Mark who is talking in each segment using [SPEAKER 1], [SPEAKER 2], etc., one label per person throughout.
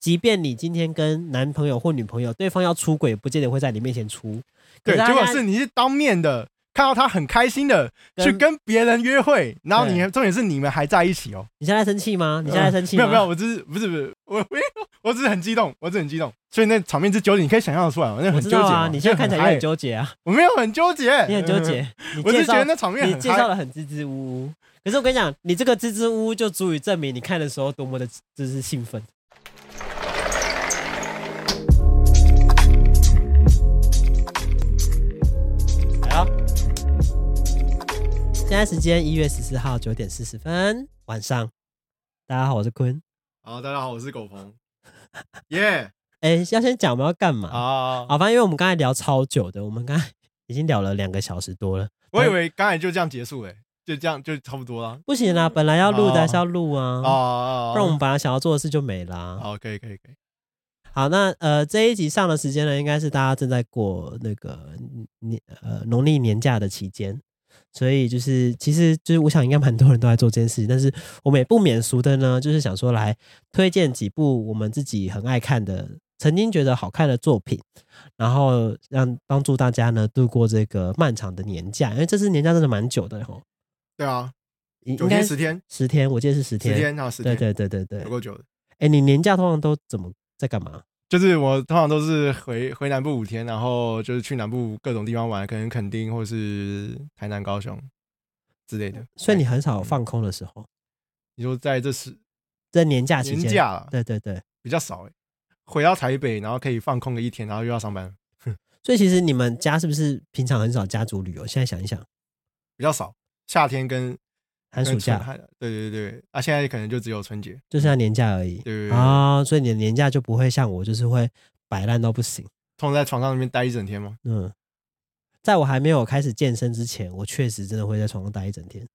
[SPEAKER 1] 即便你今天跟男朋友或女朋友，对方要出轨，不见得会在你面前出。
[SPEAKER 2] 对，
[SPEAKER 1] 可
[SPEAKER 2] 结果
[SPEAKER 1] 他
[SPEAKER 2] 是你是当面的看到他很开心的
[SPEAKER 1] 跟
[SPEAKER 2] 去跟别人约会，然后你
[SPEAKER 1] 对
[SPEAKER 2] 还重点是你们还在一起哦。
[SPEAKER 1] 你现在生气吗？你现在生气
[SPEAKER 2] 没
[SPEAKER 1] 吗？
[SPEAKER 2] 有没有，，我只是不是不是我我我只是很激动，我只是很激动，所以那场面之纠结，你可以想象得出来吗？哦那
[SPEAKER 1] 我
[SPEAKER 2] 很
[SPEAKER 1] 知
[SPEAKER 2] 纠结
[SPEAKER 1] 道
[SPEAKER 2] 嘛，
[SPEAKER 1] 啊，你现在看起来也
[SPEAKER 2] 就很
[SPEAKER 1] 很
[SPEAKER 2] 嗨，
[SPEAKER 1] 纠结啊，
[SPEAKER 2] 我没有很纠结，
[SPEAKER 1] 你很纠 结。你
[SPEAKER 2] 我
[SPEAKER 1] 介
[SPEAKER 2] 是觉
[SPEAKER 1] 绍
[SPEAKER 2] 得那场面
[SPEAKER 1] 你
[SPEAKER 2] 很
[SPEAKER 1] 介绍
[SPEAKER 2] 嗨
[SPEAKER 1] 的很支支吾吾，可是我跟你讲，你这个支支吾吾就足以证明你看的时候多么的就是兴奋。来啊！现在时间一月十四号九点四十分晚上，大家好，我是坤。
[SPEAKER 2] 好，大家好，我是狗 鹏，耶
[SPEAKER 1] 哎、要先讲我们要干嘛？
[SPEAKER 2] 啊！
[SPEAKER 1] 好，反正因为我们刚才聊超久的，我们刚才已经聊了两个小时多了，
[SPEAKER 2] 我以为刚才就这样结束诶，就这样就差不多啦。
[SPEAKER 1] 不行啦，本来要录的还是要录
[SPEAKER 2] 嗯
[SPEAKER 1] 啊。
[SPEAKER 2] 哦哦，
[SPEAKER 1] 不然我们本来想要做的事就没啦。
[SPEAKER 2] 好，可以可以可以，
[SPEAKER 1] 好，那呃这一集上的时间呢，应该是大家正在过那个年呃农历年假的期间，所以就是其实就是我想应该蛮多人都在做这件事情，但是我们也不免俗的呢，就是想说来推荐几部我们自己很爱看的、曾经觉得好看的作品，然后让帮助大家呢度过这个漫长的年假，因为这次年假真的蛮久的吼，
[SPEAKER 2] 对啊，
[SPEAKER 1] 应
[SPEAKER 2] 九
[SPEAKER 1] 应该
[SPEAKER 2] 天十天
[SPEAKER 1] 十天，我记得是十
[SPEAKER 2] 十
[SPEAKER 1] 天。
[SPEAKER 2] 天啊十
[SPEAKER 1] 对
[SPEAKER 2] 天，
[SPEAKER 1] 对对对对
[SPEAKER 2] 有，够久的。
[SPEAKER 1] 哎、你年假通常都怎么在干嘛？
[SPEAKER 2] 就是我通常都是回回南部五天，然后就是去南部各种地方玩，可能垦丁或是台南、高雄之类的。
[SPEAKER 1] 所以你
[SPEAKER 2] 哎
[SPEAKER 1] 很少放空的时候，
[SPEAKER 2] 你说在这十
[SPEAKER 1] 在年假期
[SPEAKER 2] 年
[SPEAKER 1] 间，
[SPEAKER 2] 假啦
[SPEAKER 1] 对对对，
[SPEAKER 2] 比较少哎、回到台北然后可以放空个一天，然后又要上班，
[SPEAKER 1] 所以其实你们家是不是平常很少家族旅游？现在想一想，
[SPEAKER 2] 比较少。夏天跟
[SPEAKER 1] 寒暑
[SPEAKER 2] 跟
[SPEAKER 1] 假
[SPEAKER 2] 春寒对对对对，啊，现在可能就只有春节，
[SPEAKER 1] 就剩下年假而已
[SPEAKER 2] 对对对，
[SPEAKER 1] 啊、所以你的年假就不会像我，就是会摆烂到不行。
[SPEAKER 2] 通常在床上那边待一整天嘛。
[SPEAKER 1] 嗯，在我还没有开始健身之前，我确实真的会在床上待一整天，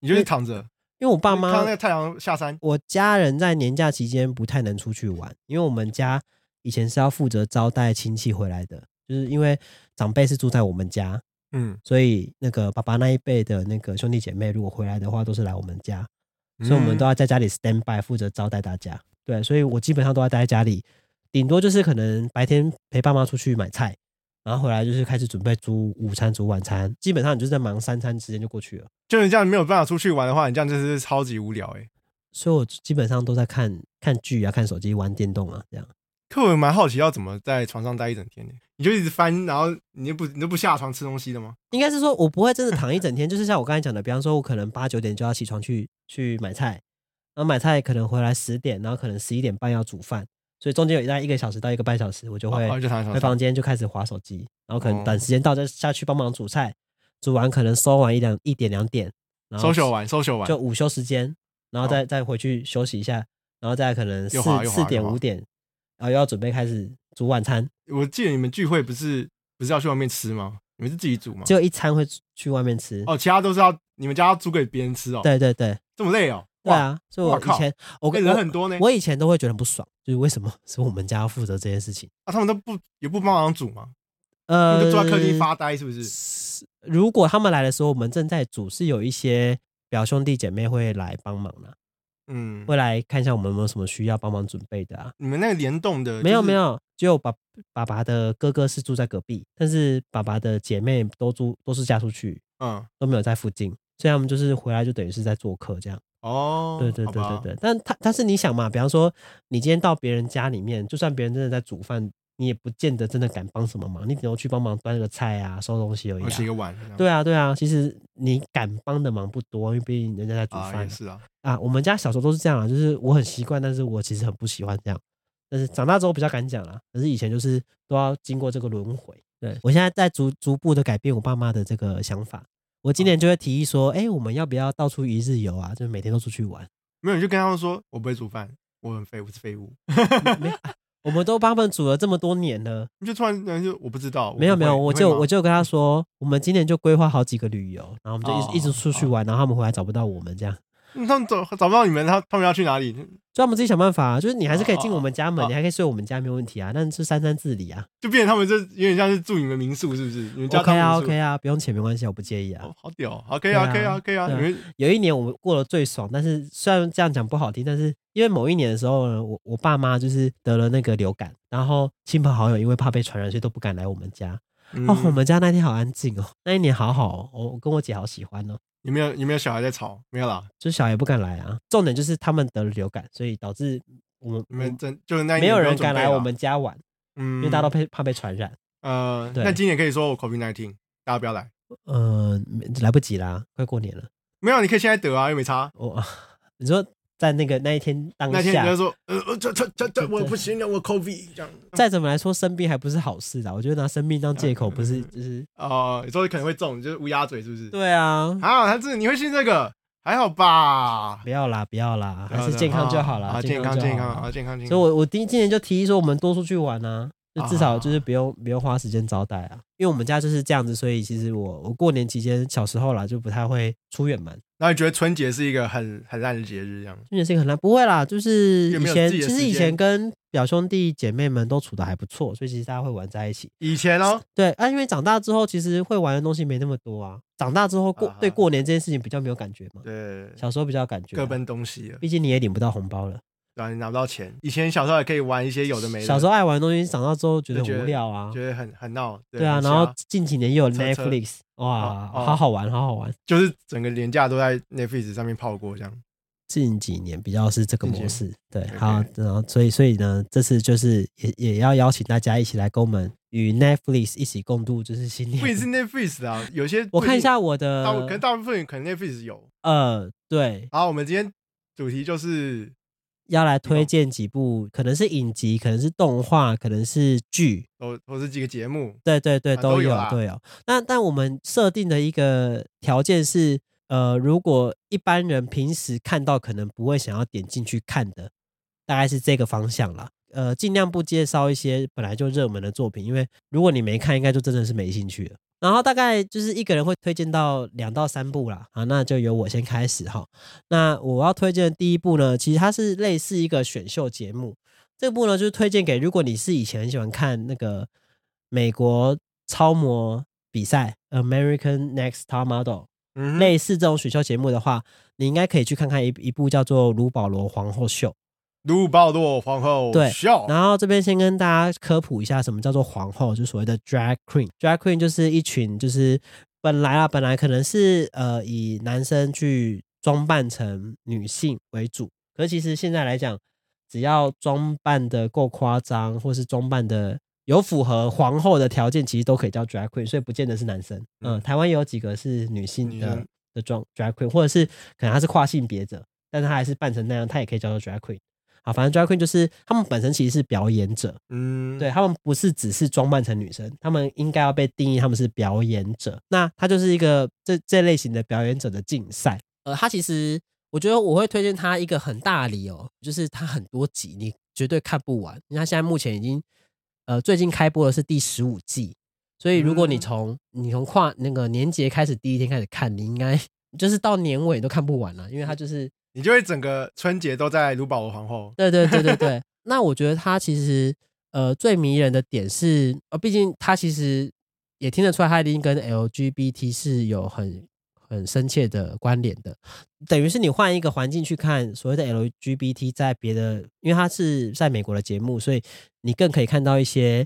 [SPEAKER 2] 你就是躺着，
[SPEAKER 1] 因为我爸
[SPEAKER 2] 看到
[SPEAKER 1] 妈
[SPEAKER 2] 那个太阳下山，
[SPEAKER 1] 我家人在年假期间不太能出去玩，因为我们家以前是要负责招待亲戚回来的，就是因为长辈是住在我们家，
[SPEAKER 2] 嗯，
[SPEAKER 1] 所以那个爸爸那一辈的那个兄弟姐妹如果回来的话，都是来我们家，所以我们都
[SPEAKER 2] 嗯
[SPEAKER 1] 要在家里 stand by 负责招待大家。对，所以我基本上都要待在家里，顶多就是可能白天陪爸妈出去买菜，然后回来就是开始准备煮午餐、煮晚餐，基本上你就是在忙三餐时间就过去了。
[SPEAKER 2] 就是这样没有办法出去玩的话，你这样真是超级无聊哎、
[SPEAKER 1] 所以我基本上都在看看剧啊、看手机、玩电动啊这样。
[SPEAKER 2] 可我蛮好奇要怎么在床上待一整天的，你就一直翻，然后你就不你就不下床吃东西的吗？
[SPEAKER 1] 应该是说我不会真的躺一整天，就是像我刚才讲的，比方说我可能八九点就要起床去去买菜，然后买菜可能回来十点，然后可能十一点半要煮饭，所以中间有大概一个小时到一个半小时，我就会
[SPEAKER 2] 然后哦就躺在
[SPEAKER 1] 回
[SPEAKER 2] 床上
[SPEAKER 1] 房，间就开始划手机，然后可能
[SPEAKER 2] 哦
[SPEAKER 1] 等时间到再下去帮忙煮菜，煮完可能收完一两一点两点，然后
[SPEAKER 2] 收手完，收手完
[SPEAKER 1] 就，午休时间，然后再再回去休息一下，然后再可能四
[SPEAKER 2] 又滑又哦滑
[SPEAKER 1] 四点
[SPEAKER 2] 又滑
[SPEAKER 1] 五点，然后又要准备开始煮晚餐，
[SPEAKER 2] 我记得你们聚会不是不是要去外面吃吗？你们是自己煮吗
[SPEAKER 1] 只？有一餐会去外面吃。
[SPEAKER 2] 哦，其他都是要你们家要煮给别人吃哦，
[SPEAKER 1] 对对对。
[SPEAKER 2] 这么累哦，
[SPEAKER 1] 对
[SPEAKER 2] 哇，
[SPEAKER 1] 啊，所以我
[SPEAKER 2] 哇靠
[SPEAKER 1] 以前我
[SPEAKER 2] 哎
[SPEAKER 1] 跟
[SPEAKER 2] 人
[SPEAKER 1] 我
[SPEAKER 2] 很多呢，
[SPEAKER 1] 我以前都会觉得很不爽，就是为什么是我们家要负责这件事情？
[SPEAKER 2] 啊，他们都不也不帮忙煮吗？他
[SPEAKER 1] 呃，
[SPEAKER 2] 们就坐在客厅发呆，是不是？
[SPEAKER 1] 是。如果他们来的时候，我们正在煮，是有一些表兄弟姐妹会来帮忙啦，
[SPEAKER 2] 嗯，
[SPEAKER 1] 会来看一下我们有没有什么需要帮忙准备的啊。
[SPEAKER 2] 你们那个联动的
[SPEAKER 1] 没有
[SPEAKER 2] 就是
[SPEAKER 1] 没有，只有爸爸爸的哥哥是住在隔壁，但是爸爸的姐妹都住都是嫁出去，
[SPEAKER 2] 嗯，
[SPEAKER 1] 都没有在附近，所以他们就是回来就等于是在做客这样。
[SPEAKER 2] 哦，
[SPEAKER 1] 对对
[SPEAKER 2] 好
[SPEAKER 1] 对对
[SPEAKER 2] 吧，
[SPEAKER 1] 对，但他但是你想嘛，比方说你今天到别人家里面，就算别人真的在煮饭，你也不见得真的敢帮什么忙，你顶多去帮忙端个菜啊、收东西而已、
[SPEAKER 2] 我洗
[SPEAKER 1] 啊。
[SPEAKER 2] 哦个碗，这样
[SPEAKER 1] 对啊，对啊，其实你敢帮的忙不多，因为毕竟人家在煮
[SPEAKER 2] 啊，
[SPEAKER 1] 饭
[SPEAKER 2] 也是啊，
[SPEAKER 1] 啊。我们家小时候都是这样啊，就是我很习惯，但是我其实很不喜欢这样。但是长大之后比较敢讲啦，可是以前就是都要经过这个轮回。对我现在在逐逐步的改变我爸妈的这个想法，我
[SPEAKER 2] 哦
[SPEAKER 1] 今年就会提议说，哎、我们要不要到处一日游啊？就是每天都出去玩。
[SPEAKER 2] 没有你就跟他们说，我不会煮饭，我很废，我是废物，
[SPEAKER 1] 没， 啊我们都帮他们煮了这么多年了，
[SPEAKER 2] 你就突然然后就我不知道，
[SPEAKER 1] 没有
[SPEAKER 2] 不
[SPEAKER 1] 没
[SPEAKER 2] 会
[SPEAKER 1] 有，
[SPEAKER 2] 你
[SPEAKER 1] 我
[SPEAKER 2] 会
[SPEAKER 1] 就
[SPEAKER 2] 吗
[SPEAKER 1] 我就跟他说，我们今年就规划好几个旅游，然后我们就一直、一直
[SPEAKER 2] 哦
[SPEAKER 1] 出去玩，然后他们回来找不到我们这样。
[SPEAKER 2] 嗯他们找找不到你们，他他们要去哪里？
[SPEAKER 1] 就让我们自己想办法、啊。就是你还是可以进我们家门，
[SPEAKER 2] 哦
[SPEAKER 1] 你还可以睡我们家，没有问题啊。但是三餐自理啊
[SPEAKER 2] 就变成他们就有点像是住你们民宿，是不是？你们家
[SPEAKER 1] ，OK 啊
[SPEAKER 2] 当民宿
[SPEAKER 1] ，OK 啊，不用钱没关系，我不介意啊。
[SPEAKER 2] 哦，好屌，好可以啊，可
[SPEAKER 1] 对
[SPEAKER 2] 以
[SPEAKER 1] 啊
[SPEAKER 2] 啊，可以啊！
[SPEAKER 1] 对啊
[SPEAKER 2] 你们
[SPEAKER 1] 有一年我过得最爽，但是虽然这样讲不好听，但是因为某一年的时候呢，我我爸妈就是得了那个流感，然后亲朋好友因为怕被传染，所以都不敢来我们家。哦，我
[SPEAKER 2] 嗯
[SPEAKER 1] 们家那天好安静哦，那一年好好哦，我我跟我姐好喜欢哦，
[SPEAKER 2] 有没有有没有小孩在吵？没有啦，
[SPEAKER 1] 就是小孩不敢来啊。重点就是他们得了流感，所以导致我们嗯
[SPEAKER 2] 你们真就是那一
[SPEAKER 1] 没
[SPEAKER 2] 年
[SPEAKER 1] 有
[SPEAKER 2] 不用
[SPEAKER 1] 人
[SPEAKER 2] 准
[SPEAKER 1] 敢
[SPEAKER 2] 备
[SPEAKER 1] 来
[SPEAKER 2] 啦
[SPEAKER 1] 我，们家玩，
[SPEAKER 2] 嗯，
[SPEAKER 1] 因为大家都被怕被传染。
[SPEAKER 2] 呃，
[SPEAKER 1] 对
[SPEAKER 2] 那今年可以说我 COVID nineteen，大家不要来。
[SPEAKER 1] 嗯、没来不及啦，快过年了。
[SPEAKER 2] 没有，你可以现在得啊，又没差。
[SPEAKER 1] 我、 你说在那个那一天当
[SPEAKER 2] 那天
[SPEAKER 1] 下
[SPEAKER 2] 人家，说，呃，呃这这这这
[SPEAKER 1] 对
[SPEAKER 2] 我
[SPEAKER 1] 对
[SPEAKER 2] 不行了，我 COVID 这样。
[SPEAKER 1] 再怎么来说生病还不是好事啦。我觉得拿生病当借口不
[SPEAKER 2] 嗯
[SPEAKER 1] 是就是
[SPEAKER 2] 哦，你说可能会中，就是乌鸦嘴是不是？
[SPEAKER 1] 对啊，
[SPEAKER 2] 啊，他这你会信这个？还好吧
[SPEAKER 1] 不，要啦，不要啦，还是
[SPEAKER 2] 对啊对啊
[SPEAKER 1] 健康就好
[SPEAKER 2] 啊
[SPEAKER 1] 啦，
[SPEAKER 2] 健
[SPEAKER 1] 康
[SPEAKER 2] 康健
[SPEAKER 1] 就
[SPEAKER 2] 康
[SPEAKER 1] 好啦
[SPEAKER 2] 啊，。健康健
[SPEAKER 1] 所
[SPEAKER 2] 康。
[SPEAKER 1] 以我我第一今年就提议说，我们多出去玩啊，就至少
[SPEAKER 2] 啊
[SPEAKER 1] 就是不用不用花时间招待啊。因为我们家就是这样子，所以其实我我过年期间小时候啦就不太会出远门，
[SPEAKER 2] 然后你觉得春节是一个很很烂的节日这样？
[SPEAKER 1] 春节是很难不会啦，就是
[SPEAKER 2] 有
[SPEAKER 1] 以
[SPEAKER 2] 没有
[SPEAKER 1] 前
[SPEAKER 2] 自己
[SPEAKER 1] 其
[SPEAKER 2] 的
[SPEAKER 1] 实
[SPEAKER 2] 时
[SPEAKER 1] 以前
[SPEAKER 2] 间
[SPEAKER 1] 跟表兄弟姐妹们都处的还不错，所以其实大家会玩在一起。
[SPEAKER 2] 以前哦，
[SPEAKER 1] 对啊，因为长大之后其实会玩的东西没那么多啊，长大之后过
[SPEAKER 2] 啊哈
[SPEAKER 1] 对过年这件事情比较没有感觉嘛，
[SPEAKER 2] 对，
[SPEAKER 1] 小时候比较有感觉啊，
[SPEAKER 2] 各奔东西了，
[SPEAKER 1] 毕竟你也领不到红包了。
[SPEAKER 2] 然后你拿不到钱。以前小时候也可以玩一些有的没的，
[SPEAKER 1] 小时候爱玩的东西，长大之后觉得
[SPEAKER 2] 就觉
[SPEAKER 1] 很
[SPEAKER 2] 得
[SPEAKER 1] 无聊啊。
[SPEAKER 2] 觉得很很闹。
[SPEAKER 1] 对啊，
[SPEAKER 2] 很
[SPEAKER 1] 然后
[SPEAKER 2] 瞎
[SPEAKER 1] 近几年又有
[SPEAKER 2] 车车
[SPEAKER 1] Netflix，哇，
[SPEAKER 2] 哦哦
[SPEAKER 1] 好好玩，好好玩。
[SPEAKER 2] 就是整个廉价都在 Netflix 上面泡过 这样。
[SPEAKER 1] 近几年比较是这个
[SPEAKER 2] 近几
[SPEAKER 1] 模式，对，
[SPEAKER 2] OK
[SPEAKER 1] 好，然后所以所以呢，这次就是也也要邀请大家一起来跟我们与 Netflix 一起共度，就是新
[SPEAKER 2] 不一定是
[SPEAKER 1] 年。
[SPEAKER 2] Netflix 的啊，有些
[SPEAKER 1] 我看一下
[SPEAKER 2] 不
[SPEAKER 1] 我
[SPEAKER 2] 一定，大部可能
[SPEAKER 1] 的，
[SPEAKER 2] 大部分可能 Netflix 有。
[SPEAKER 1] 呃，对，
[SPEAKER 2] 好，我们今天主题就是
[SPEAKER 1] 要来推
[SPEAKER 2] 有
[SPEAKER 1] 荐几部，可能是影集，可能是动画，可能是剧，
[SPEAKER 2] 我我哦是几个节目，
[SPEAKER 1] 对对对，
[SPEAKER 2] 啊
[SPEAKER 1] 都
[SPEAKER 2] 都
[SPEAKER 1] 有
[SPEAKER 2] 有啦
[SPEAKER 1] 都有。那但我们设定的一个条件是，呃，如果一般人平时看到可能不会想要点进去看的，大概是这个方向啦。呃，尽量不介绍一些本来就热门的作品，因为如果你没看，应该就真的是没兴趣了。然后大概就是一个人会推荐到两到三部啦，啊，那就由我先开始哈。那我要推荐的第一部呢，其实它是类似一个选秀节目，这部呢就是推荐给如果你是以前很喜欢看那个美国超模比赛 （American Next Top Model）、
[SPEAKER 2] 嗯哼，
[SPEAKER 1] 类似这种选秀节目的话，你应该可以去看看一一部叫做《卢保罗皇后秀》。
[SPEAKER 2] 鲁暴落皇后
[SPEAKER 1] 对
[SPEAKER 2] 笑，
[SPEAKER 1] 然后这边先跟大家科普一下，什么叫做皇后，就是所谓的 drag queen。drag queen 就是一群就是本来啊，本来可能是呃以男生去装扮成女性为主，可是其实现在来讲，只要装扮的够夸张，或是装扮的有符合皇后的条件，其实都可以叫 drag queen，所以不见得是男生。嗯、
[SPEAKER 2] 嗯
[SPEAKER 1] 台湾也有几个是女性
[SPEAKER 2] 女
[SPEAKER 1] 的
[SPEAKER 2] 生
[SPEAKER 1] 的装 drag queen，或者是可能他是跨性别者，但是他还是扮成那样，他也可以叫做 drag queen。好，反正 drag queen 就是他们本身其实是表演者，
[SPEAKER 2] 嗯，
[SPEAKER 1] 对，他们不是只是装扮成女生，他们应该要被定义他们是表演者。那它就是一个这这类型的表演者的竞赛。呃，它其实我觉得我会推荐它一个很大的理由，就是它很多集你绝对看不完，因为它现在目前已经呃最近开播的是第十五季，所以如果你
[SPEAKER 2] 嗯
[SPEAKER 1] 从、你从跨那个年节开始第一天开始看，你应该 就是到年尾都看不完了，因为它就是
[SPEAKER 2] 你就会整个春节都在鲁保罗皇后。
[SPEAKER 1] 对对对对对。那我觉得他其实呃最迷人的点是，呃，毕竟他其实也听得出来，他一定跟 LGBT 是有很很深切的关联的。等于是你换一个环境去看所谓的 LGBT，在别的，因为它是在美国的节目，所以你更可以看到一些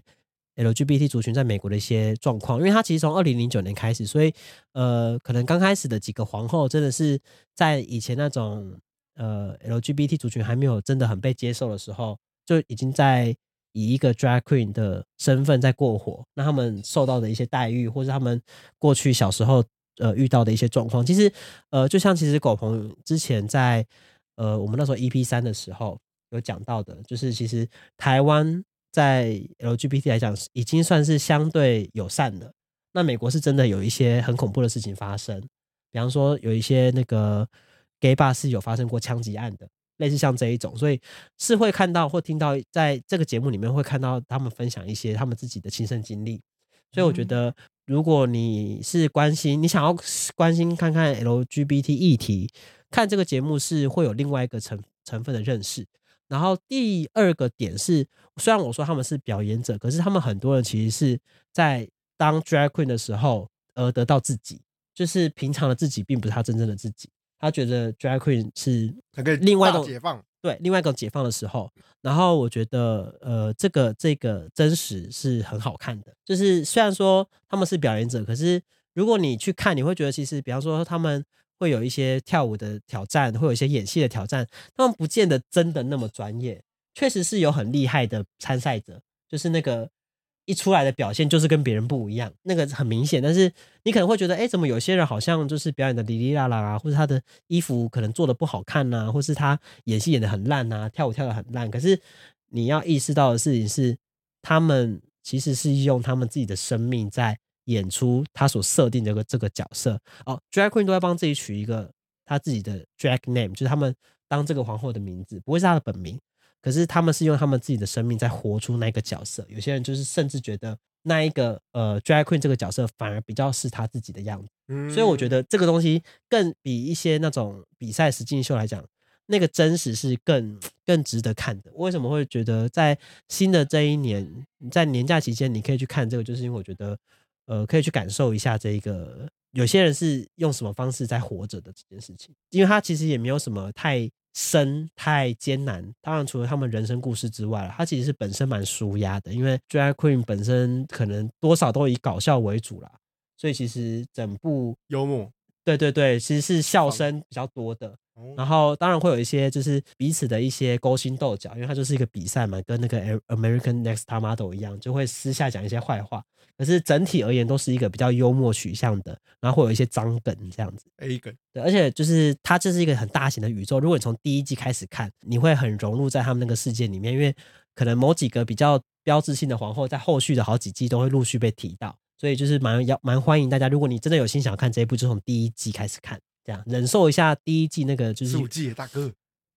[SPEAKER 1] LGBT 族群在美国的一些状况。因为它其实从二零零九年开始，所以呃，可能刚开始的几个皇后真的是在以前那种呃 LGBT 族群还没有真的很被接受的时候，就已经在以一个 drag queen 的身份在过活。那他们受到的一些待遇，或是他们过去小时候呃遇到的一些状况，其实呃，就像其实狗鹏之前在呃我们那时候 EP 三的时候有讲到的，就是其实台湾在 LGBT 来讲已经算是相对友善了。那美国是真的有一些很恐怖的事情发生，比方说有一些那个 gay bar 是有发生过枪击案的，类似像这一种，所以是会看到或听到在这个节目里面会看到他们分享一些他们自己的亲身经历，所以我觉
[SPEAKER 2] 嗯
[SPEAKER 1] 得如果你是关心，你想要关心看看 LGBT 议题，看这个节目是会有另外一个成成分的认识。然后第二个点是，虽然我说他们是表演者，可是他们很多人其实是在当 drag queen 的时候而得到自己，就是平常的自己并不是他真正的自己。他觉得 drag queen 是
[SPEAKER 2] 它可以
[SPEAKER 1] 另外一
[SPEAKER 2] 大
[SPEAKER 1] 种
[SPEAKER 2] 解放，
[SPEAKER 1] 对另外一种解放的时候，然后我觉得呃，这个这个真实是很好看的。就是虽然说他们是表演者，可是如果你去看，你会觉得其实，比方说他们会有一些跳舞的挑战，会有一些演戏的挑战，他们不见得真的那么专业。确实是有很厉害的参赛者，就是那个一出来的表现就是跟别人不一样，那个很明显。但是你可能会觉得，哎，怎么有些人好像就是表演的哩哩啦啦啊，或者他的衣服可能做的不好看呐、或是他演戏演的很烂呐、跳舞跳的很烂。可是你要意识到的事情是，他们其实是用他们自己的生命在演出他所设定的这个这个角色。哦，drag queen 都在帮自己取一个他自己的 drag name，就是他们当这个皇后的名字，不会是他的本名。可是他们是用他们自己的生命在活出那个角色。有些人就是甚至觉得那一个呃 drag queen 这个角色反而比较是他自己的样子。
[SPEAKER 2] 嗯
[SPEAKER 1] 所以我觉得这个东西更比一些那种比赛实境秀来讲，那个真实是更更值得看的。为什么会觉得在新的这一年，在年假期间你可以去看这个，就是因为我觉得呃可以去感受一下这一个有些人是用什么方式在活着的这件事情，因为它其实也没有什么太。深太艰难，当然除了他们人生故事之外，它其实是本身蛮舒压的，因为 drag queen 本身可能多少都以搞笑为主啦，所以其实整部
[SPEAKER 2] 幽默，
[SPEAKER 1] 对对对，其实是笑
[SPEAKER 2] 放
[SPEAKER 1] 声比较多的。
[SPEAKER 2] 哦
[SPEAKER 1] 然后当然会有一些就是彼此的一些勾心斗角，因为它就是一个比赛嘛，跟那个 A- American Next Top Model 一样，就会私下讲一些坏话。可是整体而言都是一个比较幽默取向的，然后会有一些脏梗这样子。
[SPEAKER 2] A 梗，
[SPEAKER 1] 对，而且就是它这是一个很大型的宇宙，如果你从第一季开始看，你会很融入在他们那个世界里面，因为可能某几个比较标志性的皇后，在后续的好几季都会陆续被提到，所以就是蛮要蛮欢迎大家，如果你真的有心想看这一部，就从第一季开始看，这样忍受一下第一季那个就是
[SPEAKER 2] 十五季耶大哥，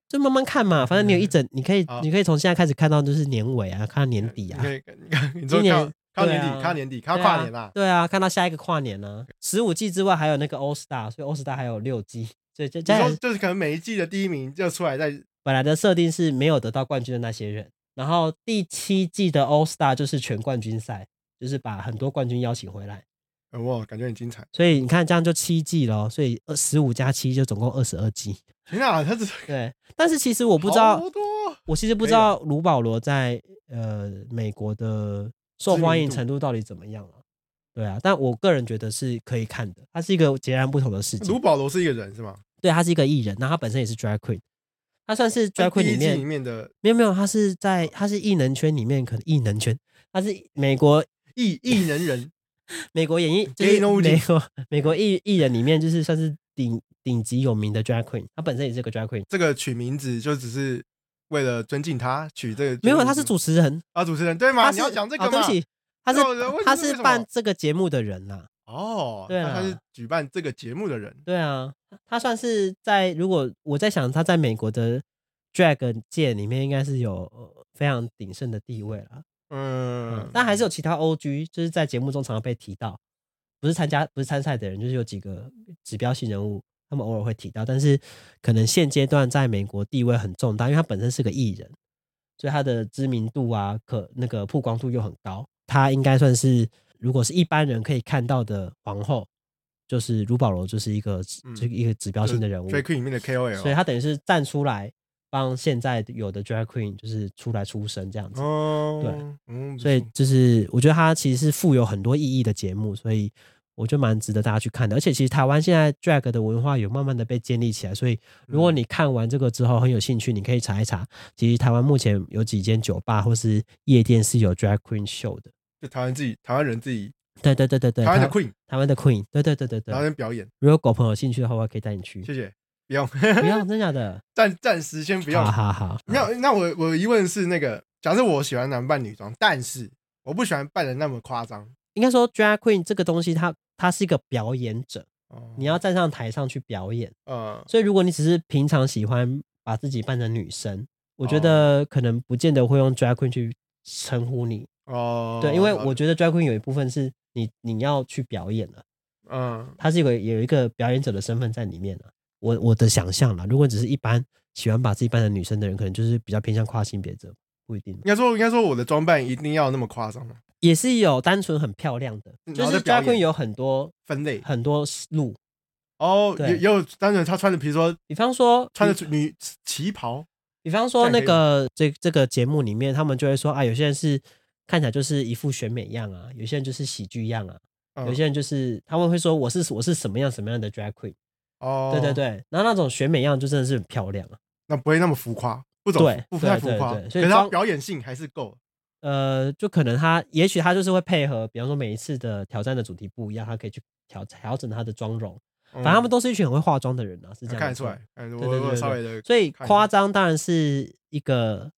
[SPEAKER 1] 就慢慢看嘛，反正你有一整，你可以
[SPEAKER 2] 嗯好
[SPEAKER 1] 你可以从现在开始看到就是年尾啊，看到年底啊
[SPEAKER 2] 你，可以， 你看，你
[SPEAKER 1] 今
[SPEAKER 2] 说
[SPEAKER 1] 年
[SPEAKER 2] 看看到
[SPEAKER 1] 对
[SPEAKER 2] 年底，
[SPEAKER 1] 啊
[SPEAKER 2] 看到年底，看到跨年啦，
[SPEAKER 1] 对啊，看到下一个跨年啊，十五季之外还有那个 All Star，所以 All Star 还有六季，所以这
[SPEAKER 2] 你
[SPEAKER 1] 这
[SPEAKER 2] 说就是可能每一季的第一名就出来在
[SPEAKER 1] 本来的设定是没有得到冠军的那些人。然后第七季的 All Star 就是全冠军赛，就是把很多冠军邀请回来。
[SPEAKER 2] 呃哇，感觉很精彩。
[SPEAKER 1] 所以你看，这样就七季咯，所以二十五加七就总共二十二季。
[SPEAKER 2] 天啊，他只是
[SPEAKER 1] 对，但是其实我不知
[SPEAKER 2] 好啊
[SPEAKER 1] 道，
[SPEAKER 2] 多
[SPEAKER 1] 我其实不知道卢保罗在呃美国的受欢迎程度到底怎么样了、对啊，但我个人觉得是可以看的，它是一个截然不同的世界
[SPEAKER 2] 卢。保罗是一个人是吗？
[SPEAKER 1] 对，他是一个艺人，那他本身也是 drag queen，他算是 drag
[SPEAKER 2] 第
[SPEAKER 1] queen
[SPEAKER 2] 一
[SPEAKER 1] 里
[SPEAKER 2] 季
[SPEAKER 1] 面
[SPEAKER 2] 里面的
[SPEAKER 1] 没有没有，他是在他是艺能圈里面，可能艺能圈，他是美国
[SPEAKER 2] 异异能人，
[SPEAKER 1] 美国演艺，就
[SPEAKER 2] Gay
[SPEAKER 1] 是
[SPEAKER 2] no
[SPEAKER 1] 美国美国艺艺人里面，就是算是顶顶级有名的 drag queen，他本身也是个 drag queen，
[SPEAKER 2] 这个取名字就只是为了尊敬他取这个。
[SPEAKER 1] 没有，他是主持人，
[SPEAKER 2] 啊主持人对吗？
[SPEAKER 1] 他
[SPEAKER 2] 你
[SPEAKER 1] 是
[SPEAKER 2] 要讲这个
[SPEAKER 1] 哦
[SPEAKER 2] 吗？
[SPEAKER 1] 对不起，他是
[SPEAKER 2] 那我人为什么
[SPEAKER 1] 他
[SPEAKER 2] 为
[SPEAKER 1] 是
[SPEAKER 2] 什么
[SPEAKER 1] 办这个节目的人呐、
[SPEAKER 2] 哦，
[SPEAKER 1] 对啊
[SPEAKER 2] 那他
[SPEAKER 1] 啦
[SPEAKER 2] 是举办这个节目的人，
[SPEAKER 1] 对啊，他算是在如果我在想他在美国的 drag 界里面应该是有呃非常鼎盛的地位了。
[SPEAKER 2] 嗯，
[SPEAKER 1] 但还是有其他 OG，就是在节目中常常被提到，不是参加不是参赛的人，就是有几个指标性人物，他们偶尔会提到，但是可能现阶段在美国地位很重大，因为他本身是个艺人，所以他的知名度啊，可那个曝光度又很高，他应该算是如果是一般人可以看到的皇后，就是卢保罗就是一个指
[SPEAKER 2] 嗯
[SPEAKER 1] 这、一个指标性的人物，
[SPEAKER 2] Drag Queen 里面的 KOL，
[SPEAKER 1] 所以他等于是站出来帮现在有的 drag queen 就是出来出声这样子。
[SPEAKER 2] 哦，
[SPEAKER 1] 对
[SPEAKER 2] 嗯，不
[SPEAKER 1] 所以
[SPEAKER 2] 错
[SPEAKER 1] 就是我觉得它其实是富有很多意义的节目，所以我觉得蛮值得大家去看的。而且其实台湾现在 drag 的文化有慢慢的被建立起来，所以如
[SPEAKER 2] 嗯
[SPEAKER 1] 果你看完这个之后很有兴趣，你可以查一查，其实台湾目前有几间酒吧或是夜店是有 drag queen show 的。
[SPEAKER 2] 就台湾自己台湾人自己
[SPEAKER 1] 对对对对对，
[SPEAKER 2] 台湾的
[SPEAKER 1] 台
[SPEAKER 2] Queen，
[SPEAKER 1] 台湾的 queen，对对对对
[SPEAKER 2] 台湾
[SPEAKER 1] 对。
[SPEAKER 2] 人表演，
[SPEAKER 1] 如果狗朋友有兴趣的话，我也可以带你去。
[SPEAKER 2] 谢谢，不用，
[SPEAKER 1] 不要，真的假的？
[SPEAKER 2] 暂暂时先 不用
[SPEAKER 1] 好。好好，
[SPEAKER 2] 没有，那我我的疑问是那个，假设我喜欢男扮女装，但是我不喜欢扮的那么夸张。
[SPEAKER 1] 应该说 drag queen 这个东西它，它是一个表演者，
[SPEAKER 2] 哦
[SPEAKER 1] 你要站上台上去表演。
[SPEAKER 2] 呃，
[SPEAKER 1] 所以如果你只是平常喜欢把自己扮成女生，我
[SPEAKER 2] 哦
[SPEAKER 1] 觉得可能不见得会用 drag queen 去称呼你。
[SPEAKER 2] 哦，
[SPEAKER 1] 对，因为
[SPEAKER 2] 了
[SPEAKER 1] 我觉得 drag queen 有一部分是你你要去表演的，啊
[SPEAKER 2] 嗯
[SPEAKER 1] 它是有个有一个表演者的身份在里面的、啊我我的想象啦，如果只是一般喜欢把自己扮成女生的人，可能就是比较偏向跨性别者，不一定
[SPEAKER 2] 应。该说，应该说我的装扮一定要那么夸张吗？
[SPEAKER 1] 也是有单纯很漂亮的，
[SPEAKER 2] 嗯然
[SPEAKER 1] 就
[SPEAKER 2] 后
[SPEAKER 1] 是
[SPEAKER 2] 再表
[SPEAKER 1] drag queen
[SPEAKER 2] 演
[SPEAKER 1] 有很多
[SPEAKER 2] 分类
[SPEAKER 1] 很多路，
[SPEAKER 2] 哦，
[SPEAKER 1] 对嗯
[SPEAKER 2] 也也有单纯他穿的，比如说
[SPEAKER 1] 比方说
[SPEAKER 2] 穿
[SPEAKER 1] 比
[SPEAKER 2] 的女旗袍，
[SPEAKER 1] 比方说
[SPEAKER 2] 这样也
[SPEAKER 1] 那
[SPEAKER 2] 可以
[SPEAKER 1] 个这这个节目里面，他们就会说啊，有些人是看起来就是一副选美样啊，有些人就是喜剧样啊，
[SPEAKER 2] 嗯
[SPEAKER 1] 有些人就是他们会说我是我是什么样什么样的 drag queen，、
[SPEAKER 2] 哦，
[SPEAKER 1] 对对，对，然后那种选美样就真的是很漂亮啊，
[SPEAKER 2] 那不会那么浮夸，不走
[SPEAKER 1] 对
[SPEAKER 2] 不太浮
[SPEAKER 1] 对对
[SPEAKER 2] 夸，
[SPEAKER 1] 对
[SPEAKER 2] 可
[SPEAKER 1] 所以
[SPEAKER 2] 是他
[SPEAKER 1] 装
[SPEAKER 2] 表演性还是够。
[SPEAKER 1] 呃，就可能他也许他就是会配合，比方说每一次的挑战的主题不一样，他可以去调调整他的妆容，反
[SPEAKER 2] 反
[SPEAKER 1] 正他们都是一群很会化妆的人啊，是这样
[SPEAKER 2] 嗯看得
[SPEAKER 1] 没
[SPEAKER 2] 出
[SPEAKER 1] 错
[SPEAKER 2] 来，，嗯
[SPEAKER 1] 对
[SPEAKER 2] 我
[SPEAKER 1] 对对
[SPEAKER 2] 我
[SPEAKER 1] 对
[SPEAKER 2] 稍微的
[SPEAKER 1] 所以
[SPEAKER 2] 看
[SPEAKER 1] 夸张当然是一个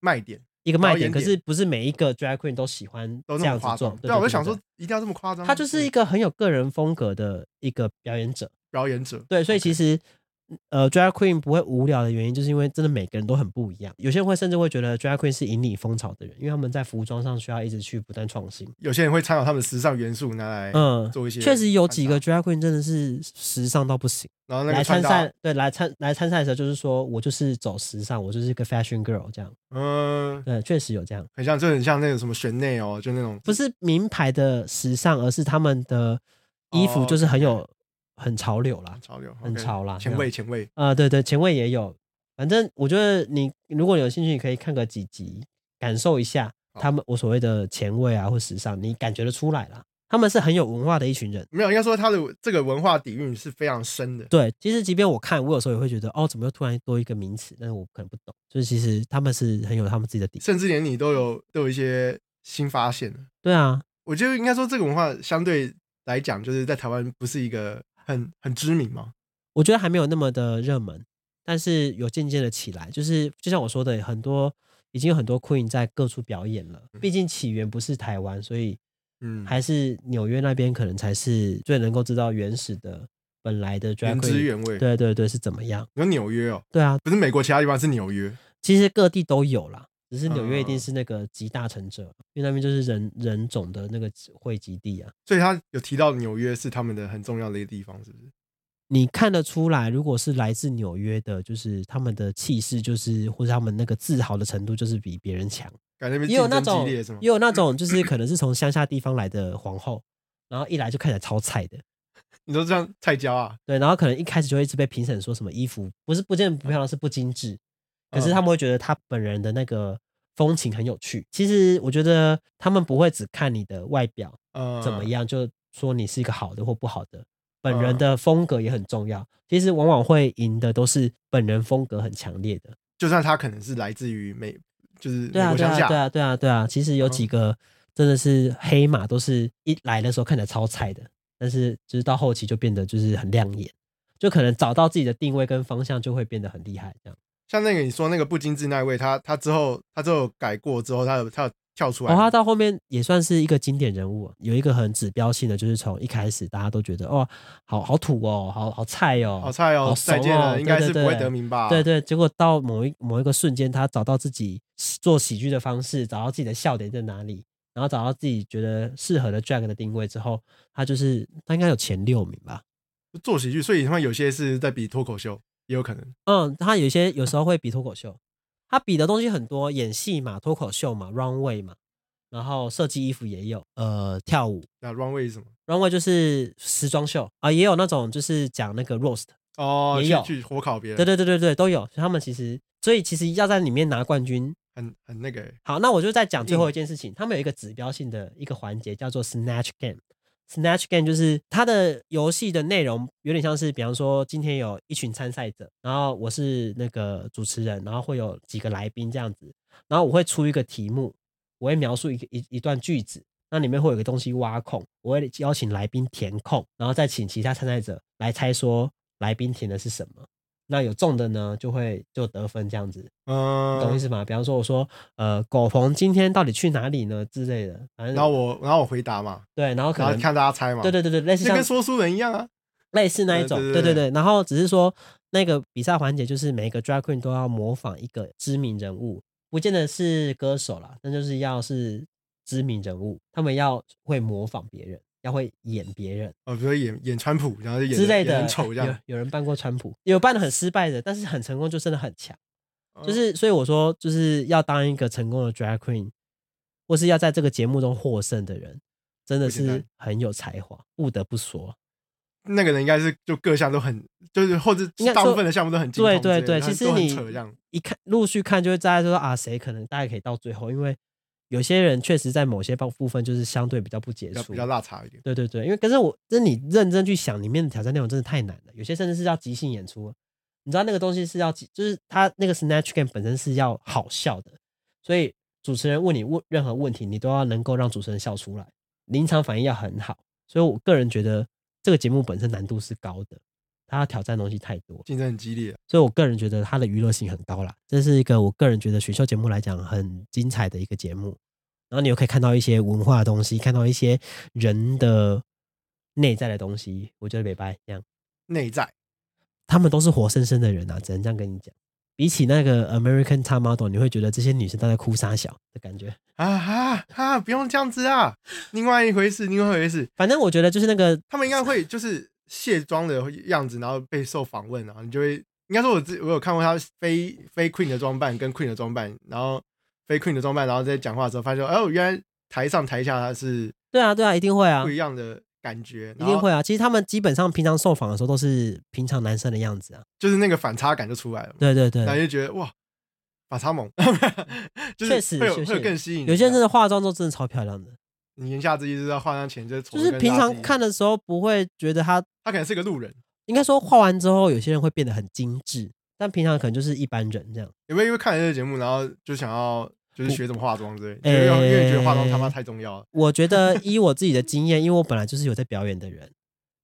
[SPEAKER 2] 卖点
[SPEAKER 1] 一个卖
[SPEAKER 2] 导
[SPEAKER 1] 点，
[SPEAKER 2] 演
[SPEAKER 1] 可
[SPEAKER 2] 点
[SPEAKER 1] 是不是每一个 drag queen 都喜欢
[SPEAKER 2] 都
[SPEAKER 1] 这
[SPEAKER 2] 那
[SPEAKER 1] 样
[SPEAKER 2] 么
[SPEAKER 1] 子
[SPEAKER 2] 夸
[SPEAKER 1] 做
[SPEAKER 2] 张，。
[SPEAKER 1] 对
[SPEAKER 2] 但我
[SPEAKER 1] 对
[SPEAKER 2] 就想
[SPEAKER 1] 对
[SPEAKER 2] 说一定要这么夸张吗，
[SPEAKER 1] 他就是一个很有个人风格的一个表演者，
[SPEAKER 2] 表演者，
[SPEAKER 1] 对，所以其
[SPEAKER 2] OK
[SPEAKER 1] 实呃，drag queen 不会无聊的原因，就是因为真的每个人都很不一样。有些人会甚至会觉得 drag queen 是引领风潮的人，因为他们在服装上需要一直去不断创新。
[SPEAKER 2] 有些人会参考他们时尚元素拿来
[SPEAKER 1] 嗯，
[SPEAKER 2] 做一些
[SPEAKER 1] 确实有几个
[SPEAKER 2] 穿
[SPEAKER 1] drag queen 真的是时尚到不行。
[SPEAKER 2] 搭，然后那
[SPEAKER 1] 来
[SPEAKER 2] 个
[SPEAKER 1] 参
[SPEAKER 2] 穿搭
[SPEAKER 1] 赛，，对，来参来参赛的时候，就是说我就是走时尚，我就是一个 fashion girl 这样。
[SPEAKER 2] 嗯，
[SPEAKER 1] 对，确实有这样，
[SPEAKER 2] 很像，就很像那种什么选内哦，就那种
[SPEAKER 1] 不是名牌的时尚，而是他们的衣服
[SPEAKER 2] 哦
[SPEAKER 1] 就是很有、
[SPEAKER 2] 对
[SPEAKER 1] 很潮流啦。
[SPEAKER 2] 潮流，
[SPEAKER 1] 很
[SPEAKER 2] OK
[SPEAKER 1] 潮啦这
[SPEAKER 2] 前
[SPEAKER 1] 样
[SPEAKER 2] 卫前卫，
[SPEAKER 1] 啊、对对，前卫也有。反正我觉得你如果有兴趣，你可以看个几集，感受一下
[SPEAKER 2] 好
[SPEAKER 1] 他们我所谓的前卫啊或时尚，你感觉得出来啦。他们是很有文化的一群人。
[SPEAKER 2] 没有，应该说他的这个文化底蕴是非常深的。
[SPEAKER 1] 对，其实即便我看，我有时候也会觉得，哦，怎么又突然多一个名词？但是我可能不懂。就是其实他们是很有他们自己的底。
[SPEAKER 2] 甚至连你都有都有一些新发现。
[SPEAKER 1] 对啊，
[SPEAKER 2] 我觉得应该说这个文化相对来讲，就是在台湾不是一个很很知名嘛。
[SPEAKER 1] 我觉得还没有那么的热门，但是有渐渐的起来。就是就像我说的，很多已经有很多 Queen 在各处表演了。毕竟起源不是台湾，所以
[SPEAKER 2] 嗯，
[SPEAKER 1] 还是纽约那边可能才是最能够知道原始的本来的 drag
[SPEAKER 2] 原汁
[SPEAKER 1] queen。
[SPEAKER 2] 原味。
[SPEAKER 1] 对对对，是怎么样？
[SPEAKER 2] 有纽约哦，
[SPEAKER 1] 对啊，
[SPEAKER 2] 不是美国其他地方是纽约。
[SPEAKER 1] 其实各地都有啦，只是纽约一定
[SPEAKER 2] 嗯
[SPEAKER 1] 是那个集大成者，因为那边就是人人种的那个汇集地啊。
[SPEAKER 2] 所以他有提到纽约是他们的很重要的一个地方，是不是？
[SPEAKER 1] 你看得出来，如果是来自纽约的，就是他们的气势，就是或者他们那个自豪的程度，就是比别人强。
[SPEAKER 2] 感觉那边
[SPEAKER 1] 也有那
[SPEAKER 2] 竞
[SPEAKER 1] 种
[SPEAKER 2] 争激烈是吗
[SPEAKER 1] 也？有那种就是可能是从乡下地方来的皇后，然后一来就看起来超菜的，
[SPEAKER 2] 你说像菜椒啊，
[SPEAKER 1] 对，然后可能一开始就会一直被评审说什么衣服不是不见得不漂亮，是不精致，可是他们会觉得她本人的那个风情很有趣。其实我觉得他们不会只看你的外表
[SPEAKER 2] 呃，
[SPEAKER 1] 怎么？样，就说你是一个好的或不好的。本人的风格也很重要，其实往往会赢的都是本人风格很强烈的。
[SPEAKER 2] 就算他可能是来自于美，就是
[SPEAKER 1] 对
[SPEAKER 2] 美
[SPEAKER 1] 啊，
[SPEAKER 2] 国
[SPEAKER 1] 对
[SPEAKER 2] 乡
[SPEAKER 1] 啊，
[SPEAKER 2] 下，
[SPEAKER 1] 对啊，对啊，对啊。其实有几个真的是黑马，都是一来的时候看起来超菜的，但是就是到后期就变得就是很亮眼，就可能找到自己的定位跟方向，就会变得很厉害。这样
[SPEAKER 2] 像那个你说那个不精致那位，他他之后他之后改过之后，他有他有跳出
[SPEAKER 1] 哦，
[SPEAKER 2] 来，
[SPEAKER 1] 他到后面也算是一个经典人物啊，有一个很指标性的，就是从一开始大家都觉得哦，好好土哦，好好菜哦，
[SPEAKER 2] 好菜
[SPEAKER 1] 好
[SPEAKER 2] 哦，
[SPEAKER 1] 怂
[SPEAKER 2] 再见
[SPEAKER 1] 哦
[SPEAKER 2] 了，应该
[SPEAKER 1] 对
[SPEAKER 2] 是
[SPEAKER 1] 对
[SPEAKER 2] 不会
[SPEAKER 1] 对
[SPEAKER 2] 得名吧？
[SPEAKER 1] 对对，结果到某一某一个瞬间，他找到自己喜做喜剧的方式，找到自己的笑点在哪里，然后找到自己觉得适合的 drag 的定位之后，他就是他应该有前六名吧。
[SPEAKER 2] 做喜剧，所以他们有些是在比脱口秀，也有可能。
[SPEAKER 1] 嗯，他有些有时候会比脱口秀，他比的东西很多，演戏嘛，脱口秀嘛，runway 嘛，然后设计衣服也有，呃，跳舞
[SPEAKER 2] 那 runway 是什么？
[SPEAKER 1] runway 就是时装秀啊、也有那种就是讲那个 roast，
[SPEAKER 2] 哦，
[SPEAKER 1] 也
[SPEAKER 2] 去
[SPEAKER 1] 有
[SPEAKER 2] 去火烤别人，
[SPEAKER 1] 对对对对对，都有。所以他们其实，所以其实要在里面拿冠军
[SPEAKER 2] 很很那个欸，
[SPEAKER 1] 好，那我就再讲最后
[SPEAKER 2] 嗯
[SPEAKER 1] 一件事情，他们有一个指标性的一个环节叫做 Snatch Game。Snatch Game 就是它的游戏的内容有点像是，比方说今天有一群参赛者，然后我是那个主持人，然后会有几个来宾这样子，然后我会出一个题目，我会描述一个一一段句子，那里面会有一个东西挖空，我会邀请来宾填空，然后再请其他参赛者来猜说来宾填的是什么，那有中的呢就会就得分这样子。
[SPEAKER 2] 嗯，
[SPEAKER 1] 懂意思吗？比方说，我说，呃，狗鹏今天到底去哪里呢之类的，反正
[SPEAKER 2] 然后我然后我回答嘛，
[SPEAKER 1] 对，然后可
[SPEAKER 2] 然后
[SPEAKER 1] 能
[SPEAKER 2] 看大家猜嘛，
[SPEAKER 1] 对，对对对，类似
[SPEAKER 2] 就
[SPEAKER 1] 像
[SPEAKER 2] 跟说书人一样啊，
[SPEAKER 1] 类似那一种，对
[SPEAKER 2] 对对
[SPEAKER 1] 对
[SPEAKER 2] 对
[SPEAKER 1] 对。然后只是说那个比赛环节，就是每一个 drag queen 都要模仿一个知名人物，不见得是歌手啦，但就是要是知名人物，他们要会模仿别人。要会演别人
[SPEAKER 2] 哦，比如说演演川普，然后就演
[SPEAKER 1] 之
[SPEAKER 2] 得
[SPEAKER 1] 类
[SPEAKER 2] 演得
[SPEAKER 1] 的。
[SPEAKER 2] 很丑这
[SPEAKER 1] 有
[SPEAKER 2] 样，
[SPEAKER 1] 有人办过川普，有办的很失败的，但是很成功就真的很强。
[SPEAKER 2] 哦
[SPEAKER 1] 就是所以我说，就是要当一个成功的 drag queen，或是要在这个节目中获胜的人，真的
[SPEAKER 2] 不简
[SPEAKER 1] 是
[SPEAKER 2] 单
[SPEAKER 1] 很有才华，不得不说。
[SPEAKER 2] 那个人应该是就各项都很，就是或者
[SPEAKER 1] 应该
[SPEAKER 2] 大部
[SPEAKER 1] 说
[SPEAKER 2] 分的项目都很精
[SPEAKER 1] 对
[SPEAKER 2] 通之
[SPEAKER 1] 对
[SPEAKER 2] 类的
[SPEAKER 1] 对，
[SPEAKER 2] 他
[SPEAKER 1] 其实
[SPEAKER 2] 都很
[SPEAKER 1] 你
[SPEAKER 2] 扯这样，
[SPEAKER 1] 一看陆续看，就会大家说啊，谁可能大家可以到最后，因为有些人确实在某些部部分就是相对比较不杰
[SPEAKER 2] 比较
[SPEAKER 1] 出
[SPEAKER 2] 比，较辣茶一点。
[SPEAKER 1] 对对对，因为可是我，这你认真去想，里面的挑战内容真的太难了，有些甚至是要即兴演出。你知道那个东西是要即，就是他那个 snatch game 本身是要好笑的，所以主持人问你问任何问题，你都要能够让主持人笑出来，临场反应要很好。所以我个人觉得这个节目本身难度是高的，它要挑战的东西太多，
[SPEAKER 2] 竞争很激烈，
[SPEAKER 1] 所以我个人觉得它的娱乐性很高啦。这是一个我个人觉得选秀节目来讲很精彩的一个节目。然后你又可以看到一些文化的东西，看到一些人的内在的东西，我觉得北白这样，
[SPEAKER 2] 内在
[SPEAKER 1] 他们都是活生生的人啊，只能这样跟你讲。比起那个 American Top Model，你会觉得这些女生都在哭傻小的感觉。
[SPEAKER 2] 啊哈哈，不用这样子啊，另外一回事，另外一回事，
[SPEAKER 1] 反正我觉得就是那个
[SPEAKER 2] 他们应该 会就是卸妆的样子，然后备受访问啊，你就会应该说我自我有看过他非非 Queen 的装扮跟 Queen 的装扮，然后非 Queen 的装扮，然后在讲话的时候发现哦，原来台上台下他是
[SPEAKER 1] 对啊对啊，一定会啊
[SPEAKER 2] 不，一样的感觉，
[SPEAKER 1] 一定会，啊。其实他们基本上平常受访的时候都是平常男生的样子啊。
[SPEAKER 2] 就是那个反差感就出来了嘛，
[SPEAKER 1] 对对对
[SPEAKER 2] 然，后就觉得哇，反差萌， 就是
[SPEAKER 1] 确实
[SPEAKER 2] 会有
[SPEAKER 1] 确实
[SPEAKER 2] 会有更吸引，
[SPEAKER 1] 有些人真
[SPEAKER 2] 的，
[SPEAKER 1] 的化妆之后真的超漂亮的，
[SPEAKER 2] 你言下之意就是要化妆前就是
[SPEAKER 1] 就
[SPEAKER 2] 丑得
[SPEAKER 1] 是
[SPEAKER 2] 跟
[SPEAKER 1] 平
[SPEAKER 2] 垃圾
[SPEAKER 1] 常
[SPEAKER 2] 一
[SPEAKER 1] 看
[SPEAKER 2] 样，
[SPEAKER 1] 的时候不会觉得她
[SPEAKER 2] 他可能是个路人，
[SPEAKER 1] 应该说画完之后，有些人会变得很精致，但平常可能就是一般人这样。
[SPEAKER 2] 有没有因为看了这个节目，然后就想要就是学怎么化妆之类的？
[SPEAKER 1] 呃
[SPEAKER 2] 因为因为觉得化妆
[SPEAKER 1] 哎
[SPEAKER 2] 他妈太重要了。
[SPEAKER 1] 我觉得依我自己的经验，因为我本来就是有在表演的人，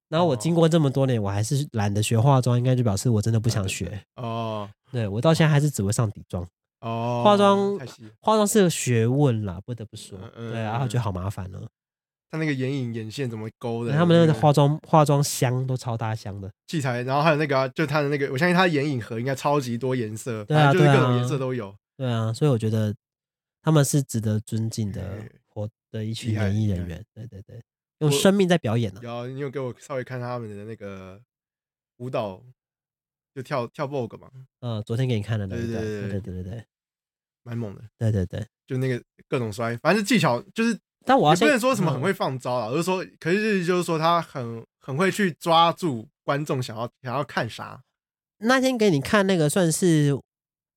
[SPEAKER 1] 然后我
[SPEAKER 2] 哦啊
[SPEAKER 1] 经过这么多年，我还是懒得学化妆，应该就表示我真的不想学。
[SPEAKER 2] 哦
[SPEAKER 1] 对我到现在还是只会上底妆，
[SPEAKER 2] 哦，
[SPEAKER 1] 化妆
[SPEAKER 2] 太细了，
[SPEAKER 1] 化妆是个学问啦，不得不说。
[SPEAKER 2] 嗯嗯
[SPEAKER 1] 对啊，然后
[SPEAKER 2] 嗯
[SPEAKER 1] 觉得好麻烦哦。
[SPEAKER 2] 他那个眼影、眼线怎么勾的？
[SPEAKER 1] 他们那个
[SPEAKER 2] 个
[SPEAKER 1] 化妆化妆箱都超大箱的，
[SPEAKER 2] 器材，然后还有那个啊、就他的那个，我相信他的眼影盒应该超级多颜色，
[SPEAKER 1] 对啊
[SPEAKER 2] 反正就是
[SPEAKER 1] 对啊
[SPEAKER 2] 各种颜色都有。
[SPEAKER 1] 对啊，所以我觉得他们是值得尊敬的
[SPEAKER 2] 哎
[SPEAKER 1] 活的一群
[SPEAKER 2] 厉害
[SPEAKER 1] 演艺人
[SPEAKER 2] 厉
[SPEAKER 1] 员。对对对，用
[SPEAKER 2] 我
[SPEAKER 1] 生命在表演呢、啊。
[SPEAKER 2] 然后你有给我稍微看他们的那个舞蹈，就跳跳 Vogue 嘛，
[SPEAKER 1] 嗯，昨天给你看的那
[SPEAKER 2] 对
[SPEAKER 1] 一
[SPEAKER 2] 对
[SPEAKER 1] 段，
[SPEAKER 2] 对
[SPEAKER 1] 对对
[SPEAKER 2] 对
[SPEAKER 1] 对对
[SPEAKER 2] 蛮猛的，
[SPEAKER 1] 对对对。
[SPEAKER 2] 就那个各种摔，反正技巧就是
[SPEAKER 1] 但我要
[SPEAKER 2] 也不
[SPEAKER 1] 先
[SPEAKER 2] 能说什么很
[SPEAKER 1] 嗯
[SPEAKER 2] 会放招啊，就是说，可是就是说他很很会去抓住观众想要想要看啥，
[SPEAKER 1] 那天给你看那个，算是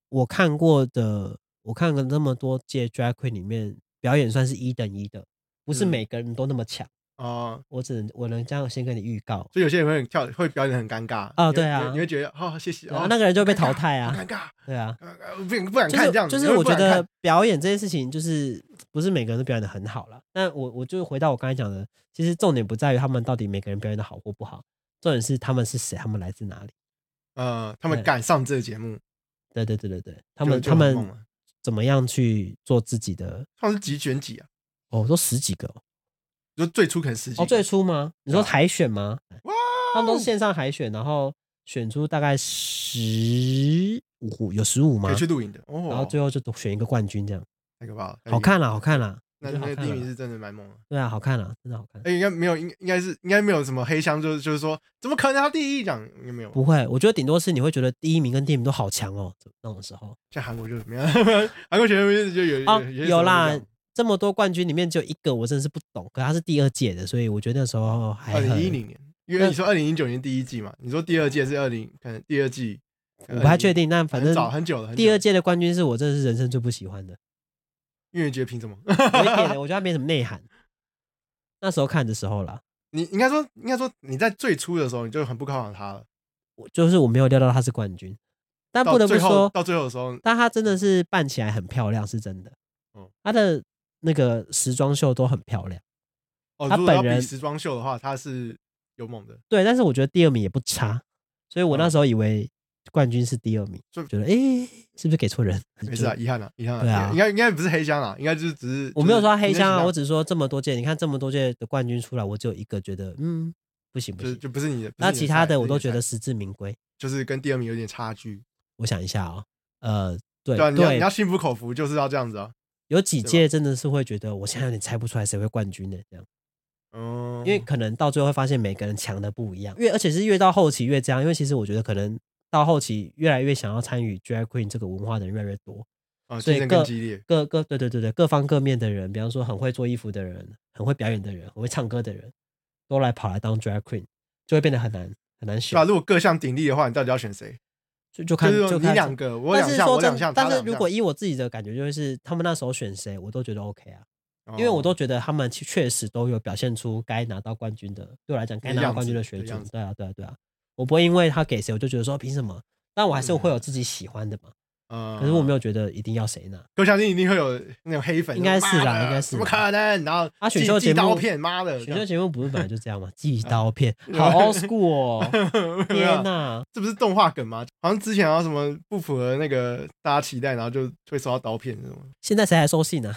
[SPEAKER 1] 我看过的，我看过那么多届 drag queen 里面表演算是一等一的，不是
[SPEAKER 2] 嗯
[SPEAKER 1] 每个人都那么强。
[SPEAKER 2] 哦，
[SPEAKER 1] 我只能我能这样先跟你预告，
[SPEAKER 2] 所以有些人会很跳，会表演得很尴尬
[SPEAKER 1] 哦
[SPEAKER 2] 你会
[SPEAKER 1] 对啊
[SPEAKER 2] 你会你会觉得哦，谢谢，
[SPEAKER 1] 然
[SPEAKER 2] 哦
[SPEAKER 1] 后，那个人就被
[SPEAKER 2] 尴
[SPEAKER 1] 淘
[SPEAKER 2] 尬
[SPEAKER 1] 汰
[SPEAKER 2] 好
[SPEAKER 1] 啊
[SPEAKER 2] 尴。尬，
[SPEAKER 1] 对啊，
[SPEAKER 2] 呃呃不敢不敢
[SPEAKER 1] 就
[SPEAKER 2] 看
[SPEAKER 1] 是
[SPEAKER 2] 这样子，
[SPEAKER 1] 就是
[SPEAKER 2] 因为
[SPEAKER 1] 我
[SPEAKER 2] 不
[SPEAKER 1] 觉
[SPEAKER 2] 敢
[SPEAKER 1] 得
[SPEAKER 2] 看
[SPEAKER 1] 表演这件事情，就是不是每个人都表演的很好啦。但我我就回到我刚才讲的，其实重点不在于他们到底每个人表演的好或不好，重点是他们是谁，他们来自哪里。
[SPEAKER 2] 呃，他们
[SPEAKER 1] 对
[SPEAKER 2] 敢上这个节目，
[SPEAKER 1] 对对对对对，他
[SPEAKER 2] 就
[SPEAKER 1] 们
[SPEAKER 2] 就
[SPEAKER 1] 他
[SPEAKER 2] 很
[SPEAKER 1] 们
[SPEAKER 2] 猛了
[SPEAKER 1] 怎么样去做自己的？
[SPEAKER 2] 他们是几选几啊？
[SPEAKER 1] 哦，都十几个哦
[SPEAKER 2] 就最初可能十几个，
[SPEAKER 1] 哦，最初吗？你说
[SPEAKER 2] 对啊哦
[SPEAKER 1] 海选吗？
[SPEAKER 2] 哇，
[SPEAKER 1] 他们都是线上海选，然后选出大概十五，有十五吗
[SPEAKER 2] 可以？去录影的哦，
[SPEAKER 1] 然后最后就都选一个冠军，这样
[SPEAKER 2] 太可怕了，
[SPEAKER 1] 好看啦，好看啦，我
[SPEAKER 2] 那
[SPEAKER 1] 觉得
[SPEAKER 2] 那
[SPEAKER 1] 好
[SPEAKER 2] 个
[SPEAKER 1] 看
[SPEAKER 2] 第一名
[SPEAKER 1] 啦，
[SPEAKER 2] 是真的蛮猛的。
[SPEAKER 1] 对啊，好看啦，真的好看。
[SPEAKER 2] 哎，应该没有，应应该是应该没有什么黑箱，就是就是说，怎么可能他第一讲应该没有，
[SPEAKER 1] 不会，我觉得顶多是你会觉得第一名跟第一名都好强哦，那种时候
[SPEAKER 2] 像韩国就怎么样？韩国选手就是就有
[SPEAKER 1] 啊，
[SPEAKER 2] 有些时
[SPEAKER 1] 有
[SPEAKER 2] 候
[SPEAKER 1] 啦
[SPEAKER 2] 就这样。
[SPEAKER 1] 这么多冠军里面只有一个我真的是不懂，可他是第二届的，所以我觉得那时候还
[SPEAKER 2] 二零哦一
[SPEAKER 1] 很，
[SPEAKER 2] 零年，因为你说二零一九年第一季嘛，你说第二届是二零，可能第二季，
[SPEAKER 1] 我不太确，定，但反
[SPEAKER 2] 呃
[SPEAKER 1] 正
[SPEAKER 2] 很早很久了。很久
[SPEAKER 1] 第
[SPEAKER 2] 了
[SPEAKER 1] 二，届的冠军是我真的是人生最不喜欢的，
[SPEAKER 2] 因为你觉得凭什么？
[SPEAKER 1] 有一点的，我觉得他没什么内涵。那时候看的时候啦，
[SPEAKER 2] 你应该说，应该说你在最初的时候你就很不看好他了，
[SPEAKER 1] 我就是我没有料到他是冠军，但不
[SPEAKER 2] 到
[SPEAKER 1] 得不
[SPEAKER 2] 最后
[SPEAKER 1] 说，
[SPEAKER 2] 到最后的时候，
[SPEAKER 1] 但他真的是扮起来很漂亮，是真的
[SPEAKER 2] 嗯。
[SPEAKER 1] 他的那个时装秀都很漂亮，
[SPEAKER 2] 哦，
[SPEAKER 1] 他
[SPEAKER 2] 如果
[SPEAKER 1] 本
[SPEAKER 2] 比
[SPEAKER 1] 人
[SPEAKER 2] 时装秀的话，他是有猛的，
[SPEAKER 1] 对，但是我觉得第二名也不差，所以我那
[SPEAKER 2] 嗯
[SPEAKER 1] 时候以为冠军是第二名，
[SPEAKER 2] 就
[SPEAKER 1] 觉得诶是不是给错人？
[SPEAKER 2] 没事啊，遗憾啊，遗憾
[SPEAKER 1] 对啊
[SPEAKER 2] 应该应该不是黑箱啊，应该就是只是
[SPEAKER 1] 我没有说他黑箱啊，
[SPEAKER 2] 就是
[SPEAKER 1] 我只是说这么多届，你看这么多届的冠军出来，我只有一个觉得嗯不行不
[SPEAKER 2] 就
[SPEAKER 1] 行，
[SPEAKER 2] 就不是你的，不是
[SPEAKER 1] 那
[SPEAKER 2] 你
[SPEAKER 1] 其他
[SPEAKER 2] 菜
[SPEAKER 1] 的我
[SPEAKER 2] 不
[SPEAKER 1] 都
[SPEAKER 2] 是你
[SPEAKER 1] 觉
[SPEAKER 2] 的
[SPEAKER 1] 得
[SPEAKER 2] 菜
[SPEAKER 1] 实至名归。
[SPEAKER 2] 就是跟第二名有点差距，
[SPEAKER 1] 我想一下哦，呃，对
[SPEAKER 2] 对啊，你要你
[SPEAKER 1] 对
[SPEAKER 2] 要，心服口服，就是要这样子啊，
[SPEAKER 1] 有几
[SPEAKER 2] 对吧
[SPEAKER 1] 届真的是会觉得我现在有点猜不出来谁会冠军的这样。
[SPEAKER 2] 嗯，
[SPEAKER 1] 因为可能到最后会发现每个人强的不一样，越而且是越到后期越这样，因为其实我觉得可能到后期越来越想要参与 drag queen 这个文化的人越来越多，
[SPEAKER 2] 啊，
[SPEAKER 1] 所
[SPEAKER 2] 竞
[SPEAKER 1] 以
[SPEAKER 2] 争
[SPEAKER 1] 各
[SPEAKER 2] 更激烈，
[SPEAKER 1] 各各对对对对，各方各面的人，比方说很会做衣服的人，很会表演的人，很会唱歌的人，都来跑来当 drag queen，就会变得很难很难
[SPEAKER 2] 对
[SPEAKER 1] 选
[SPEAKER 2] 吧？，如果各项鼎立的话，你到底要选谁？
[SPEAKER 1] 就就
[SPEAKER 2] 就
[SPEAKER 1] 看
[SPEAKER 2] 是
[SPEAKER 1] 就
[SPEAKER 2] 说你
[SPEAKER 1] 看
[SPEAKER 2] 两。个，我
[SPEAKER 1] 但
[SPEAKER 2] 两
[SPEAKER 1] 是
[SPEAKER 2] 项，
[SPEAKER 1] 说
[SPEAKER 2] 我
[SPEAKER 1] 真
[SPEAKER 2] 两项，，他
[SPEAKER 1] 但是
[SPEAKER 2] 两
[SPEAKER 1] 如
[SPEAKER 2] 项
[SPEAKER 1] 果以我自己的感觉，就是他们那时候选谁，我都觉得 OK 啊，
[SPEAKER 2] 哦
[SPEAKER 1] 因为我都觉得他们其确实都有表现出该拿到冠军的，对我来讲该拿到冠军的水
[SPEAKER 2] 的样
[SPEAKER 1] 准
[SPEAKER 2] 子。
[SPEAKER 1] 对啊，对啊，对啊，我不会因为他给谁，我就觉得说凭什么？但我还是会有
[SPEAKER 2] 嗯
[SPEAKER 1] 自己喜欢的嘛。
[SPEAKER 2] 嗯，
[SPEAKER 1] 可是我没有觉得一定要谁拿。
[SPEAKER 2] 我相信一定会有那种黑粉，
[SPEAKER 1] 应该是啦
[SPEAKER 2] 妈的
[SPEAKER 1] 应该是
[SPEAKER 2] 怎么可能？然后
[SPEAKER 1] 啊选
[SPEAKER 2] 寄
[SPEAKER 1] 秀
[SPEAKER 2] 寄
[SPEAKER 1] 节目
[SPEAKER 2] 刀片，妈的，
[SPEAKER 1] 选秀节目不是本来就这样吗？寄
[SPEAKER 2] 啊
[SPEAKER 1] 刀 片，
[SPEAKER 2] 对
[SPEAKER 1] 好
[SPEAKER 2] 吧
[SPEAKER 1] old school 哦！
[SPEAKER 2] 对
[SPEAKER 1] 天
[SPEAKER 2] 啊，
[SPEAKER 1] 哪，
[SPEAKER 2] 这不是动画梗吗？好像之前好像什么不符合那个大家期待，然后就会收到刀片那种，
[SPEAKER 1] 现在谁还收信呢？啊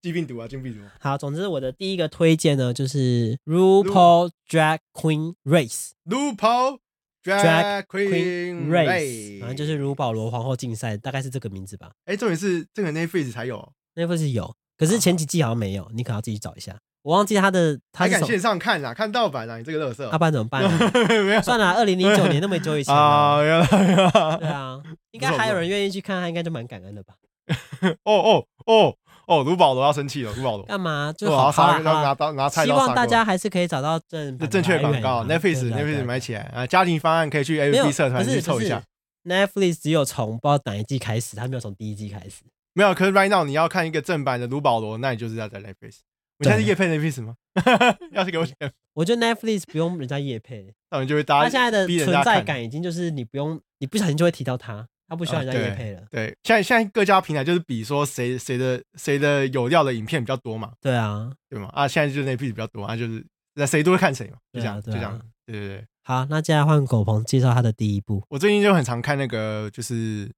[SPEAKER 2] 金病毒啊，金病毒啊，
[SPEAKER 1] 好，总之我的第一个推荐呢就是 RuPaul Drag Queen Race。
[SPEAKER 2] RuPaul
[SPEAKER 1] Drag
[SPEAKER 2] Drag Queen，
[SPEAKER 1] Race，反正就是是如保罗皇后竞赛，大概是这个名字吧。
[SPEAKER 2] 哎，重点是这个 Netflix 才有，哦
[SPEAKER 1] 那部是有，可是前几季好像没有，你可能要自己找一下。我忘记他的他
[SPEAKER 2] 还
[SPEAKER 1] 是
[SPEAKER 2] 敢
[SPEAKER 1] 什
[SPEAKER 2] 线
[SPEAKER 1] 么，
[SPEAKER 2] 上看啊？看盗版啊？你这个乐色
[SPEAKER 1] 阿，班怎么办啊、
[SPEAKER 2] 没 有
[SPEAKER 1] 算了，二零零九年那么久以前
[SPEAKER 2] 啊，
[SPEAKER 1] 了。
[SPEAKER 2] 原来原
[SPEAKER 1] 对
[SPEAKER 2] 来，
[SPEAKER 1] 啊，应该还有人愿意去看，他应该就蛮感恩的吧？
[SPEAKER 2] 哦哦哦哦，卢保罗要生气了，卢保罗。
[SPEAKER 1] 干嘛就
[SPEAKER 2] 对啊
[SPEAKER 1] 好
[SPEAKER 2] 杀
[SPEAKER 1] 好
[SPEAKER 2] 拿拿
[SPEAKER 1] 啦
[SPEAKER 2] 刀拿菜
[SPEAKER 1] 希
[SPEAKER 2] 刀杀
[SPEAKER 1] 望大
[SPEAKER 2] 过
[SPEAKER 1] 家还是可以找到正
[SPEAKER 2] 这
[SPEAKER 1] 版
[SPEAKER 2] 正确
[SPEAKER 1] 来
[SPEAKER 2] 广
[SPEAKER 1] 源
[SPEAKER 2] 告
[SPEAKER 1] 啊
[SPEAKER 2] ，Netflix
[SPEAKER 1] 对对对
[SPEAKER 2] Netflix
[SPEAKER 1] 对
[SPEAKER 2] 买起来啊，家庭方案可以去
[SPEAKER 1] 没有
[SPEAKER 2] AFB 社团
[SPEAKER 1] 不
[SPEAKER 2] 去
[SPEAKER 1] 是
[SPEAKER 2] 凑
[SPEAKER 1] 不
[SPEAKER 2] 一下
[SPEAKER 1] 是。Netflix 只有从不知道哪一季开始，他没有从第一季开始。
[SPEAKER 2] 没有，可是 right now 你要看一个正版的卢保罗，那你就是要在 Netflix。我
[SPEAKER 1] 对
[SPEAKER 2] 现在是夜配 Netflix 吗？ 要是给我钱，
[SPEAKER 1] 我觉得 Netflix 不用人家夜配，
[SPEAKER 2] 那我就会搭。
[SPEAKER 1] 他现在的
[SPEAKER 2] 逼人
[SPEAKER 1] 存
[SPEAKER 2] 家
[SPEAKER 1] 在
[SPEAKER 2] 看
[SPEAKER 1] 感已经就是你不用，你不小心就会提到他，他不需要
[SPEAKER 2] 啊
[SPEAKER 1] 人家
[SPEAKER 2] 对
[SPEAKER 1] 叶配了。
[SPEAKER 2] 对，现在现在各家平台就是比说谁谁的谁的有料的影片比较多嘛，
[SPEAKER 1] 对啊，
[SPEAKER 2] 对吗？啊，现在就是 Netflix 比较多啊，就是那谁都会看谁嘛，
[SPEAKER 1] 对
[SPEAKER 2] 就
[SPEAKER 1] 啊
[SPEAKER 2] 这样就
[SPEAKER 1] 对啊
[SPEAKER 2] 这样。对对对，
[SPEAKER 1] 好，那接下来换狗鹏介绍他的第一部。
[SPEAKER 2] 我最近就很常看那个就是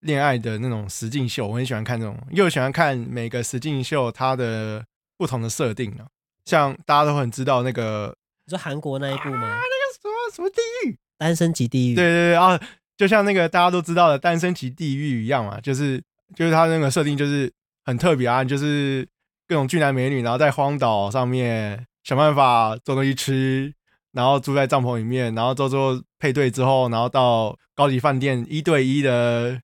[SPEAKER 2] 恋爱的那种实境秀，我很喜欢看这种，又喜欢看每个实境秀它的不同的设定啊。像大家都很知道那个
[SPEAKER 1] 你说韩国那一部吗？
[SPEAKER 2] 什么什么地狱，
[SPEAKER 1] 单身即地狱。
[SPEAKER 2] 对对对啊，就像那个大家都知道的《单身即地狱》一样嘛，就是就是它那个设定就是很特别啊，就是各种俊男美女，然后在荒岛上面想办法做东西吃，然后住在帐篷里面，然后做做配对之后，然后到高级饭店一对一的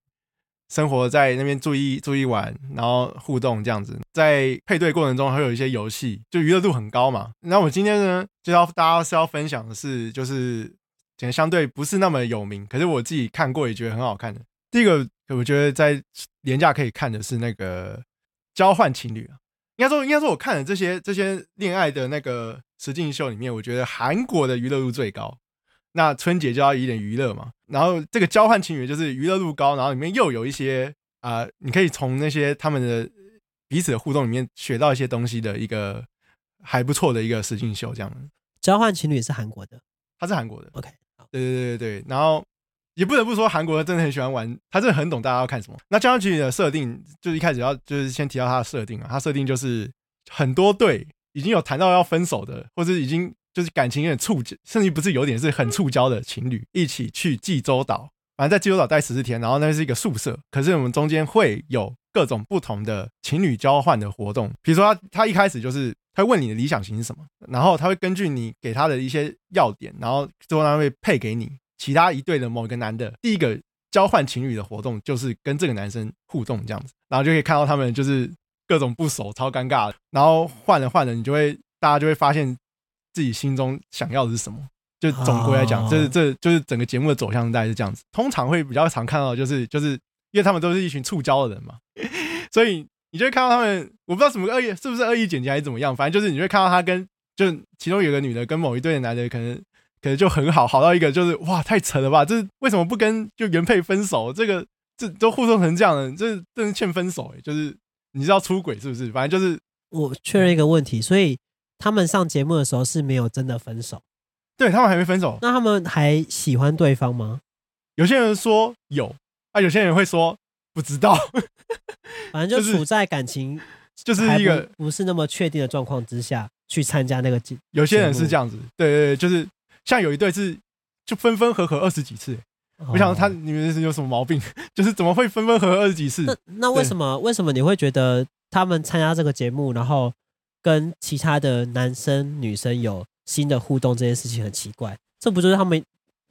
[SPEAKER 2] 生活在那边住一住一晚，然后互动这样子，在配对过程中还有一些游戏，就娱乐度很高嘛。那我今天呢，就要大家是要分享的是，就是可能相对不是那么有名，可是我自己看过也觉得很好看的。第一个我觉得在廉价可以看的是那个交换情侣啊，应该说应该说我看了这些这些恋爱的那个实境秀里面，我觉得韩国的娱乐度最高。那春节就要有一点娱乐嘛，然后这个交换情侣就是娱乐度高，然后里面又有一些啊、呃你可以从那些他们的彼此的互动里面学到一些东西的一个还不错的一个实境秀，这样。
[SPEAKER 1] 交换情侣也是韩国的。
[SPEAKER 2] 它是韩国的，
[SPEAKER 1] OK，好，
[SPEAKER 2] 对对对对对，然后也不得不说，韩国真的很喜欢玩，他真的很懂大家要看什么。那《交换情侣》的设定，就是一开始要就是先提到它的设定啊，它设定就是很多对已经有谈到要分手的，或者已经就是感情有点触礁，甚至不是有点是很触礁的情侣，一起去济州岛，反正在济州岛待十四天，然后那是一个宿舍，可是我们中间会有各种不同的情侣交换的活动，比如说他他一开始就是他会问你的理想型是什么，然后他会根据你给他的一些要点，然后最后他会配给你其他一对的某一个男的。第一个交换情侣的活动就是跟这个男生互动这样子，然后就可以看到他们就是各种不熟，超尴尬的。然后换了换了，你就会大家就会发现自己心中想要的是什么。就总归来讲，
[SPEAKER 1] 哦
[SPEAKER 2] 这这就是整个节目的走向大概是这样子。通常会比较常看到的就是就是因为他们都是一群触礁的人嘛， 所以你就会看到他们，我不知道什么恶意是不是恶意剪辑还是怎么样，反正就是你会看到他跟就其中有个女的跟某一对的男的可能可能就很好，好到一个就是哇太扯了吧，这为什么不跟就原配分手？这个这都互动成这样了，这真是欠分手哎、就是你知道出轨是不是？反正就是
[SPEAKER 1] 我确认一个问题，所以他们上节目的时候是没有真的分手，
[SPEAKER 2] 对他们还没分手，
[SPEAKER 1] 那他们还喜欢对方吗？
[SPEAKER 2] 有些人说有啊，有些人会说不知道，
[SPEAKER 1] 反正
[SPEAKER 2] 就
[SPEAKER 1] 就是处在感情
[SPEAKER 2] 就是
[SPEAKER 1] 还
[SPEAKER 2] 一个
[SPEAKER 1] 不不是那么确定的状况之下去参加那个节
[SPEAKER 2] 有些人
[SPEAKER 1] 节
[SPEAKER 2] 是
[SPEAKER 1] 目
[SPEAKER 2] 这样子，对对对，就是像有一对是就分分合合二十几次欸、我想
[SPEAKER 1] 哦
[SPEAKER 2] 他你们是有什么毛病？ 就是怎么会
[SPEAKER 1] 呃
[SPEAKER 2] 分分合合二十几次？
[SPEAKER 1] 那那为
[SPEAKER 2] 对
[SPEAKER 1] 什么为什么你会觉得他们参加这个节目，然后跟其他的男生女生有新的互动这件事情很奇怪，这不就是他们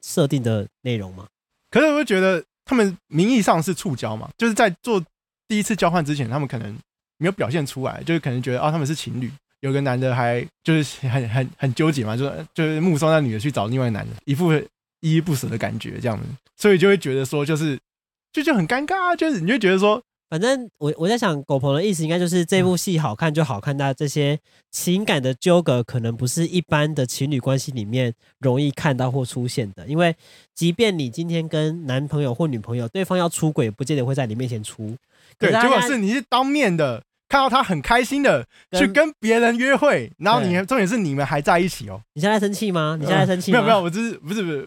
[SPEAKER 1] 设定的内容吗？
[SPEAKER 2] 可是我就觉得他们名义上是触交嘛，就是在做第一次交换之前，他们可能没有表现出来，就是可能觉得啊他们是情侣。有个男的还就是很很很纠结嘛，就是就是目送那女的去找另外一个男的，一副依依不舍的感觉这样子，所以就会觉得说就是就就很尴尬啊，就是你就会觉得说
[SPEAKER 1] 反正我我在想，狗鹏的意思应该就是这
[SPEAKER 2] 嗯
[SPEAKER 1] 部戏好看就好看，那这些情感的纠葛可能不是一般的情侣关系里面容易看到或出现的，因为即便你今天跟男朋友或女朋友，对方要出轨，也不见得会在你面前出。
[SPEAKER 2] 对，
[SPEAKER 1] 可
[SPEAKER 2] 结果
[SPEAKER 1] 他
[SPEAKER 2] 是你是当面的看到他很开心的去
[SPEAKER 1] 跟
[SPEAKER 2] 跟别人约会，然后你
[SPEAKER 1] 对
[SPEAKER 2] 还重点是你们还在一起哦。
[SPEAKER 1] 你现在生气吗？你现在生气
[SPEAKER 2] 没
[SPEAKER 1] 吗？
[SPEAKER 2] 呃有没有，我只是不是不是，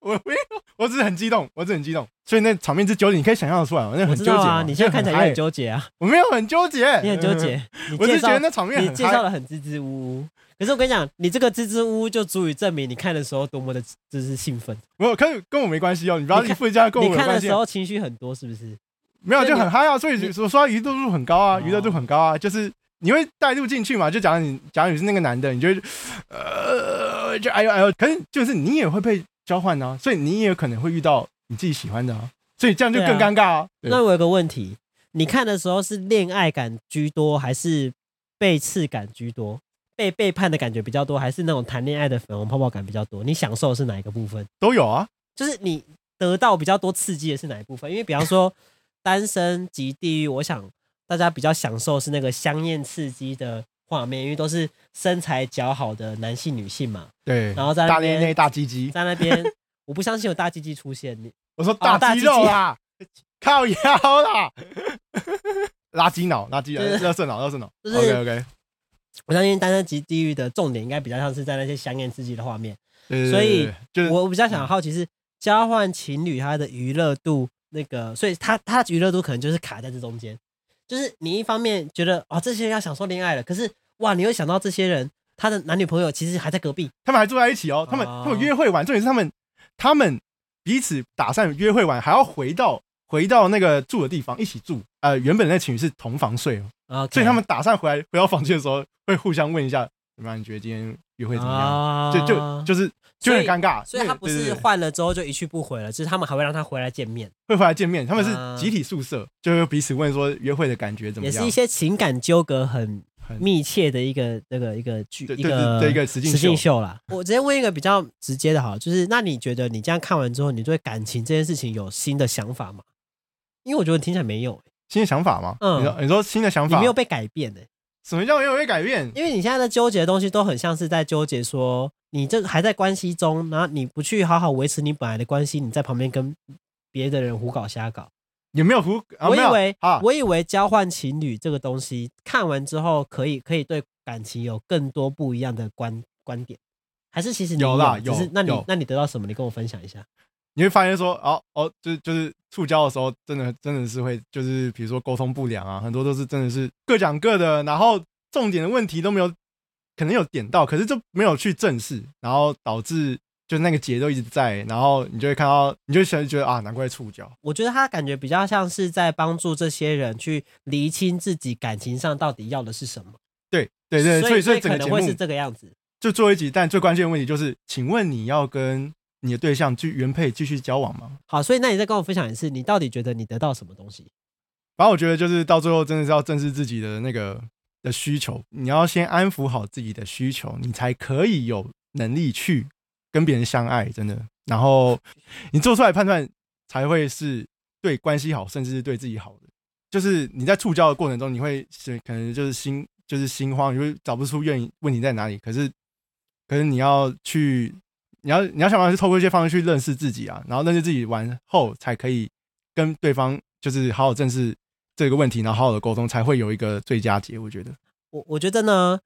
[SPEAKER 2] 我没有，我只是很激动，我只是很激动，所以那场面之纠结，你可以想象得出来吗？哦那
[SPEAKER 1] 我
[SPEAKER 2] 很
[SPEAKER 1] 知
[SPEAKER 2] 纠结
[SPEAKER 1] 道
[SPEAKER 2] 嘛
[SPEAKER 1] 啊，你现在看起来也很，
[SPEAKER 2] 就
[SPEAKER 1] 纠结啊，
[SPEAKER 2] 很嗨我没有很纠结，嗯
[SPEAKER 1] 你很纠结， 你
[SPEAKER 2] 我
[SPEAKER 1] 介
[SPEAKER 2] 是觉
[SPEAKER 1] 绍
[SPEAKER 2] 得那场面
[SPEAKER 1] 你
[SPEAKER 2] 很
[SPEAKER 1] 介绍
[SPEAKER 2] 嗨，
[SPEAKER 1] 的很支支吾吾。可是我跟你讲，你这个支支吾吾就足以证明你看的时候多么的就是兴奋，
[SPEAKER 2] 没有，跟跟我没关系哦，你不要
[SPEAKER 1] 你看
[SPEAKER 2] 附加跟我
[SPEAKER 1] 你
[SPEAKER 2] 没有
[SPEAKER 1] 看
[SPEAKER 2] 关
[SPEAKER 1] 的
[SPEAKER 2] 系
[SPEAKER 1] 时
[SPEAKER 2] 哦，
[SPEAKER 1] 候情绪很多，是不是？
[SPEAKER 2] 没有
[SPEAKER 1] 对
[SPEAKER 2] 就
[SPEAKER 1] 你
[SPEAKER 2] 很嗨啊，所以
[SPEAKER 1] 你
[SPEAKER 2] 我说娱乐度很高啊，娱乐度
[SPEAKER 1] 哦
[SPEAKER 2] 很高啊，就是你会带入进去嘛，就假如你假如你是那个男的，你就会呃就哎呦哎呦，可是就是你也会被交换啊，所以你也有可能会遇到你自己喜欢的啊，所以这样就
[SPEAKER 1] 对
[SPEAKER 2] 更
[SPEAKER 1] 啊
[SPEAKER 2] 尴尬啊，对
[SPEAKER 1] 那我有个问题，你看的时候是恋爱感居多，还是被刺感居多？被背叛的感觉比较多，还是那种谈恋爱的粉红泡泡感比较多？你享受的是哪一个部分？
[SPEAKER 2] 都有啊，
[SPEAKER 1] 就是你得到比较多刺激的是哪一部分？因为比方说《单身即地狱》，我想大家比较享受是那个香艳刺激的画面，因为都是身材姣好的男性、女性嘛，
[SPEAKER 2] 对，
[SPEAKER 1] 然后在那
[SPEAKER 2] 大内
[SPEAKER 1] 边
[SPEAKER 2] 内大鸡鸡，
[SPEAKER 1] 在那边，我不相信有大鸡鸡出现，你
[SPEAKER 2] 我说
[SPEAKER 1] 哦
[SPEAKER 2] 大
[SPEAKER 1] 大
[SPEAKER 2] 肌
[SPEAKER 1] 鸡
[SPEAKER 2] 肉
[SPEAKER 1] 鸡
[SPEAKER 2] 啦，靠腰啦， 垃圾脑，垃圾
[SPEAKER 1] 就是
[SPEAKER 2] 脑，热色脑，热色脑
[SPEAKER 1] 就是
[SPEAKER 2] ，OK OK，
[SPEAKER 1] 我相信《单身即地狱》的重点应该比较像是在那些香艳刺激的画面。
[SPEAKER 2] 对对对
[SPEAKER 1] 所以
[SPEAKER 2] 对就是嗯
[SPEAKER 1] 我比较想好奇是交换情侣他的娱乐度那个，所以他他的娱乐度可能就是卡在这中间，就是你一方面觉得哦这些人要享受恋爱了，可是哇你又想到这些人他的男女朋友其实还在隔壁，
[SPEAKER 2] 他们还住在一起哦，他们
[SPEAKER 1] 哦
[SPEAKER 2] 他们约会完，重点是他们他们彼此打算约会完还要回到回到那个住的地方一起住，呃，原本那情侣是同房睡哦，
[SPEAKER 1] 啊，
[SPEAKER 2] 所以他们打算回来回到房间的时候会互相问一下，怎么样？你觉得今天约会怎么样？
[SPEAKER 1] 啊
[SPEAKER 2] 就就就是就
[SPEAKER 1] 所
[SPEAKER 2] 很
[SPEAKER 1] 以
[SPEAKER 2] 尴尬，
[SPEAKER 1] 所以他不
[SPEAKER 2] 对对
[SPEAKER 1] 是
[SPEAKER 2] 对
[SPEAKER 1] 换了之后就一去不回了，就是他们还会让他回来见面，
[SPEAKER 2] 会回来见面，他们
[SPEAKER 1] 啊
[SPEAKER 2] 是集体宿舍，就是彼此问说约会的感觉怎么
[SPEAKER 1] 也是
[SPEAKER 2] 样
[SPEAKER 1] 一？些情感纠葛很
[SPEAKER 2] 很
[SPEAKER 1] 密切的一个那个一个剧
[SPEAKER 2] 对
[SPEAKER 1] 一
[SPEAKER 2] 对对
[SPEAKER 1] 个
[SPEAKER 2] 对一个实境秀
[SPEAKER 1] 秀啦。我直接问一个比较直接的，好了，就是那你觉得你这样看完之后，你对感情这件事情有新的想法吗？因为我觉得听起来没有、
[SPEAKER 2] 新的想法吗？
[SPEAKER 1] 嗯
[SPEAKER 2] 你说你说新的想
[SPEAKER 1] 你
[SPEAKER 2] 法
[SPEAKER 1] 没有？被改变的、欸
[SPEAKER 2] 什么叫没有被改变？
[SPEAKER 1] 因为你现在的纠结的东西都很像是在纠结说，你这还在关系中，然后你不去好好维持你本来的关系，你在旁边跟别的人胡搞瞎搞。
[SPEAKER 2] 也没有胡，啊
[SPEAKER 1] 我以
[SPEAKER 2] 没有
[SPEAKER 1] 为
[SPEAKER 2] 啊，
[SPEAKER 1] 我以为交换情侣这个东西看完之后，可以可以对感情有更多不一样的观观点，还是其实你
[SPEAKER 2] 有啦
[SPEAKER 1] 只是
[SPEAKER 2] 有
[SPEAKER 1] 那你
[SPEAKER 2] 有
[SPEAKER 1] 那你得到什么？你跟我分享一下。
[SPEAKER 2] 你会发现说，哦哦，就就是触礁的时候，真的真的是会，就是比如说沟通不良啊，很多都是真的是各讲各的，然后重点的问题都没有，可能有点到，可是就没有去正视，然后导致就那个结都一直在，然后你就会看到，你就想觉得啊，难怪触礁，
[SPEAKER 1] 我觉得他感觉比较像是在帮助这些人去厘清自己感情上到底要的是什么。
[SPEAKER 2] 对对对，所
[SPEAKER 1] 所
[SPEAKER 2] 以所以
[SPEAKER 1] 可
[SPEAKER 2] 整个
[SPEAKER 1] 能
[SPEAKER 2] 节
[SPEAKER 1] 会是
[SPEAKER 2] 目
[SPEAKER 1] 这个样子。
[SPEAKER 2] 就最后一集，但最关键的问题就是，请问你要跟你的对象去原配继续交往吗？
[SPEAKER 1] 好，所以那你再跟我分享一次，你到底觉得你得到什么东西？
[SPEAKER 2] 反正我觉得就是到最后真的是要正视自己的那个的需求，你要先安抚好自己的需求，你才可以有能力去跟别人相爱，真的。然后你做出来的判断才会是对关系好，甚至是对自己好的。就是你在触礁的过程中，你会是可能就是心就是心慌，你会找不出愿问题在哪里。可是可是你要去，你要啊你要想办法去透过一些方式去认识自己啊，然后认识自己完后，才可以跟对方就是好好正视这个问题，然后好好的沟通，才会有一个最佳解。我觉得
[SPEAKER 1] 我我觉得呢，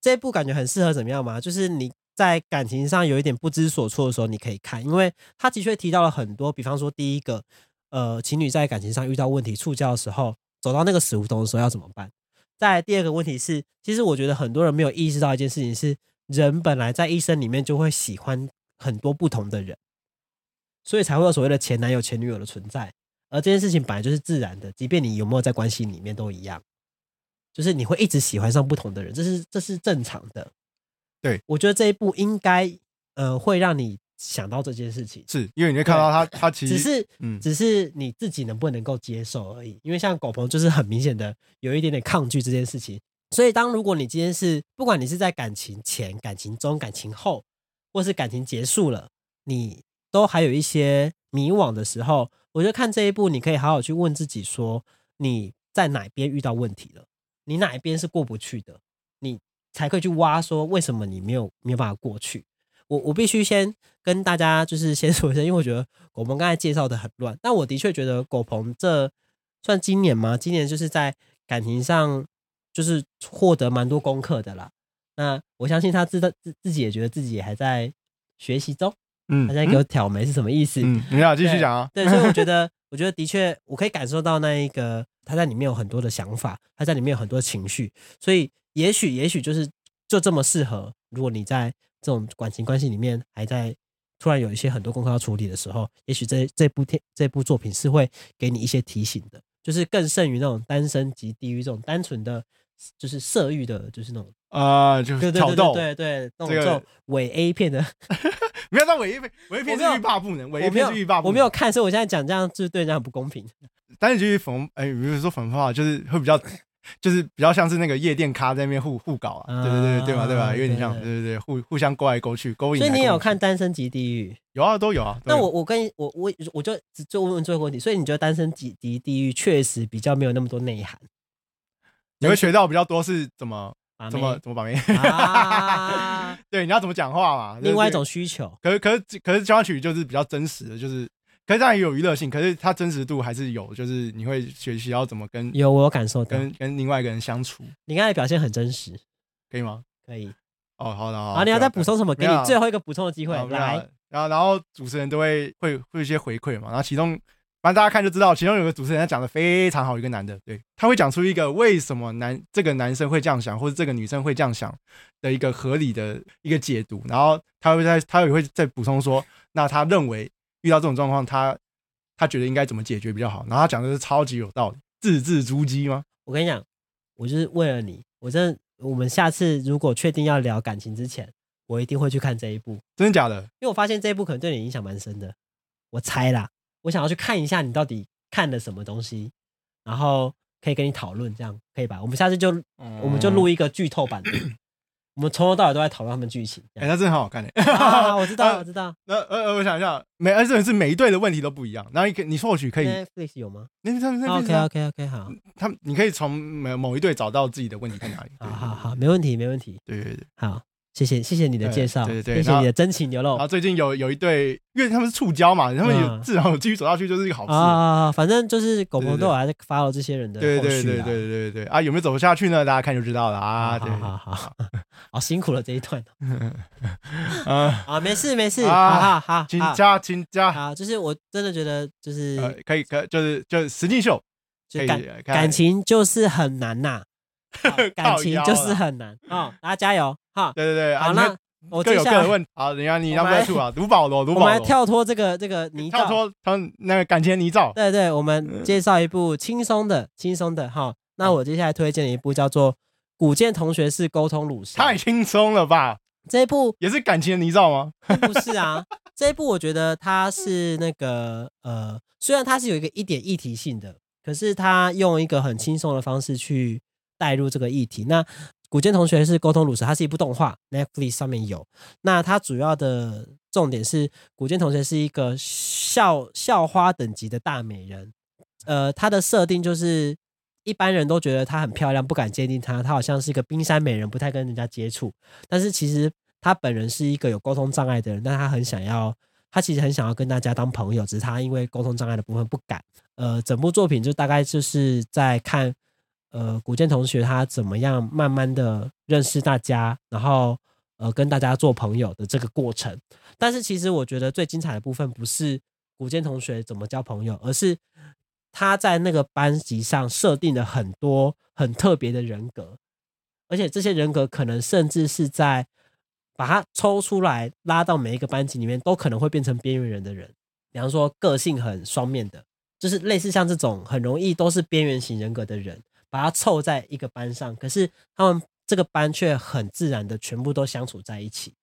[SPEAKER 1] 这部感觉很适合怎么样嘛？就是你在感情上有一点不知所措的时候，你可以看，因为他的确提到了很多，比方说第一个，呃，情侣在感情上遇到问题触礁的时候，走到那个死胡同的时候要怎么办？再来第二个问题是，其实我觉得很多人没有意识到一件事情是，人本来在一生里面就会喜欢很多不同的人，所以才会有所谓的前男友、前女友的存在。而这件事情本来就是自然的，即便你有没有在关系里面都一样。就是你会一直喜欢上不同的人，这是这是正常的。
[SPEAKER 2] 对，
[SPEAKER 1] 我觉得这一部应该呃会让你想到这件事情，
[SPEAKER 2] 是因为你会看到他，他其
[SPEAKER 1] 只
[SPEAKER 2] 实
[SPEAKER 1] 是
[SPEAKER 2] 嗯
[SPEAKER 1] 只是你自己能不能够接受而已。因为像狗鹏就是很明显的有一点点抗拒这件事情，所以当如果你今天是不管你是在感情前、感情中、感情后，或是感情结束了，你都还有一些迷惘的时候，我觉得看这一部，你可以好好去问自己说你在哪边遇到问题了，你哪一边是过不去的，你才可以去挖说为什么你没有没有办法过去。我我必须先跟大家就是先说一下，因为我觉得狗鹏刚才介绍的很乱，但我的确觉得狗鹏这算今年吗？今年就是在感情上就是获得蛮多功课的啦。那我相信他知道自自己也觉得自己也还在学习中，
[SPEAKER 2] 嗯
[SPEAKER 1] 他在给我挑眉是什么意思？
[SPEAKER 2] 嗯，你俩继续讲啊，
[SPEAKER 1] 对，所以我觉得，我觉得的确，我可以感受到那一个他在里面有很多的想法，他在里面有很多情绪，所以也许，也许就是就这么适合。如果你在这种感情关系里面还在突然有一些很多功课要处理的时候，也许这这部电这部作品是会给你一些提醒的，就是更胜于那种单身及低于这种单纯的就是色欲的，就是那种
[SPEAKER 2] 啊，就
[SPEAKER 1] 对
[SPEAKER 2] 是
[SPEAKER 1] 对
[SPEAKER 2] 挑
[SPEAKER 1] 对
[SPEAKER 2] 逗，
[SPEAKER 1] 对对对那种
[SPEAKER 2] 这个
[SPEAKER 1] 这种伪 A 片的
[SPEAKER 2] 没有啊到尾一片， 尾一片
[SPEAKER 1] 我没
[SPEAKER 2] 是
[SPEAKER 1] 有
[SPEAKER 2] 欲罢不能，
[SPEAKER 1] 我
[SPEAKER 2] 尾一
[SPEAKER 1] 没
[SPEAKER 2] 片
[SPEAKER 1] 有
[SPEAKER 2] 是欲罢不能。
[SPEAKER 1] 我没有，看，所以我现在讲这样就是对人家很不公平。
[SPEAKER 2] 但是就是粉，哎，比如说粉红泡泡就是会比较， 就是比较像是那个夜店咖在那边互互搞啊，对对对对吧对吧？
[SPEAKER 1] 啊
[SPEAKER 2] 有点像，
[SPEAKER 1] 对
[SPEAKER 2] 对对对，互互相勾来勾去，勾引
[SPEAKER 1] 所
[SPEAKER 2] 来勾去。
[SPEAKER 1] 以你也有看《单身级地狱》？
[SPEAKER 2] 有啊，都有啊。都
[SPEAKER 1] 那
[SPEAKER 2] 有
[SPEAKER 1] 我我跟你我我我就只就问问最后一个问题，所以你觉得《单身级地地狱》确实比较没有那么多内涵？
[SPEAKER 2] 你会学到比较多是怎么
[SPEAKER 1] 把
[SPEAKER 2] 怎
[SPEAKER 1] 妹
[SPEAKER 2] 么怎么把妹，
[SPEAKER 1] 啊
[SPEAKER 2] 对，你要怎么讲话嘛。
[SPEAKER 1] 另外一
[SPEAKER 2] 对
[SPEAKER 1] 种需求，
[SPEAKER 2] 可是可是可是交响曲就是比较真实的，就是可是当然也有娱乐性，可是它真实度还是有，就是你会学习要怎么跟
[SPEAKER 1] 有我有感受到，
[SPEAKER 2] 跟跟另外一个人相处，
[SPEAKER 1] 你刚才表现很真实，可
[SPEAKER 2] 可以吗？
[SPEAKER 1] 以。
[SPEAKER 2] 哦，好的，好的。
[SPEAKER 1] 好，你要再补充什么？给
[SPEAKER 2] 没有
[SPEAKER 1] 你
[SPEAKER 2] 啊
[SPEAKER 1] 最后一个补充的机
[SPEAKER 2] 机
[SPEAKER 1] 会，来。。
[SPEAKER 2] 然后然后主持人都会会会有一些回馈嘛，然后其中反正大家看就知道，其中有个主持人他讲的非常好，一个男的，对，他会讲出一个为什么男这个男生会这样想，或者这个女生会这样想的一个合理的一个解读，然后他会在他也会再补充说，那他认为遇到这种状况，他他觉得应该怎么解决比较好，然后他讲的是超级有道理，字字珠玑吗？
[SPEAKER 1] 我跟你讲，我就是为了你，我真的，我们下次如果确定要聊感情之前，我一定会去看这一部，
[SPEAKER 2] 真的假的？
[SPEAKER 1] 因为我发现这一部可能对你影响蛮深的，我猜啦，我想要去看一下你到底看了什么东西，然后可以跟你讨论，这样可以吧？我们下次就我们就
[SPEAKER 2] 嗯
[SPEAKER 1] 录一个剧透版的， 我们从头到尾都在讨论他们剧情。这
[SPEAKER 2] 哎、
[SPEAKER 1] 样
[SPEAKER 2] 那真的很好看的、
[SPEAKER 1] 啊，我知道，
[SPEAKER 2] 啊
[SPEAKER 1] 我知道。
[SPEAKER 2] 那呃呃，我想一下，每而且是每一队的问题都不一样，然后你可你或许可以，
[SPEAKER 1] Netflix 有吗
[SPEAKER 2] 那那那那
[SPEAKER 1] ？OK OK OK，好，
[SPEAKER 2] 他们你可以从某某一队找到自己的问题在哪里。对
[SPEAKER 1] 好好好，，没问题，没问题。
[SPEAKER 2] 对对对。
[SPEAKER 1] 好，谢谢谢谢你的
[SPEAKER 2] 对
[SPEAKER 1] 介绍，
[SPEAKER 2] 对对
[SPEAKER 1] 谢谢
[SPEAKER 2] 然后
[SPEAKER 1] 你的真情流露
[SPEAKER 2] 然后最近有有一对，因为他们是触礁嘛，他们有
[SPEAKER 1] 哦嗯
[SPEAKER 2] 至少有继续走下去就是一个好事。
[SPEAKER 1] 啊！反正就是狗
[SPEAKER 2] 对
[SPEAKER 1] 朋
[SPEAKER 2] 对
[SPEAKER 1] 都有
[SPEAKER 2] 对
[SPEAKER 1] 还在 follow 这些人的
[SPEAKER 2] 对
[SPEAKER 1] 后
[SPEAKER 2] 对对
[SPEAKER 1] 续
[SPEAKER 2] 对
[SPEAKER 1] 啊。
[SPEAKER 2] 对对对啊，有没有走下去呢？大家看就知道了啊。
[SPEAKER 1] 好
[SPEAKER 2] 对
[SPEAKER 1] 好好好，好辛苦了这一段
[SPEAKER 2] 啊，
[SPEAKER 1] 啊，没事没事，
[SPEAKER 2] 啊
[SPEAKER 1] 好好好
[SPEAKER 2] 请
[SPEAKER 1] 好，
[SPEAKER 2] 加请加，
[SPEAKER 1] 好，就是我真的觉得就是
[SPEAKER 2] 呃，可以可就是就是实境秀，
[SPEAKER 1] 就
[SPEAKER 2] 可以
[SPEAKER 1] 感
[SPEAKER 2] 看
[SPEAKER 1] 感情就是很难 呐，好感
[SPEAKER 2] 靠
[SPEAKER 1] 情
[SPEAKER 2] 腰
[SPEAKER 1] 就是
[SPEAKER 2] 啦
[SPEAKER 1] 很难啊，大家加油哈！
[SPEAKER 2] 对对对，啊
[SPEAKER 1] 好，
[SPEAKER 2] 你
[SPEAKER 1] 那
[SPEAKER 2] 看
[SPEAKER 1] 我
[SPEAKER 2] 各
[SPEAKER 1] 接
[SPEAKER 2] 有各
[SPEAKER 1] 下来
[SPEAKER 2] 的问题。好，等一下你
[SPEAKER 1] 我
[SPEAKER 2] 让
[SPEAKER 1] 们来
[SPEAKER 2] 不处啊，读保罗，读
[SPEAKER 1] 我们
[SPEAKER 2] 保
[SPEAKER 1] 来
[SPEAKER 2] 罗，
[SPEAKER 1] 跳脱这个这个泥
[SPEAKER 2] 跳
[SPEAKER 1] 沼，
[SPEAKER 2] 脱嗯他那个感情的泥沼。
[SPEAKER 1] 对对，我们介绍一部轻松的轻松的哈。
[SPEAKER 2] 嗯
[SPEAKER 1] 那我接下来推荐一部叫做《古剑同学是沟通鲁蛇
[SPEAKER 2] 太》，轻松了吧？
[SPEAKER 1] 这一部
[SPEAKER 2] 也是感情的泥沼吗？
[SPEAKER 1] 并不是啊，这一部我觉得它是那个呃，虽然它是有一个一点议题性的，可是它用一个很轻松的方式去带入这个议题。那古剑同学是沟通鲁蛇，它是一部动画，Netflix 上面有。那它主要的重点是，古剑同学是一个校校花等级的大美人。呃，她的设定就是一般人都觉得她很漂亮，不敢接近她，她好像是一个冰山美人，不太跟人家接触。但是其实她本人是一个有沟通障碍的人，但她很想要，她其实很想要跟大家当朋友，只是她因为沟通障碍的部分不敢。呃，整部作品就大概就是在看，呃，古剑同学他怎么样慢慢的认识大家，然后呃跟大家做朋友的这个过程。但是其实我觉得最精彩的部分不是古剑同学怎么交朋友，而是他在那个班级上设定了很多很特别的人格，而且这些人格可能甚至是在把它抽出来拉到每一个班级里面，都可能会变成边缘人的人。比方说个性很双面的，就是类似像这种很容易都是边缘型人格的人，把它凑在一个班上，可是他们这个班却很自然的全部都相处在一起，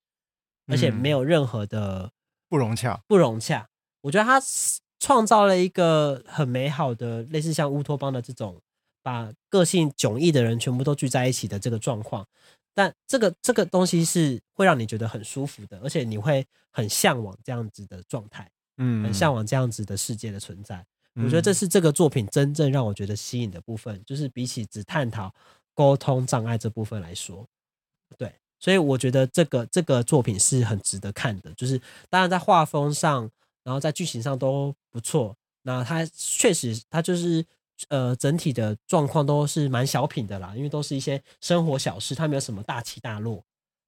[SPEAKER 1] 而且没有任何的
[SPEAKER 2] 不融洽。
[SPEAKER 1] 不融洽。我觉得他是创造了一个很美好的，类似像乌托邦的这种，把个性迥异的人全部都聚在一起的这个状况。但这个这个东西是会让你觉得很舒服的，而且你会很向往这样子的状态，
[SPEAKER 2] 嗯
[SPEAKER 1] 很向往这样子的世界的存在。
[SPEAKER 2] 嗯
[SPEAKER 1] 我觉得这是这个作品真正让我觉得吸引的部分，就是比起只探讨沟通障碍这部分来说，对，所以我觉得这个这个作品是很值得看的，就是当然在画风上，然后在剧情上都不错。那它确实，它就是呃整体的状况都是蛮小品的啦，因为都是一些生活小事，它没有什么大起大落。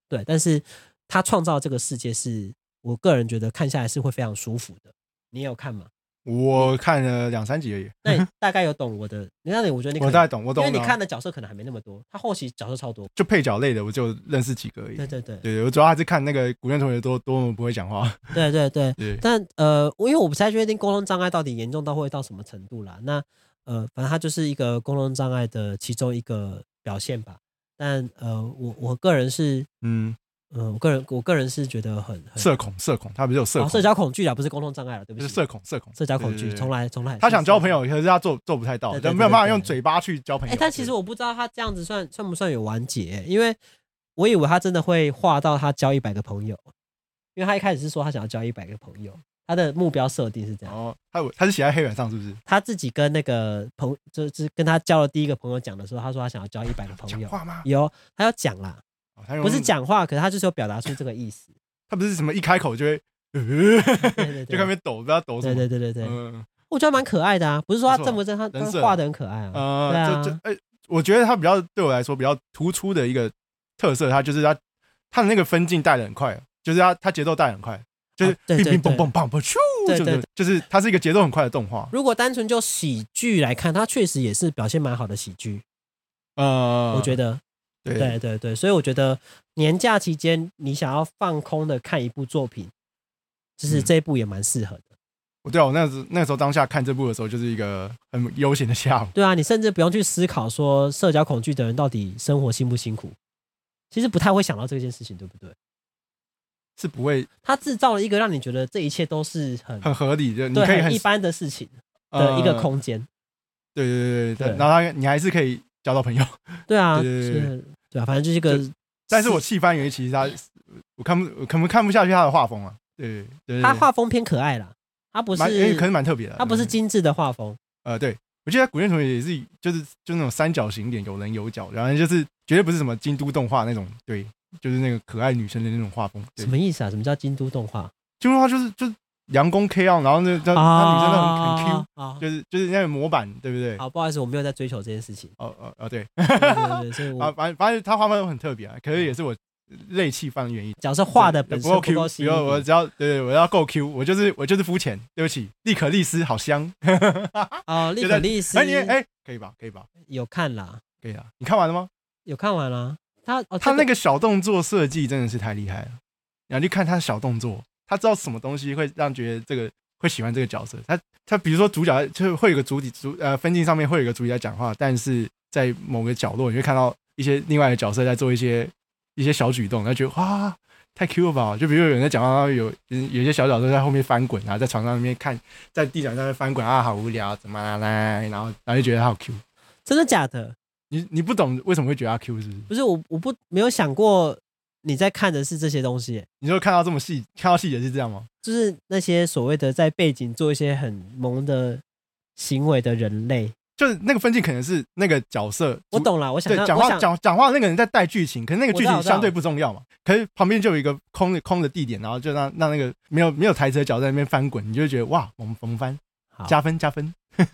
[SPEAKER 1] 对，但是它创造这个世界是我个人觉得看下来是会非常舒服的。你也有看吗？
[SPEAKER 2] 嗯我看了两三集而已，
[SPEAKER 1] 那你大概有懂我的？那你我觉得你可
[SPEAKER 2] 我
[SPEAKER 1] 能
[SPEAKER 2] 大概懂，我懂。
[SPEAKER 1] 因为
[SPEAKER 2] 我
[SPEAKER 1] 你
[SPEAKER 2] 懂
[SPEAKER 1] 看的角色可能还没那么多，他后期角色超多。
[SPEAKER 2] 就配角类的，我就认识几个而已。
[SPEAKER 1] 对
[SPEAKER 2] 对
[SPEAKER 1] 对对
[SPEAKER 2] 对，我主要还是看那个古剑同学多多么不会讲话。
[SPEAKER 1] 对对对。
[SPEAKER 2] 对，
[SPEAKER 1] 但呃，我因为我不太确定沟通障碍到底严重到会到什么程度啦。那呃，反正它就是一个沟通障碍的其中一个表现吧。但呃，我我个人是，
[SPEAKER 2] 嗯，
[SPEAKER 1] 呃，我个人我个人是觉得很很
[SPEAKER 2] 社恐，社恐，他不是有社
[SPEAKER 1] 哦
[SPEAKER 2] 恐，
[SPEAKER 1] 社交恐惧啊，不是沟通障碍了，对不
[SPEAKER 2] 就
[SPEAKER 1] 起，
[SPEAKER 2] 是社恐，社恐，
[SPEAKER 1] 社交恐
[SPEAKER 2] 对
[SPEAKER 1] 惧，
[SPEAKER 2] 对对
[SPEAKER 1] 重来重来。
[SPEAKER 2] 他想
[SPEAKER 1] 是
[SPEAKER 2] 交朋友，。可是他做做不太到，
[SPEAKER 1] 对
[SPEAKER 2] 就
[SPEAKER 1] 对
[SPEAKER 2] 没有办法
[SPEAKER 1] 对对
[SPEAKER 2] 用
[SPEAKER 1] 对
[SPEAKER 2] 嘴巴去交朋
[SPEAKER 1] 哎、
[SPEAKER 2] 友。
[SPEAKER 1] 但其实
[SPEAKER 2] 对
[SPEAKER 1] 我不知道他这样子算算不算有完结、因为我以为他真的会画到他交一百个朋友，因为他一开始是说他想要交一百个朋友，他的目标设定是这样。
[SPEAKER 2] 哦，他有他是写在黑板上是不是？
[SPEAKER 1] 他自己跟那个朋就是跟他交了第一个朋友讲的时候，他说他想要交一百个朋
[SPEAKER 2] 讲
[SPEAKER 1] 友，
[SPEAKER 2] 话吗？
[SPEAKER 1] 有他要讲啦，
[SPEAKER 2] 哦他用
[SPEAKER 1] 不是，讲话，可是他就是有表达出这个意 思。
[SPEAKER 2] 他不是什么一开口就会，呃
[SPEAKER 1] 对对
[SPEAKER 2] 就在
[SPEAKER 1] 对，
[SPEAKER 2] 那边抖，不知道抖
[SPEAKER 1] 对
[SPEAKER 2] 什么。
[SPEAKER 1] 对对对对，
[SPEAKER 2] 嗯
[SPEAKER 1] 我觉得蛮可爱的啊，不是说他
[SPEAKER 2] 不错
[SPEAKER 1] 正不正，他
[SPEAKER 2] 人
[SPEAKER 1] 他
[SPEAKER 2] 设
[SPEAKER 1] 画的很可爱啊。对
[SPEAKER 2] 呃，
[SPEAKER 1] 啊
[SPEAKER 2] 这这哎，我觉得他比较对我来说比较突出的一个特色，他就是他他的那个分镜带的很快，就是他他节奏带得很快，就是
[SPEAKER 1] 啊对
[SPEAKER 2] 乒
[SPEAKER 1] 对
[SPEAKER 2] 乒乓
[SPEAKER 1] 对
[SPEAKER 2] 乓乓乓咻，
[SPEAKER 1] 对
[SPEAKER 2] 就
[SPEAKER 1] 对
[SPEAKER 2] 是就是它是一个节奏很快的动画。
[SPEAKER 1] 如果单纯就喜剧来看，他确实也是表现蛮好的喜剧，
[SPEAKER 2] 呃，
[SPEAKER 1] 我觉得。对
[SPEAKER 2] 对
[SPEAKER 1] 对对，所以我觉得年假期间你想要放空的看一部作品，就是
[SPEAKER 2] 嗯
[SPEAKER 1] 这一部也蛮适合的。
[SPEAKER 2] 我对啊，我那时那时候当下看这部的时候，就是一个很悠闲的下午。
[SPEAKER 1] 对啊，你甚至不用去思考说社交恐惧的人到底生活辛不辛苦，其实不太会想到这件事情，对不对？
[SPEAKER 2] 是不会
[SPEAKER 1] 它制造了一个让你觉得这一切都是很
[SPEAKER 2] 很合理的，你
[SPEAKER 1] 对
[SPEAKER 2] 可以
[SPEAKER 1] 很
[SPEAKER 2] 很
[SPEAKER 1] 一般的事情的一个
[SPEAKER 2] 呃
[SPEAKER 1] 空间。
[SPEAKER 2] 对对对对，
[SPEAKER 1] 对
[SPEAKER 2] 然后他你还是可以交到朋友。
[SPEAKER 1] 对啊，
[SPEAKER 2] 对对对
[SPEAKER 1] 是对啊，反正就是一个
[SPEAKER 2] 就。但是我
[SPEAKER 1] 是
[SPEAKER 2] 弃番原，其实他我看不，我可能看不下去他的画风啊。对对对，
[SPEAKER 1] 它画风偏可爱啦，它不
[SPEAKER 2] 不蛮，哎可
[SPEAKER 1] 是
[SPEAKER 2] 能蛮特别的啊。
[SPEAKER 1] 它不是
[SPEAKER 2] 对
[SPEAKER 1] 精致的画风，
[SPEAKER 2] 呃，对我记得古剑同学也是，就是就那种三角形脸，有棱有角，然后就是绝对不是什么京都动画那种，对，就是那个可爱女生的那种画风。对
[SPEAKER 1] 什，么意思啊？什么叫京都动画？
[SPEAKER 2] 京都动画就是就是阳光 K 啊，然后那那那女生那种很 Q，
[SPEAKER 1] 啊，
[SPEAKER 2] 就是就是那个模板，对不对？
[SPEAKER 1] 好，不好意思，我没有在追求这件事 情。
[SPEAKER 2] 哦哦哦，对，
[SPEAKER 1] 对对对，所以
[SPEAKER 2] 啊，
[SPEAKER 1] 我
[SPEAKER 2] 反正反正他画风很特别啊，可是也是我泪气犯的原因。
[SPEAKER 1] 角色画的
[SPEAKER 2] 对
[SPEAKER 1] 本
[SPEAKER 2] 不
[SPEAKER 1] 身
[SPEAKER 2] 够
[SPEAKER 1] 不
[SPEAKER 2] Q，
[SPEAKER 1] 够吸
[SPEAKER 2] 比
[SPEAKER 1] 引
[SPEAKER 2] 如我
[SPEAKER 1] 你，
[SPEAKER 2] 只要对对，我要够 Q，我就是我就是肤浅，对不起，利可利斯好香。
[SPEAKER 1] 哦，利可利斯
[SPEAKER 2] 哎你哎可以吧可以吧
[SPEAKER 1] 有看啦，
[SPEAKER 2] 可以啊，你看完了吗？
[SPEAKER 1] 有看完啦。他哦，
[SPEAKER 2] 他那
[SPEAKER 1] 个
[SPEAKER 2] 个小动作设计真的是太厉害了，然后就看他的小动作，他知道什么东西会让觉得这个会喜欢这个角色。他他比如说主角就是会有个主体主呃分镜上面会有一个主体在讲话，但是在某个角落你会看到一些另外的角色在做一些一些小举动，他觉得哇太 Q 了吧！就比如有人在讲话，有有一些小角色在后面翻滚啊，在床上面看，在地板上面翻滚啊，好无聊，怎么啦啦？然后然后就觉得他好 Q。
[SPEAKER 1] 真的假的？
[SPEAKER 2] 你你不懂为什么会觉得他 Q 是不是？
[SPEAKER 1] 不是我，我不没有想过你在看的是这些东西，
[SPEAKER 2] 你就看到这么细，看到细节是这样吗？
[SPEAKER 1] 就是那些所谓的在背景做一些很萌的行为的人类。
[SPEAKER 2] 就是那个分镜可能是那个角色，
[SPEAKER 1] 我，懂啦，我想
[SPEAKER 2] 嗯对，
[SPEAKER 1] 要
[SPEAKER 2] 讲
[SPEAKER 1] 我
[SPEAKER 2] 话
[SPEAKER 1] 想
[SPEAKER 2] 讲讲话那个人在带剧情，可是那个
[SPEAKER 1] 我知
[SPEAKER 2] 剧
[SPEAKER 1] 道
[SPEAKER 2] 情
[SPEAKER 1] 我知道
[SPEAKER 2] 相对不重要嘛。可是旁边就有一个空的空的地点，然后就让让那个没有没有台词的角色在那边翻滚，你就会觉得哇，我们萌翻
[SPEAKER 1] 好
[SPEAKER 2] 加分加分，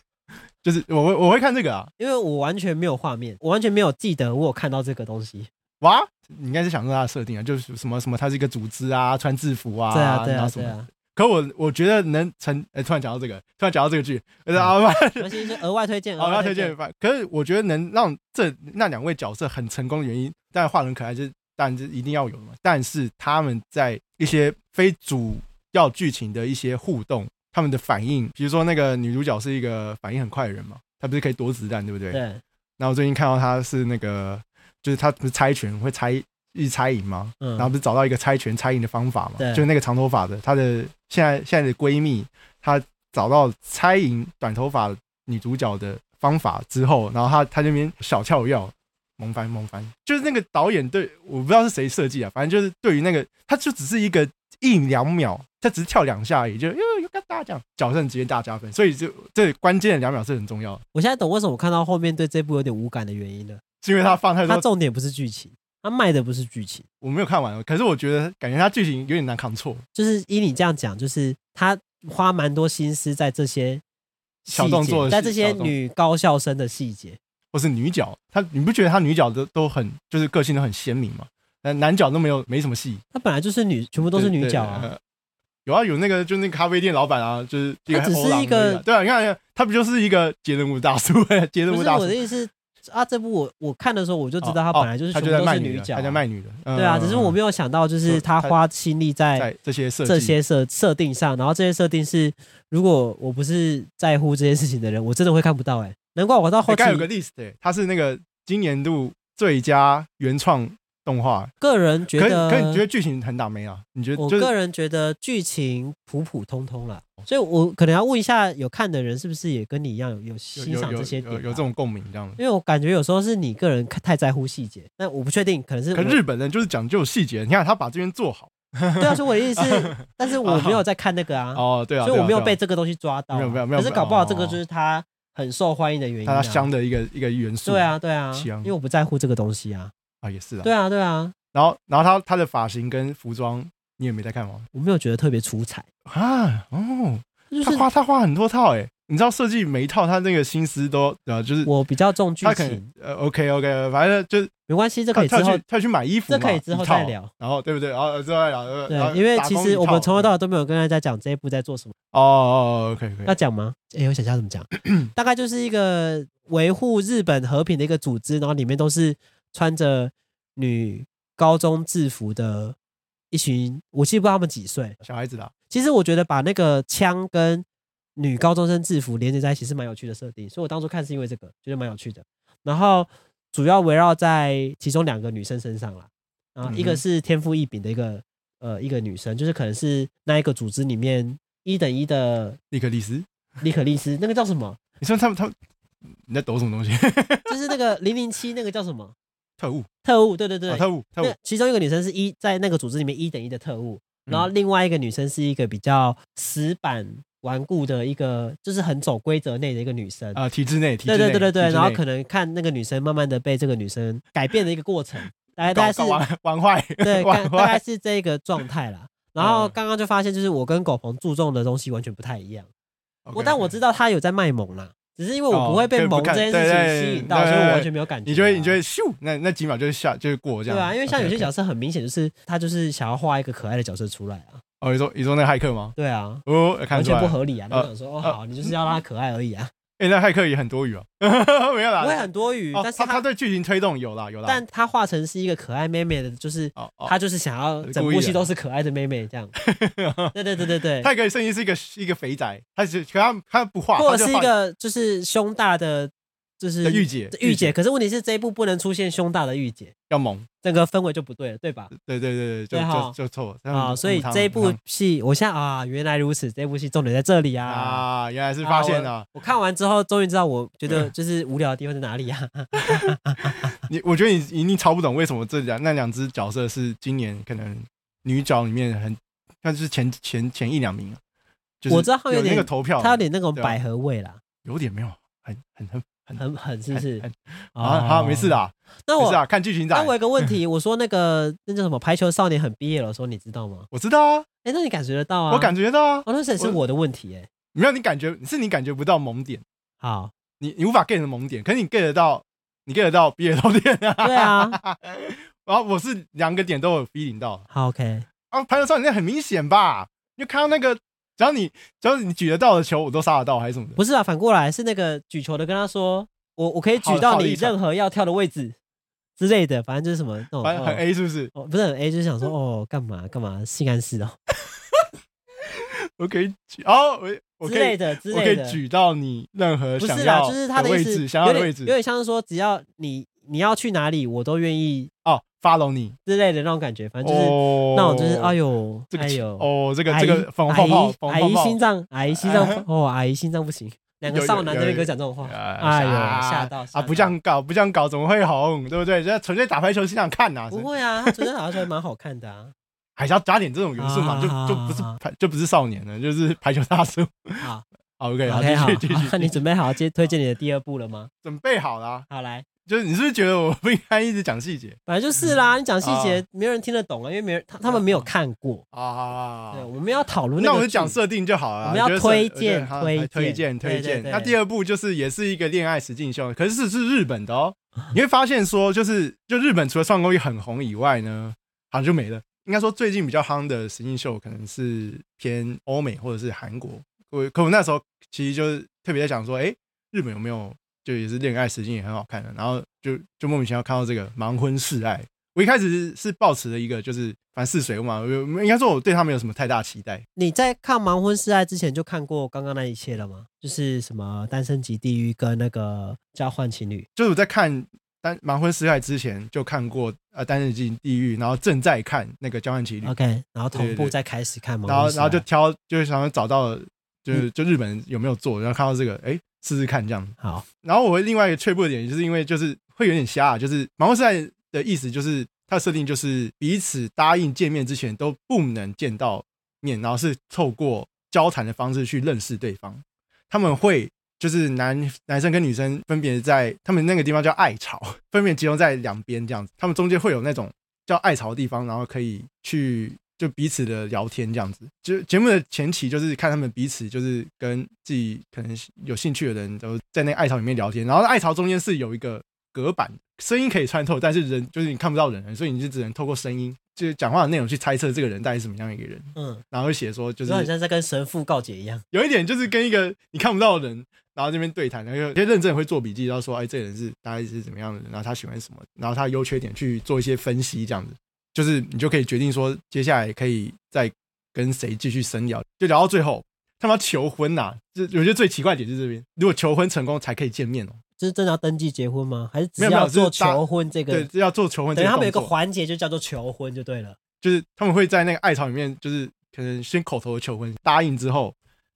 [SPEAKER 2] 就是我会我会看这个啊，
[SPEAKER 1] 因为我完全没有画面，我完全没有记得我有看到这个东西。
[SPEAKER 2] 哇，你应该是想说他的设定啊，就是什么什么，它是一个组织啊，穿制服啊，
[SPEAKER 1] 对啊，对
[SPEAKER 2] 然后
[SPEAKER 1] 啊，
[SPEAKER 2] 什
[SPEAKER 1] 对
[SPEAKER 2] 么。
[SPEAKER 1] 啊，
[SPEAKER 2] 可我我觉得能成，哎，突然讲到这个，突然讲到这个剧，呃啊，
[SPEAKER 1] 而且是额外推荐，
[SPEAKER 2] 好，
[SPEAKER 1] 额
[SPEAKER 2] 那
[SPEAKER 1] 外
[SPEAKER 2] 推
[SPEAKER 1] 推
[SPEAKER 2] 荐。吧。可是我觉得能让这那两位角色很成功的原因，当然画得很可爱，就是当然这一定要有的嘛。但是他们在一些非主要剧情的一些互动，他们的反应，比如说那个女主角是一个反应很快的人嘛，她不是可以躲子弹，对不对？
[SPEAKER 1] 对，
[SPEAKER 2] 然后我最近看到他是那个，就是他不是猜拳会猜一猜赢吗？
[SPEAKER 1] 嗯
[SPEAKER 2] 然后不是找到一个猜拳猜赢的方法嘛？
[SPEAKER 1] 对
[SPEAKER 2] 就是那个长头发的，她的现在现在的闺蜜，她找到猜赢短头发女主角的方法之后，然后她她那边小跳跃，萌翻萌翻，就是那个导演对我不知道是谁设计啊，反正就是对于那个，他就只是一个一两秒，他只是跳两下而已，就又又跟大家讲，角色直接大加分，所以就这关键的两秒是很重要的，
[SPEAKER 1] 我现在懂为什么我看到后面对这部有点无感的原因了。
[SPEAKER 2] 是因为他放太
[SPEAKER 1] 它
[SPEAKER 2] 多，
[SPEAKER 1] 重点不是剧情，它卖的不是剧情，
[SPEAKER 2] 我没有看完，可是我觉得感觉他剧情有点难扛错，
[SPEAKER 1] 就是依你这样讲，就是他花蛮多心思在这些
[SPEAKER 2] 小
[SPEAKER 1] 细
[SPEAKER 2] 动
[SPEAKER 1] 节
[SPEAKER 2] 作的
[SPEAKER 1] 在
[SPEAKER 2] 事
[SPEAKER 1] 这些
[SPEAKER 2] 小动
[SPEAKER 1] 女高校生的细节。
[SPEAKER 2] 或是女角，他你不觉得他女角都都很就是个性都很鲜明吗？那男角都没有没什么戏，
[SPEAKER 1] 她本来就是女，全部都是
[SPEAKER 2] 对
[SPEAKER 1] 女角。
[SPEAKER 2] 对
[SPEAKER 1] 啊。
[SPEAKER 2] 呃有啊，有那个就那个咖啡店老板啊，就是一个
[SPEAKER 1] 他只是
[SPEAKER 2] 欧郎
[SPEAKER 1] 一个
[SPEAKER 2] 而已啊对啊，你看他不就是一个杰人物大叔， 杰人
[SPEAKER 1] 不
[SPEAKER 2] 物
[SPEAKER 1] 是
[SPEAKER 2] 大
[SPEAKER 1] 我
[SPEAKER 2] 叔
[SPEAKER 1] 的。意思是啊，这部我我看的时候我就知道
[SPEAKER 2] 哦
[SPEAKER 1] 她
[SPEAKER 2] 哦
[SPEAKER 1] 本来就是
[SPEAKER 2] 他
[SPEAKER 1] 全
[SPEAKER 2] 就
[SPEAKER 1] 部
[SPEAKER 2] 在
[SPEAKER 1] 都
[SPEAKER 2] 卖
[SPEAKER 1] 是
[SPEAKER 2] 女
[SPEAKER 1] 女
[SPEAKER 2] 的，
[SPEAKER 1] 角
[SPEAKER 2] 他
[SPEAKER 1] 啊，
[SPEAKER 2] 在卖女的，嗯
[SPEAKER 1] 对啊，只是我没有想到就是
[SPEAKER 2] 是
[SPEAKER 1] 她
[SPEAKER 2] 她
[SPEAKER 1] 花心力在
[SPEAKER 2] 在这些设计哎
[SPEAKER 1] 这些设设定上，然后这些设定是，如果我不是在乎这些事情的人，我真的会看不到哎、难怪我到后
[SPEAKER 2] 应
[SPEAKER 1] 期
[SPEAKER 2] 该有个 list，欸它是那个今年度最佳原创动画。
[SPEAKER 1] 个人觉
[SPEAKER 2] 可
[SPEAKER 1] 得，
[SPEAKER 2] 可你觉得剧情很打没啊？你觉得
[SPEAKER 1] 我
[SPEAKER 2] 就是
[SPEAKER 1] 个人觉得剧情普普通通啦，
[SPEAKER 2] 哦
[SPEAKER 1] 所以我可能要问一下有看的人是不是也跟你一样有有
[SPEAKER 2] 有
[SPEAKER 1] 欣
[SPEAKER 2] 有
[SPEAKER 1] 赏
[SPEAKER 2] 有
[SPEAKER 1] 这些
[SPEAKER 2] 有
[SPEAKER 1] 点、啊
[SPEAKER 2] 有这，种共鸣这样的？
[SPEAKER 1] 因为我感觉有时候是你个人看太在乎细节，但我不确定，可能是
[SPEAKER 2] 可
[SPEAKER 1] 我
[SPEAKER 2] 日本人就是讲究细节，你看他把这边做好
[SPEAKER 1] 对啊，所以我的意思 是，但是我没有在看那个啊，
[SPEAKER 2] 哦，对啊，
[SPEAKER 1] 所以我
[SPEAKER 2] 对啊
[SPEAKER 1] 没有
[SPEAKER 2] 对啊
[SPEAKER 1] 被这个东西抓到啊、
[SPEAKER 2] 没有没有没有
[SPEAKER 1] 可是搞不好这
[SPEAKER 2] 哦
[SPEAKER 1] 个就是他很受欢迎的原因、
[SPEAKER 2] 它
[SPEAKER 1] 啊，
[SPEAKER 2] 香的一个一个元素，
[SPEAKER 1] 对啊，对啊，
[SPEAKER 2] 香
[SPEAKER 1] 因为我不在乎这个东西啊。
[SPEAKER 2] 啊也是啊，
[SPEAKER 1] 对啊，对啊，
[SPEAKER 2] 然后然后他他的发型跟服装你也没在看吗？
[SPEAKER 1] 我没有觉得特别出彩，
[SPEAKER 2] 啊哦，
[SPEAKER 1] 就
[SPEAKER 2] 他
[SPEAKER 1] 是
[SPEAKER 2] 花他花很多套哎，你知道设计每一套他那个心思都呃就是
[SPEAKER 1] 我比较重剧
[SPEAKER 2] 他可能
[SPEAKER 1] 情，
[SPEAKER 2] 呃 OK OK，反正就是
[SPEAKER 1] 没关系，这可以
[SPEAKER 2] 他
[SPEAKER 1] 之
[SPEAKER 2] 他
[SPEAKER 1] 后
[SPEAKER 2] 去，他去买衣服
[SPEAKER 1] 这
[SPEAKER 2] 嘛，
[SPEAKER 1] 可以之后
[SPEAKER 2] 一套
[SPEAKER 1] 再，聊。
[SPEAKER 2] 然后对不对？然后之后再聊，呃
[SPEAKER 1] 对
[SPEAKER 2] 然后，
[SPEAKER 1] 因为
[SPEAKER 2] 打
[SPEAKER 1] 其
[SPEAKER 2] 工
[SPEAKER 1] 实
[SPEAKER 2] 一
[SPEAKER 1] 我们
[SPEAKER 2] 套嗯
[SPEAKER 1] 从头到尾都没有跟大家讲这一部在做什么，
[SPEAKER 2] 哦哦哦，OK
[SPEAKER 1] 要
[SPEAKER 2] OK，
[SPEAKER 1] 讲吗？哎，我想一下怎么讲，大概就是一个维护日本和平的一个组织，然后里面都是穿着女高中制服的一群，我记不知道他们几岁。
[SPEAKER 2] 小孩子啦，
[SPEAKER 1] 其实我觉得把那个枪跟女高中生制服连接在一起是蛮有趣的设定，所以我当初看是因为这个，觉得蛮有趣的。然后主要围绕在其中两个女生身上啦，然后一
[SPEAKER 2] 嗯
[SPEAKER 1] 个
[SPEAKER 2] 哼
[SPEAKER 1] 是天赋异禀的一个呃一个女生，就是可能是那一个组织里面一等一的
[SPEAKER 2] 尼克利斯，
[SPEAKER 1] 尼可利斯，那个叫什么？
[SPEAKER 2] 你说他们他们你在抖什么东西？
[SPEAKER 1] 就是那个零零七那个叫什么
[SPEAKER 2] 特务，
[SPEAKER 1] 特务？对对对，
[SPEAKER 2] 啊特务特务
[SPEAKER 1] 那，其中一个女生是一在那个组织里面一等一的特务，
[SPEAKER 2] 嗯
[SPEAKER 1] 然后另外一个女生是一个比较死板顽固的一个，就是很走规则内的一个女生。
[SPEAKER 2] 啊体制内，体
[SPEAKER 1] 对
[SPEAKER 2] 制
[SPEAKER 1] 对
[SPEAKER 2] 内，
[SPEAKER 1] 对对对，
[SPEAKER 2] 体制
[SPEAKER 1] 然后
[SPEAKER 2] 内
[SPEAKER 1] 可能看那个女生慢慢的被这个女生改变的一个过 程，大概大概
[SPEAKER 2] 搞
[SPEAKER 1] 是
[SPEAKER 2] 搞玩玩坏，
[SPEAKER 1] 对，
[SPEAKER 2] 玩
[SPEAKER 1] 大大概
[SPEAKER 2] 坏，
[SPEAKER 1] 是这个状态 啦。然
[SPEAKER 2] 嗯
[SPEAKER 1] 后刚刚就发现，就是我跟狗鹏注重的东西完全不太一样。我但我知道他有在卖萌啦，只是因为我不会被
[SPEAKER 2] 哦
[SPEAKER 1] 萌
[SPEAKER 2] 对不
[SPEAKER 1] 这
[SPEAKER 2] 看
[SPEAKER 1] 件事
[SPEAKER 2] 对
[SPEAKER 1] 情
[SPEAKER 2] 对
[SPEAKER 1] 吸引到，
[SPEAKER 2] 对
[SPEAKER 1] 所
[SPEAKER 2] 对
[SPEAKER 1] 以我完全没有感觉啊。
[SPEAKER 2] 你就会你就会咻，那那几秒就下就过这
[SPEAKER 1] 对
[SPEAKER 2] 样。
[SPEAKER 1] 啊，因为像有些角色
[SPEAKER 2] 色，
[SPEAKER 1] 很明显就是他就是想要画一个可爱的角色出来啊，
[SPEAKER 2] 哦，你说你说那个骇客吗？
[SPEAKER 1] 对啊，
[SPEAKER 2] 哦，看
[SPEAKER 1] 完
[SPEAKER 2] 出来
[SPEAKER 1] 全不
[SPEAKER 2] 了。
[SPEAKER 1] 合理啊。
[SPEAKER 2] 呃
[SPEAKER 1] 他想说哦好，你就是要让他可爱而已啊，
[SPEAKER 2] 哎，那骇客也很多余啊， 没有啦。
[SPEAKER 1] 不会很多余，
[SPEAKER 2] 哦
[SPEAKER 1] 但是
[SPEAKER 2] 他他
[SPEAKER 1] 他
[SPEAKER 2] 对剧情推动有啦有啦。
[SPEAKER 1] 但他画成是一个可爱妹妹的，就是
[SPEAKER 2] 哦哦，
[SPEAKER 1] 他就是想要整部戏都是可爱的妹妹这样。对对对对对，
[SPEAKER 2] 他可以甚至是一个一个肥宅，他只可他他不画，
[SPEAKER 1] 或者是一
[SPEAKER 2] 他就画
[SPEAKER 1] 个就是胸大的，就是
[SPEAKER 2] 的御姐
[SPEAKER 1] 御姐。可是问题是这一部不能出现胸大的御姐，
[SPEAKER 2] 要萌，
[SPEAKER 1] 整个氛围就不对了，对吧？
[SPEAKER 2] 对对对对，就
[SPEAKER 1] 对哈
[SPEAKER 2] 就就错了
[SPEAKER 1] 啊，所以这一部戏，我现在啊，原来如此，这部戏重点在这里啊。
[SPEAKER 2] 啊，原来是发现嗯
[SPEAKER 1] 啊
[SPEAKER 2] 了
[SPEAKER 1] 我看完之后，终于知道我觉得就是无聊的地方在哪里啊。
[SPEAKER 2] 你，我觉得你你一定超不懂为什么这两那两只角色是今年可能女角里面很，那就是前前前一两名啊。就是
[SPEAKER 1] 我知道他有
[SPEAKER 2] 有那
[SPEAKER 1] 点
[SPEAKER 2] 个投票，
[SPEAKER 1] 它有点那种
[SPEAKER 2] 对啊
[SPEAKER 1] 百合味啦，
[SPEAKER 2] 有点没有，很很很
[SPEAKER 1] 很很是不 是？
[SPEAKER 2] 很
[SPEAKER 1] 哦
[SPEAKER 2] 啊，好没事。啦，
[SPEAKER 1] 那
[SPEAKER 2] 没
[SPEAKER 1] 我
[SPEAKER 2] 事啦，看剧情
[SPEAKER 1] 那
[SPEAKER 2] 展
[SPEAKER 1] 我。有个问 题，我说那个那叫什么排球少年很毕业了，说你知道吗？
[SPEAKER 2] 我知道啊，
[SPEAKER 1] 哎，那你感觉得到啊？
[SPEAKER 2] 我感觉到啊，
[SPEAKER 1] 哦，那是是我的问题哎。
[SPEAKER 2] 没有你感觉是你感觉不到萌点，
[SPEAKER 1] 好，
[SPEAKER 2] 你你无法 get 的萌点，可是你 get 得到，你 get 得到 BL 点啊。
[SPEAKER 1] 对啊，
[SPEAKER 2] 然后我是两个点都有 feeling 到
[SPEAKER 1] 好 OK，
[SPEAKER 2] 啊，排球少年那很明显吧？你就看到那个，只要你只要你举得到的球，我都杀得到还是什么的。
[SPEAKER 1] 不是啊，反过来是那个举球的跟他说，我我可以举
[SPEAKER 2] 好
[SPEAKER 1] 到
[SPEAKER 2] 好
[SPEAKER 1] 你
[SPEAKER 2] 立场
[SPEAKER 1] 任何要跳的位置之类的，反正就是什么那种
[SPEAKER 2] 反正很
[SPEAKER 1] 哦
[SPEAKER 2] A 是不是？
[SPEAKER 1] 哦，不是很 A，就是想说哦，干嘛干嘛性暗示哦，
[SPEAKER 2] 我可以举哦，我我
[SPEAKER 1] 之
[SPEAKER 2] 可
[SPEAKER 1] 类
[SPEAKER 2] 以
[SPEAKER 1] 的之
[SPEAKER 2] 我可
[SPEAKER 1] 类
[SPEAKER 2] 以
[SPEAKER 1] 的，
[SPEAKER 2] 举到你任何
[SPEAKER 1] 不
[SPEAKER 2] 想
[SPEAKER 1] 是啦，
[SPEAKER 2] 要
[SPEAKER 1] 就是他的
[SPEAKER 2] 位
[SPEAKER 1] 意思，
[SPEAKER 2] 置，想要
[SPEAKER 1] 有
[SPEAKER 2] 的
[SPEAKER 1] 点
[SPEAKER 2] 位
[SPEAKER 1] 有
[SPEAKER 2] 置
[SPEAKER 1] 点像是说，只要你你要去哪里，我都愿意
[SPEAKER 2] 哦，follow 你，
[SPEAKER 1] 之类的那种感觉，反正就是、
[SPEAKER 2] 哦，
[SPEAKER 1] 那种就是哎呦，
[SPEAKER 2] 这个
[SPEAKER 1] 哎
[SPEAKER 2] 气
[SPEAKER 1] 呦，
[SPEAKER 2] 哦，这个
[SPEAKER 1] 阿
[SPEAKER 2] 这
[SPEAKER 1] 姨
[SPEAKER 2] 个粉红泡泡，粉
[SPEAKER 1] 阿姨
[SPEAKER 2] 红
[SPEAKER 1] 阿姨
[SPEAKER 2] 泡
[SPEAKER 1] 心
[SPEAKER 2] 泡，
[SPEAKER 1] 脏，阿姨心脏哦，阿姨心脏不行，两个
[SPEAKER 2] 哎有
[SPEAKER 1] 少
[SPEAKER 2] 有
[SPEAKER 1] 男
[SPEAKER 2] 有
[SPEAKER 1] 在那边
[SPEAKER 2] 有
[SPEAKER 1] 给我讲这种话，哎
[SPEAKER 2] 哎
[SPEAKER 1] 呦吓到吓
[SPEAKER 2] 啊！不
[SPEAKER 1] 到
[SPEAKER 2] 这样搞，不这样搞，怎么会红？对不对？这纯粹打排球是想看呐，
[SPEAKER 1] 不会啊，他昨天好像还蛮好看的啊，
[SPEAKER 2] 还是要加点这种元素嘛，就就不是
[SPEAKER 1] 啊
[SPEAKER 2] 排，就不是少年了，就是排球大叔。
[SPEAKER 1] 好
[SPEAKER 2] 好，OK，好，继
[SPEAKER 1] ，OK 好
[SPEAKER 2] 续继续，
[SPEAKER 1] 好那你
[SPEAKER 2] 继续
[SPEAKER 1] 准备好接推荐你的第二部了吗？
[SPEAKER 2] 准备好啦？
[SPEAKER 1] 好来，
[SPEAKER 2] 就是你是不是觉得我不应该一直讲细节
[SPEAKER 1] 本来就是
[SPEAKER 2] 嗯
[SPEAKER 1] 啦，你讲细节没有人听得懂啊，因为没人他他们没有看过，
[SPEAKER 2] 啊
[SPEAKER 1] 对，？我们要讨论
[SPEAKER 2] 那我
[SPEAKER 1] 个
[SPEAKER 2] 们就讲
[SPEAKER 1] 剧
[SPEAKER 2] 设定就好了啦。
[SPEAKER 1] 我们要
[SPEAKER 2] 觉得设
[SPEAKER 1] 推荐
[SPEAKER 2] 我觉得
[SPEAKER 1] 推荐
[SPEAKER 2] 好推
[SPEAKER 1] 对
[SPEAKER 2] 荐推
[SPEAKER 1] 对
[SPEAKER 2] 荐。
[SPEAKER 1] 对
[SPEAKER 2] 那第二部就是也是一个恋爱实境秀，可是是是日本 的哦。你会发现说，就是就日本除了《上公寓》很红以外呢，好像就没了。应该说最近比较夯的实境秀可能是偏欧美或者是韩国。我可我那时候其实就是特别在想说，哎，日本有没有就也是恋爱实境也很好看的？然后就就莫名其妙看到这个盲婚试爱。我一开始是抱持了一个就是凡事水嘛，我应该说我对他没有什么太大期待。
[SPEAKER 1] 你在看《盲婚试爱》之前就看过刚刚那一切了吗？就是什么《单身级地狱》跟那个《交换情侣
[SPEAKER 2] 就是我在看《单盲婚失爱》之前就看过呃《单身进地狱》，然后正在看那个《交换奇旅》》，
[SPEAKER 1] ，OK，然后同
[SPEAKER 2] 嗯对
[SPEAKER 1] 步
[SPEAKER 2] 对
[SPEAKER 1] 再开始看《盲
[SPEAKER 2] 然后
[SPEAKER 1] 婚试
[SPEAKER 2] 然
[SPEAKER 1] 爱
[SPEAKER 2] 后》，就挑就是想要找到就是就日本人有没有做，然后看到这个哎试试看这样。
[SPEAKER 1] 好，
[SPEAKER 2] 然后我另外一个却步的点，就是因为就是会有点瞎、啊，就是盲婚失爱的意思就是它的设定就是彼此答应见面之前都不能见到面，然后是透过交谈的方式去认识对方。他们会就是男男生跟女生分别在他们那个地方叫爱巢，分别集中在两边这样子，他们中间会有那种叫爱巢的地方，然后可以去就彼此的聊天这样子。就节目的前期就是看他们彼此就是跟自己可能有兴趣的人都在那个爱巢里面聊天，然后爱巢中间是有一个隔板，声音可以穿透，但是人就是你看不到人，所以你就只能透过声音。就是讲话的内容去猜测这个人大概是什么样一个人，
[SPEAKER 1] 嗯，
[SPEAKER 2] 然后会写说就
[SPEAKER 1] 就是很像在跟神父告解一样，
[SPEAKER 2] 有一点就是跟一个你看不到的人，然后这边对谈，然后有些认证会做笔记，然后说，哎，这个人是大概是怎么样的人，然后他喜欢什么，然后他优缺点去做一些分析，这样子，就是你就可以决定说，接下来可以再跟谁继续深聊，就聊到最后，他们要求婚呐、这我觉得最奇怪的点是这边，如果求婚成功才可以见面哦，
[SPEAKER 1] 就是真的要登记结婚吗？还是只
[SPEAKER 2] 没有没有
[SPEAKER 1] 要做
[SPEAKER 2] 就是大
[SPEAKER 1] 求婚这个
[SPEAKER 2] 对，？要做求婚这
[SPEAKER 1] 等于
[SPEAKER 2] 个
[SPEAKER 1] 他们有
[SPEAKER 2] 动
[SPEAKER 1] 一个
[SPEAKER 2] 作，
[SPEAKER 1] 环节就叫做求婚就对了。
[SPEAKER 2] 就是他们会在那个爱巢里面，就是可能先口头的求婚，答应之后。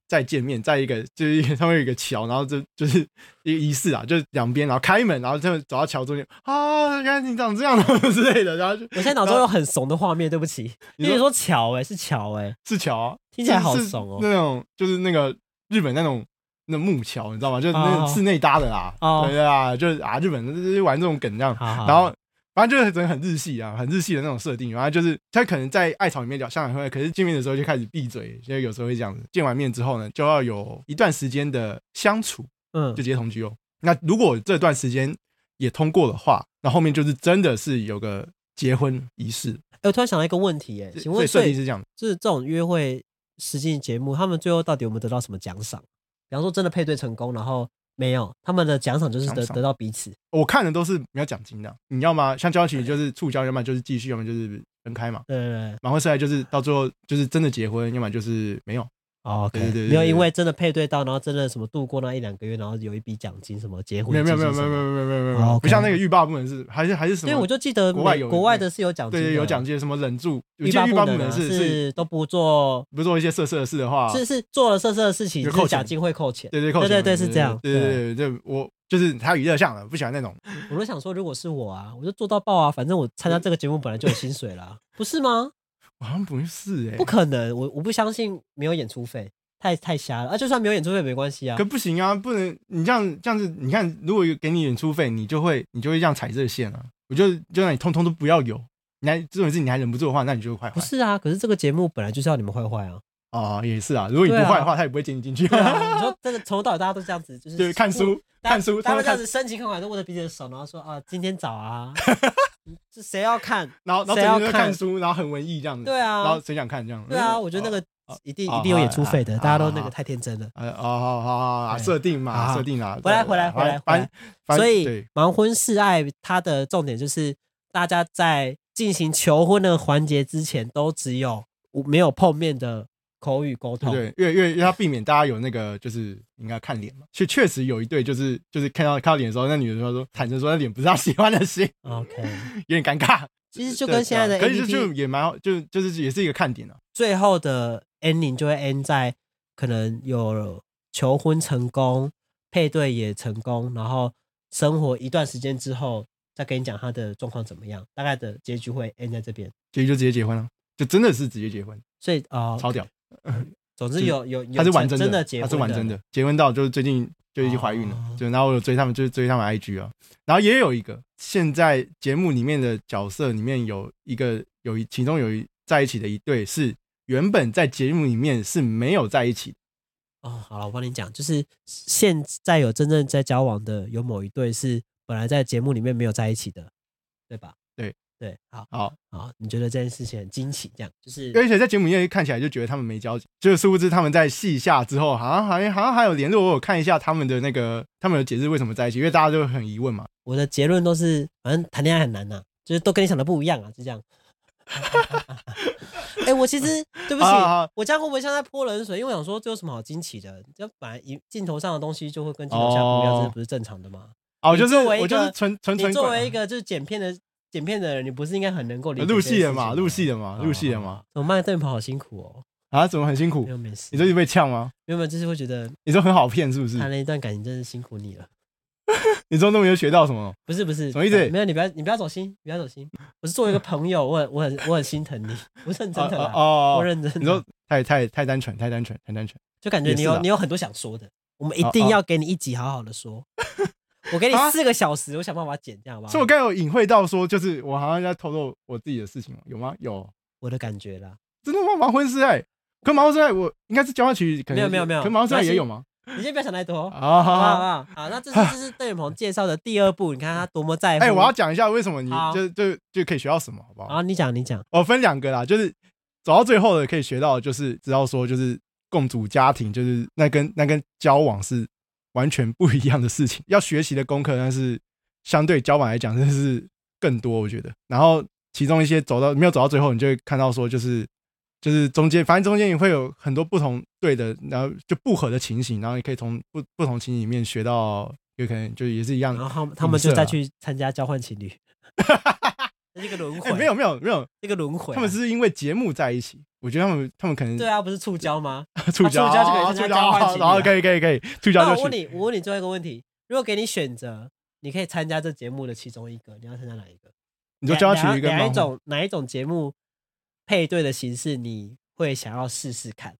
[SPEAKER 2] 再见面，在一个就是一个他们有一个桥，然后就就是一个仪式啊，就是两边然后开门，然后就走到桥中间啊，原来你长这样之类的，然后就
[SPEAKER 1] 我现在脑中有很怂的画面，对不起，
[SPEAKER 2] 你
[SPEAKER 1] 因为
[SPEAKER 2] 说
[SPEAKER 1] 说巧哎、是巧哎、
[SPEAKER 2] 是桥、啊，
[SPEAKER 1] 听起来好
[SPEAKER 2] 是是
[SPEAKER 1] 怂哦
[SPEAKER 2] 那种就是那个日本那种那种木桥，你知道吗？就是那
[SPEAKER 1] 哦
[SPEAKER 2] 种室内搭的啦，
[SPEAKER 1] 哦
[SPEAKER 2] 对啊，就是啊，日本就是玩这种梗这样，
[SPEAKER 1] 好好，
[SPEAKER 2] 然后反正就是整个很日系啊，很日系的那种设定。然后就是他可能在爱巢里面聊相谈会，可是见面的时候就开始闭嘴，就有时候会这样子。见完面之后呢，就要有一段时间的相处，
[SPEAKER 1] 嗯
[SPEAKER 2] 就直接同居哦。那如果这段时间也通过的话，那后面就是真的是有个结婚仪式。
[SPEAKER 1] 哎、我突然想到一个问题、哎，请
[SPEAKER 2] 所
[SPEAKER 1] 问
[SPEAKER 2] 以设
[SPEAKER 1] 最
[SPEAKER 2] 定是这样，
[SPEAKER 1] 就是这种约会实境节目，他们最后到底有没有得到什么奖赏？比方说真的配对成功，然后没有，他们的奖赏就是得
[SPEAKER 2] 奖赏
[SPEAKER 1] 得到彼此。
[SPEAKER 2] 我看的都是没有奖金的。你要么像交情就是处交，要么就是继续，要么就是分开嘛。
[SPEAKER 1] 对对对
[SPEAKER 2] 然后现在就是到最后就是真的结婚，要么就是没有。
[SPEAKER 1] 哦，OK，
[SPEAKER 2] 对对对对
[SPEAKER 1] 没有
[SPEAKER 2] 对
[SPEAKER 1] 因为真的配对到，然后真的什么度过那一两个月，然后有一笔奖金什么结婚
[SPEAKER 2] 没有没有
[SPEAKER 1] 金
[SPEAKER 2] 没有没
[SPEAKER 1] 什
[SPEAKER 2] 有
[SPEAKER 1] 么
[SPEAKER 2] 没有没有没有没有，
[SPEAKER 1] 哦，OK
[SPEAKER 2] 不像那个欲罢不能是还是还是什么？
[SPEAKER 1] 对，我就记得
[SPEAKER 2] 国外
[SPEAKER 1] 美
[SPEAKER 2] 有
[SPEAKER 1] 国外的是有奖金
[SPEAKER 2] 对
[SPEAKER 1] 的，
[SPEAKER 2] 对有奖金，什么忍住，我
[SPEAKER 1] 欲
[SPEAKER 2] 记得
[SPEAKER 1] 罢
[SPEAKER 2] 欲罢
[SPEAKER 1] 不
[SPEAKER 2] 不
[SPEAKER 1] 能啊
[SPEAKER 2] 能是
[SPEAKER 1] 是都不做，
[SPEAKER 2] 不做一些色色的事的话，
[SPEAKER 1] 是是做了色色的事情，
[SPEAKER 2] 有
[SPEAKER 1] 就
[SPEAKER 2] 扣
[SPEAKER 1] 是
[SPEAKER 2] 钱
[SPEAKER 1] 奖金会扣钱。
[SPEAKER 2] 对对扣
[SPEAKER 1] 对
[SPEAKER 2] 钱
[SPEAKER 1] 对
[SPEAKER 2] 嘛
[SPEAKER 1] 对是这样
[SPEAKER 2] 对对对对，对我就是他娱乐向的，不喜欢那种。
[SPEAKER 1] 我都想说，如果是我啊，我就做到爆啊，反正我参加这个节目本来就有薪水啦，不是吗？
[SPEAKER 2] 我好像不是哎
[SPEAKER 1] 不，可能，我我不相信没有演出费，太太瞎了啊！就算没有演出费也没关系啊
[SPEAKER 2] 可，不行啊，不能你这样这样子，你看如果有给你演出费，你就会你就会这样踩这个线啊。我就就让你通通都不要有，你还这种事你还忍不住的话，那你就会坏
[SPEAKER 1] 不
[SPEAKER 2] 坏
[SPEAKER 1] 是啊？可是这个节目本来就是要你们坏坏啊！
[SPEAKER 2] 啊，也是啊。如果你不
[SPEAKER 1] 对啊
[SPEAKER 2] 坏的话，他也不会接你进去。
[SPEAKER 1] 对啊，你说真的从头到尾大家都这样子，就是
[SPEAKER 2] 对，看书
[SPEAKER 1] 大家
[SPEAKER 2] 看书
[SPEAKER 1] 大家都
[SPEAKER 2] 通通
[SPEAKER 1] 这样
[SPEAKER 2] 看
[SPEAKER 1] 子深情款款，都握着彼此的手，然后说啊，今天早 啊，这谁要看？
[SPEAKER 2] 然后然后
[SPEAKER 1] 谁要
[SPEAKER 2] 整天就在
[SPEAKER 1] 看
[SPEAKER 2] 看书，然后很文艺这样子。
[SPEAKER 1] 对啊
[SPEAKER 2] 然后谁想看这样？
[SPEAKER 1] 对啊，我觉得那
[SPEAKER 2] 个。
[SPEAKER 1] 个一定
[SPEAKER 2] 哦
[SPEAKER 1] 一定有演出费的，
[SPEAKER 2] 哦
[SPEAKER 1] 大家都那
[SPEAKER 2] 哦
[SPEAKER 1] 个
[SPEAKER 2] 哦
[SPEAKER 1] 太天真了。
[SPEAKER 2] 呃，哦，好好好好，
[SPEAKER 1] 对
[SPEAKER 2] 设定
[SPEAKER 1] 好哎好
[SPEAKER 2] 嘛，设定啦。
[SPEAKER 1] 回来
[SPEAKER 2] 对
[SPEAKER 1] 回来
[SPEAKER 2] 反
[SPEAKER 1] 回来
[SPEAKER 2] 反
[SPEAKER 1] 回来
[SPEAKER 2] 反
[SPEAKER 1] 所以
[SPEAKER 2] 对，
[SPEAKER 1] 盲婚试爱它的重点就是大家在进行求婚的环节之前，都只有没有碰面的口语沟通，
[SPEAKER 2] 对，因为因为因为要避免大家有那个就是应该看脸嘛，确确实有一对就是就是看到看到脸的时候，那女的说说坦诚说那脸不是她喜欢的型，
[SPEAKER 1] OK，
[SPEAKER 2] 有点尴尬。
[SPEAKER 1] 其实就跟现在的
[SPEAKER 2] 对啊可是就
[SPEAKER 1] APP
[SPEAKER 2] 就也蛮好，就就是也是一个看点啊。
[SPEAKER 1] 最后的 ending 就会 end 在可能有求婚成功，配对也成功，然后生活一段时间之后，再跟你讲他的状况怎么样，大概的结局会 end 在这边。
[SPEAKER 2] 结局就直接结婚了，就真的是直接结婚，
[SPEAKER 1] 所以啊、呃
[SPEAKER 2] 超屌。
[SPEAKER 1] 总之
[SPEAKER 2] 就是
[SPEAKER 1] 有有有
[SPEAKER 2] 她是完
[SPEAKER 1] 真
[SPEAKER 2] 真的，
[SPEAKER 1] 结
[SPEAKER 2] 她
[SPEAKER 1] 婚
[SPEAKER 2] 是完真
[SPEAKER 1] 的，
[SPEAKER 2] 的，结婚到就是最近就已经怀孕了，
[SPEAKER 1] 哦
[SPEAKER 2] 就然后我有追他们，就是追他们 IG 啊。然后也有一个现在节目里面的角色里面有一个有一其中有一在一起的一对是原本在节目里面是没有在一起的，
[SPEAKER 1] 哦，好了，我帮你讲，就是现在有真正在交往的有某一对是本来在节目里面没有在一起的，对吧？
[SPEAKER 2] 对
[SPEAKER 1] 对，好
[SPEAKER 2] 好，
[SPEAKER 1] 好，你觉得这件事情很惊奇，这样就是
[SPEAKER 2] 而且在节目里面看起来就觉得他们没交集，就是殊不知他们在戏下之后好像好像好像还有联络，我有看一下他们的那个他们的解释为什么在一起，因为大家就很疑问嘛，
[SPEAKER 1] 我的结论都是，反正谈恋爱很难呐、就是都跟你想的不一样啊，就这样。 哎、我其实对不起，
[SPEAKER 2] 啊啊
[SPEAKER 1] 我这样会不会像在泼冷水？因为我想说这有什么好惊奇的？这本来一镜头上的东西就会跟镜头下不一样，
[SPEAKER 2] 哦
[SPEAKER 1] 这不是正常的吗？
[SPEAKER 2] 哦，我
[SPEAKER 1] 你
[SPEAKER 2] 就是
[SPEAKER 1] 作为一
[SPEAKER 2] 我就是
[SPEAKER 1] 个
[SPEAKER 2] 纯纯
[SPEAKER 1] 你
[SPEAKER 2] 纯
[SPEAKER 1] 作
[SPEAKER 2] 管啊
[SPEAKER 1] 为一个就是剪片的剪片的人，你不是应该很能够理解
[SPEAKER 2] 入
[SPEAKER 1] 这件
[SPEAKER 2] 戏的
[SPEAKER 1] 事
[SPEAKER 2] 嘛，
[SPEAKER 1] 情
[SPEAKER 2] 入
[SPEAKER 1] 吗
[SPEAKER 2] 戏的嘛，
[SPEAKER 1] 哦
[SPEAKER 2] 入戏的
[SPEAKER 1] 好
[SPEAKER 2] 嘛
[SPEAKER 1] 好，怎么办？对你们好辛苦哦。
[SPEAKER 2] 啊，怎么很辛苦
[SPEAKER 1] 没？有没事，
[SPEAKER 2] 你说你被呛吗？
[SPEAKER 1] 没有没有，就是会觉得
[SPEAKER 2] 你说很好骗是不是？
[SPEAKER 1] 谈了一段感情真是辛苦你了。
[SPEAKER 2] 你说那么有学到什么？
[SPEAKER 1] 不是不是，
[SPEAKER 2] 什么意思
[SPEAKER 1] 没有，你不要你不要走心，不要走心。我是作为一个朋友，我很我很我很心疼你，我是认真啊的啦。我
[SPEAKER 2] 哦，
[SPEAKER 1] 认真的。
[SPEAKER 2] 你说太太太单纯，太单纯，太单纯。
[SPEAKER 1] 就感觉
[SPEAKER 2] 也
[SPEAKER 1] 你
[SPEAKER 2] 是啊
[SPEAKER 1] 有
[SPEAKER 2] 啦
[SPEAKER 1] 你有很多想说的，我们一
[SPEAKER 2] 啊
[SPEAKER 1] 定
[SPEAKER 2] 啊
[SPEAKER 1] 要给你一集好好的说。 我给你
[SPEAKER 2] 啊
[SPEAKER 1] 四个小时，我想办法剪掉吧。
[SPEAKER 2] 所以我刚才有隐晦到说，就是我好像在透露我自己的事情，有吗？有，
[SPEAKER 1] 我的感觉啦，
[SPEAKER 2] 真的吗？盲婚试爱，可盲婚试爱我应该是交换曲，可能
[SPEAKER 1] 没有没有没有
[SPEAKER 2] 可盲婚试爱也有吗？
[SPEAKER 1] 你先不要想太多，好
[SPEAKER 2] 啊，
[SPEAKER 1] 不
[SPEAKER 2] 好
[SPEAKER 1] 好？
[SPEAKER 2] 好好
[SPEAKER 1] 好好那这是这是邓宇鹏介绍的第二部，你看他多么在乎。
[SPEAKER 2] 哎，我要讲一下为什么你
[SPEAKER 1] 好
[SPEAKER 2] 就就就可以学到什么，好不好？
[SPEAKER 1] 啊，你讲你讲，
[SPEAKER 2] 我哦分两个啦，就是走到最后的可以学到，的就是知道说就是共组家庭，就是那跟那跟交往是完全不一样的事情，要学习的功课，但是相对交往来讲，真的是更多，我觉得。然后其中一些走到没有走到最后，你就会看到说就是。就是中间，反正中间也会有很多不同对的，然后就不合的情形，然后你可以从不不同情形里面学到，有可能就也是一样
[SPEAKER 1] 然
[SPEAKER 2] 的。
[SPEAKER 1] 后他们他们就
[SPEAKER 2] 影射
[SPEAKER 1] 再
[SPEAKER 2] 啊
[SPEAKER 1] 去参加交换情侣， 这是一个轮
[SPEAKER 2] 哎、
[SPEAKER 1] 回，
[SPEAKER 2] 没有没有没有，
[SPEAKER 1] 这个轮回啊。
[SPEAKER 2] 他们是因为节目在一起，我觉得他们他们可能
[SPEAKER 1] 对啊，不是触礁吗？
[SPEAKER 2] 触
[SPEAKER 1] 触礁就可以
[SPEAKER 2] 哦
[SPEAKER 1] 参加
[SPEAKER 2] 触
[SPEAKER 1] 交换
[SPEAKER 2] 哦
[SPEAKER 1] 情侣
[SPEAKER 2] 然后
[SPEAKER 1] 啊
[SPEAKER 2] 可以可以可以，触
[SPEAKER 1] 那
[SPEAKER 2] 礁
[SPEAKER 1] 我
[SPEAKER 2] 就
[SPEAKER 1] 问
[SPEAKER 2] 去。
[SPEAKER 1] 你，我问你最后一个问题：如果给你选择，你可以参加这节目的其中一个，你要参加哪一个？
[SPEAKER 2] 你说
[SPEAKER 1] 哪
[SPEAKER 2] 交换
[SPEAKER 1] 哪
[SPEAKER 2] 曲一个
[SPEAKER 1] 哪一
[SPEAKER 2] 盲婚，
[SPEAKER 1] 种哪一种节目配对的形式你会想要试试看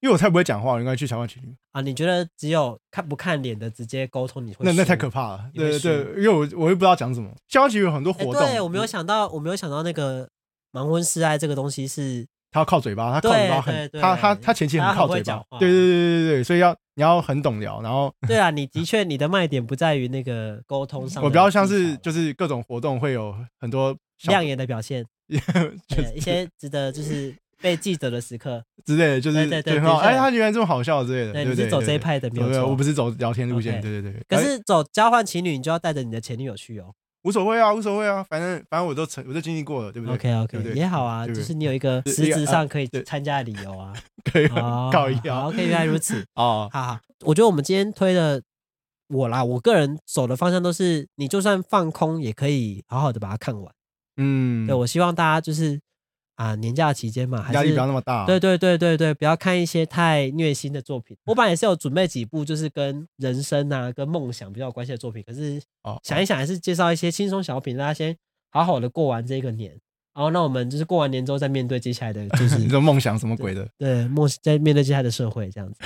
[SPEAKER 2] 因为我太不会讲话，我应该去交换曲。
[SPEAKER 1] 啊？你觉得只有看不看脸的直接沟通你会
[SPEAKER 2] 那那
[SPEAKER 1] 输
[SPEAKER 2] 太可怕了，
[SPEAKER 1] 你会
[SPEAKER 2] 对对
[SPEAKER 1] 输
[SPEAKER 2] 对，因为我我又不知道讲什么。交换曲有很多
[SPEAKER 1] 哎
[SPEAKER 2] 活
[SPEAKER 1] 对我
[SPEAKER 2] 动，嗯
[SPEAKER 1] 没有想到，我没有想到那个盲婚示爱这个东西 是
[SPEAKER 2] 他要靠嘴巴，他靠嘴
[SPEAKER 1] 对
[SPEAKER 2] 巴很，
[SPEAKER 1] 对
[SPEAKER 2] 他他
[SPEAKER 1] 对
[SPEAKER 2] 他前期
[SPEAKER 1] 他
[SPEAKER 2] 很
[SPEAKER 1] 很
[SPEAKER 2] 靠
[SPEAKER 1] 会
[SPEAKER 2] 嘴
[SPEAKER 1] 讲话，
[SPEAKER 2] 巴对对对对对，所以要你要很懂聊，然后
[SPEAKER 1] 对啊，你的确你的卖点不在于那个沟通上的技巧啦，
[SPEAKER 2] 我比较像是就是各种活动会有很多小
[SPEAKER 1] 亮眼的表 现，
[SPEAKER 2] 就
[SPEAKER 1] 对一些值得就是被记得的时刻，
[SPEAKER 2] 之类的，就
[SPEAKER 1] 对
[SPEAKER 2] 是
[SPEAKER 1] 对
[SPEAKER 2] 就
[SPEAKER 1] 对
[SPEAKER 2] 很好。
[SPEAKER 1] 对对
[SPEAKER 2] 哎，他原来这么好笑之类的，
[SPEAKER 1] 对，你
[SPEAKER 2] 对对对，
[SPEAKER 1] 是走这一派的没
[SPEAKER 2] 对，
[SPEAKER 1] 有
[SPEAKER 2] 对我
[SPEAKER 1] 错
[SPEAKER 2] 不。是走聊天路线，
[SPEAKER 1] OK
[SPEAKER 2] 对对对。
[SPEAKER 1] 可
[SPEAKER 2] 哎
[SPEAKER 1] 是走交换情侣，你就要带着你的前女友去哦。
[SPEAKER 2] 无所谓啊，无所谓啊，反正反正我都成，我都经历过了，对不对
[SPEAKER 1] OK
[SPEAKER 2] 对不
[SPEAKER 1] OK，
[SPEAKER 2] 对
[SPEAKER 1] 也好啊，
[SPEAKER 2] 对
[SPEAKER 1] 就
[SPEAKER 2] 不对
[SPEAKER 1] 是你有一个
[SPEAKER 2] 是
[SPEAKER 1] 实
[SPEAKER 2] 一个
[SPEAKER 1] 质
[SPEAKER 2] 啊
[SPEAKER 1] 上可以
[SPEAKER 2] 对
[SPEAKER 1] 参加的理由啊。
[SPEAKER 2] 可以
[SPEAKER 1] 哦
[SPEAKER 2] 搞一
[SPEAKER 1] 好
[SPEAKER 2] 样
[SPEAKER 1] ，OK，原来如 此。
[SPEAKER 2] 哦，
[SPEAKER 1] 好好，我觉得我们今天推的我啦，我个人走的方向都是，你就算放空也可以好好的把它看完。
[SPEAKER 2] 嗯，
[SPEAKER 1] 对我希望大家就是啊，年假期间嘛，还
[SPEAKER 2] 压力
[SPEAKER 1] 是
[SPEAKER 2] 不要那么大，
[SPEAKER 1] 对对对对对，不要看一些太虐心的作品。
[SPEAKER 2] 嗯
[SPEAKER 1] 我本来也是有准备几部，就是跟人生啊、跟梦想比较有关系的作品，可是
[SPEAKER 2] 哦，
[SPEAKER 1] 想一想，还是介绍一些轻松小品，大家先好好的过完这个年。然后，那我们就是过完年之后再面对接下来的，就
[SPEAKER 2] 你
[SPEAKER 1] 是
[SPEAKER 2] 这梦想什么鬼的，
[SPEAKER 1] 对梦，在面对接下来的社会这样子。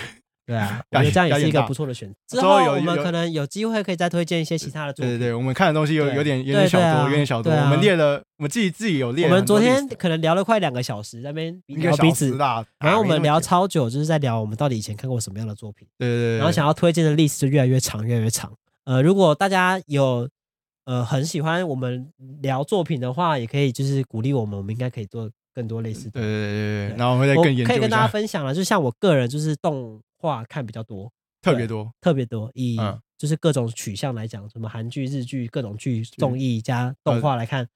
[SPEAKER 1] 对 啊，我
[SPEAKER 2] 压
[SPEAKER 1] 觉
[SPEAKER 2] 力
[SPEAKER 1] 得这样也
[SPEAKER 2] 压力
[SPEAKER 1] 是一
[SPEAKER 2] 很
[SPEAKER 1] 个
[SPEAKER 2] 大
[SPEAKER 1] 不错的选择。
[SPEAKER 2] 之
[SPEAKER 1] 之后
[SPEAKER 2] 后有
[SPEAKER 1] 我们
[SPEAKER 2] 有
[SPEAKER 1] 可能有机会可以再推荐一些其他的作
[SPEAKER 2] 对对
[SPEAKER 1] 品。
[SPEAKER 2] 对，我们看的东西有
[SPEAKER 1] 对
[SPEAKER 2] 有点有
[SPEAKER 1] 对
[SPEAKER 2] 点小
[SPEAKER 1] 对啊
[SPEAKER 2] 多，有点小多，
[SPEAKER 1] 对啊
[SPEAKER 2] 我们列了，我们自己自己有列
[SPEAKER 1] 我
[SPEAKER 2] 很多 list，
[SPEAKER 1] 们昨天可能聊了快两个小时，在那边
[SPEAKER 2] 一
[SPEAKER 1] 聊
[SPEAKER 2] 个
[SPEAKER 1] 彼
[SPEAKER 2] 小
[SPEAKER 1] 此
[SPEAKER 2] 时，啦，
[SPEAKER 1] 然后我们聊
[SPEAKER 2] 对
[SPEAKER 1] 超久，就是在聊我们到底以前看过什么样的作品。
[SPEAKER 2] 对对对，
[SPEAKER 1] 然后想要推荐的 list 就越来越长，越来越长。呃，如果大家有呃很喜欢我们聊作品的话，也可以就是鼓励我们，我们应该可以做更多类似的。
[SPEAKER 2] 嗯对对对对
[SPEAKER 1] 对
[SPEAKER 2] 对，然后我们再
[SPEAKER 1] 我
[SPEAKER 2] 更研
[SPEAKER 1] 可以
[SPEAKER 2] 究
[SPEAKER 1] 跟
[SPEAKER 2] 一
[SPEAKER 1] 大家
[SPEAKER 2] 下，
[SPEAKER 1] 分享了，就像我个人就是动画看比较多，
[SPEAKER 2] 特别多，
[SPEAKER 1] 特别多，以
[SPEAKER 2] 嗯
[SPEAKER 1] 就是各种取向来讲，什么韩剧、日剧、各种剧、综艺加动画来看，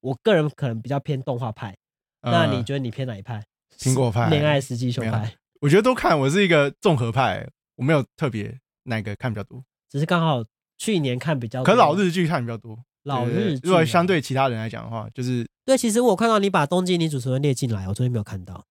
[SPEAKER 1] 我个人可能比较偏动画派。那
[SPEAKER 2] 呃
[SPEAKER 1] 你觉得你偏哪一派？
[SPEAKER 2] 苹果派
[SPEAKER 1] 恋爱实际秀
[SPEAKER 2] 没有
[SPEAKER 1] 派，
[SPEAKER 2] 我觉得都看，我是一个综合派，我没有特别哪个看比较多，
[SPEAKER 1] 只是刚好去年看比较多，
[SPEAKER 2] 可老日剧看比较多。
[SPEAKER 1] 老
[SPEAKER 2] 对对对
[SPEAKER 1] 日剧啊，
[SPEAKER 2] 如果相对其他人来讲的话，就是
[SPEAKER 1] 对，其实我看到你把东京女主持人列进来，我昨天没有看到。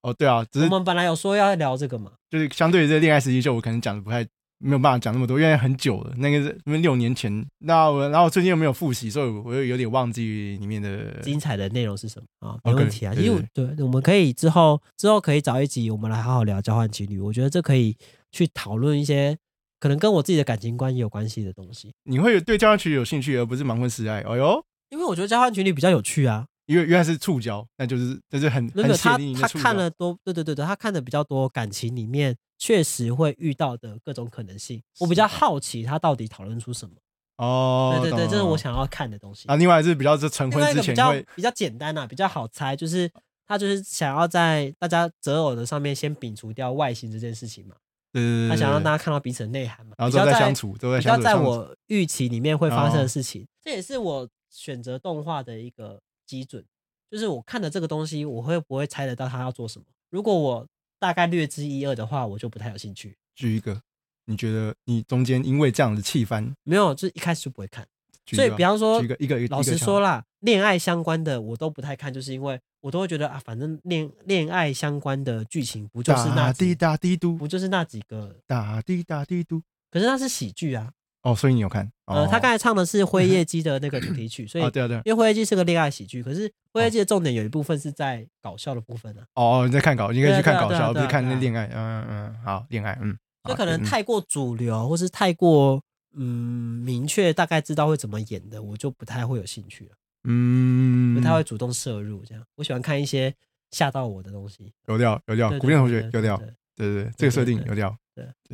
[SPEAKER 2] 哦，对啊，只
[SPEAKER 1] 我
[SPEAKER 2] 是
[SPEAKER 1] 们本来有说要聊这个嘛，
[SPEAKER 2] 就是相对于这恋爱实际秀，我可能讲的不太没有办法讲那么多，因为很久了，那个是因为六年前。那我然后我最近又没有复习，所以我又有点忘记里面的。
[SPEAKER 1] 精彩的内容是什么啊？没
[SPEAKER 2] OK，
[SPEAKER 1] 问题啊，
[SPEAKER 2] 对
[SPEAKER 1] 因为我对，我们可以之后之后可以找一集，我们来好好聊交换情侣。我觉得这可以去讨论一些可能跟我自己的感情观也有关系的东西，
[SPEAKER 2] 你会对交换曲有兴趣，而不是盲婚失爱。哎呦，
[SPEAKER 1] 因为我觉得交换情侣比较有趣啊。
[SPEAKER 2] 因为原来是触礁，那就是那就是很
[SPEAKER 1] 那个
[SPEAKER 2] 很
[SPEAKER 1] 他
[SPEAKER 2] 血淋淋
[SPEAKER 1] 他
[SPEAKER 2] 的触
[SPEAKER 1] 看
[SPEAKER 2] 礁。
[SPEAKER 1] 了多，对对对对，他看的比较多感情里面确实会遇到的各种可能性。我比较好奇他到底讨论出什么。
[SPEAKER 2] 哦，
[SPEAKER 1] 对对对，
[SPEAKER 2] 懂
[SPEAKER 1] 这是
[SPEAKER 2] 了
[SPEAKER 1] 我想要看的东西。
[SPEAKER 2] 啊。另外是比较是成
[SPEAKER 1] 另
[SPEAKER 2] 婚
[SPEAKER 1] 外一
[SPEAKER 2] 之
[SPEAKER 1] 个比
[SPEAKER 2] 前
[SPEAKER 1] 较
[SPEAKER 2] 会
[SPEAKER 1] 比较简单啊，比较好猜，就是他就是想要在大家择偶的上面先摒除掉外形这件事情嘛，
[SPEAKER 2] 对对对，
[SPEAKER 1] 他想让大
[SPEAKER 2] 家，
[SPEAKER 1] 家看到彼此的内涵嘛，
[SPEAKER 2] 然后
[SPEAKER 1] 比
[SPEAKER 2] 之后
[SPEAKER 1] 较在
[SPEAKER 2] 再相处，都在
[SPEAKER 1] 比
[SPEAKER 2] 相
[SPEAKER 1] 较
[SPEAKER 2] 处。
[SPEAKER 1] 在
[SPEAKER 2] 相处
[SPEAKER 1] 我预期里面会发生
[SPEAKER 2] 哦
[SPEAKER 1] 的事情，这也是我选择动画的一个基准，就是我看的这个东西，我会不会猜得到他要做什么？如果我大概略知一二的话，我就不太有兴趣。
[SPEAKER 2] 举一个，你觉得你中间因为这样子气翻，
[SPEAKER 1] 没有，就是一开始就不会看。
[SPEAKER 2] 举
[SPEAKER 1] 所以
[SPEAKER 2] 一个
[SPEAKER 1] 比方说
[SPEAKER 2] 举一个一个一个，
[SPEAKER 1] 老
[SPEAKER 2] 一个
[SPEAKER 1] 实
[SPEAKER 2] 想
[SPEAKER 1] 说
[SPEAKER 2] 法，
[SPEAKER 1] 啦，恋爱相关的我都不太看，就是因为我都会觉得啊，反正恋恋爱相关的剧情不就是那
[SPEAKER 2] 打滴
[SPEAKER 1] 几
[SPEAKER 2] 打滴
[SPEAKER 1] 不
[SPEAKER 2] 嘟，
[SPEAKER 1] 就是那几个？
[SPEAKER 2] 打滴打滴嘟。
[SPEAKER 1] 可是那是喜剧啊。
[SPEAKER 2] 哦，所以你有看？
[SPEAKER 1] 呃，
[SPEAKER 2] 哦
[SPEAKER 1] 他刚才唱的 是辉夜姬的那个主题曲，所以
[SPEAKER 2] 哦，对啊哦对啊，
[SPEAKER 1] 因为辉夜姬是个恋爱喜剧，可是辉夜姬的重点有一部分是在搞笑的部分啊，
[SPEAKER 2] 哦，你在看搞，你可以去
[SPEAKER 1] 对
[SPEAKER 2] 看
[SPEAKER 1] 啊
[SPEAKER 2] 搞
[SPEAKER 1] 对啊
[SPEAKER 2] 笑，不
[SPEAKER 1] 对啊
[SPEAKER 2] 是看
[SPEAKER 1] 对
[SPEAKER 2] 那
[SPEAKER 1] 啊
[SPEAKER 2] 恋爱。嗯嗯嗯，好，恋爱，嗯，
[SPEAKER 1] 就
[SPEAKER 2] 好
[SPEAKER 1] 可能
[SPEAKER 2] 嗯
[SPEAKER 1] 太过主流，或是太过嗯明确，大概知道会怎么演的，我就不太会有兴趣了，
[SPEAKER 2] 嗯
[SPEAKER 1] 不太会主动摄入这样。我喜欢看一些吓到我的东西。
[SPEAKER 2] 有料有料
[SPEAKER 1] 对，
[SPEAKER 2] 哦古
[SPEAKER 1] 对
[SPEAKER 2] 典同
[SPEAKER 1] 对
[SPEAKER 2] 学
[SPEAKER 1] 对
[SPEAKER 2] 有
[SPEAKER 1] 对
[SPEAKER 2] 料
[SPEAKER 1] 对，
[SPEAKER 2] 对对对，这个设定
[SPEAKER 1] 对
[SPEAKER 2] 有料。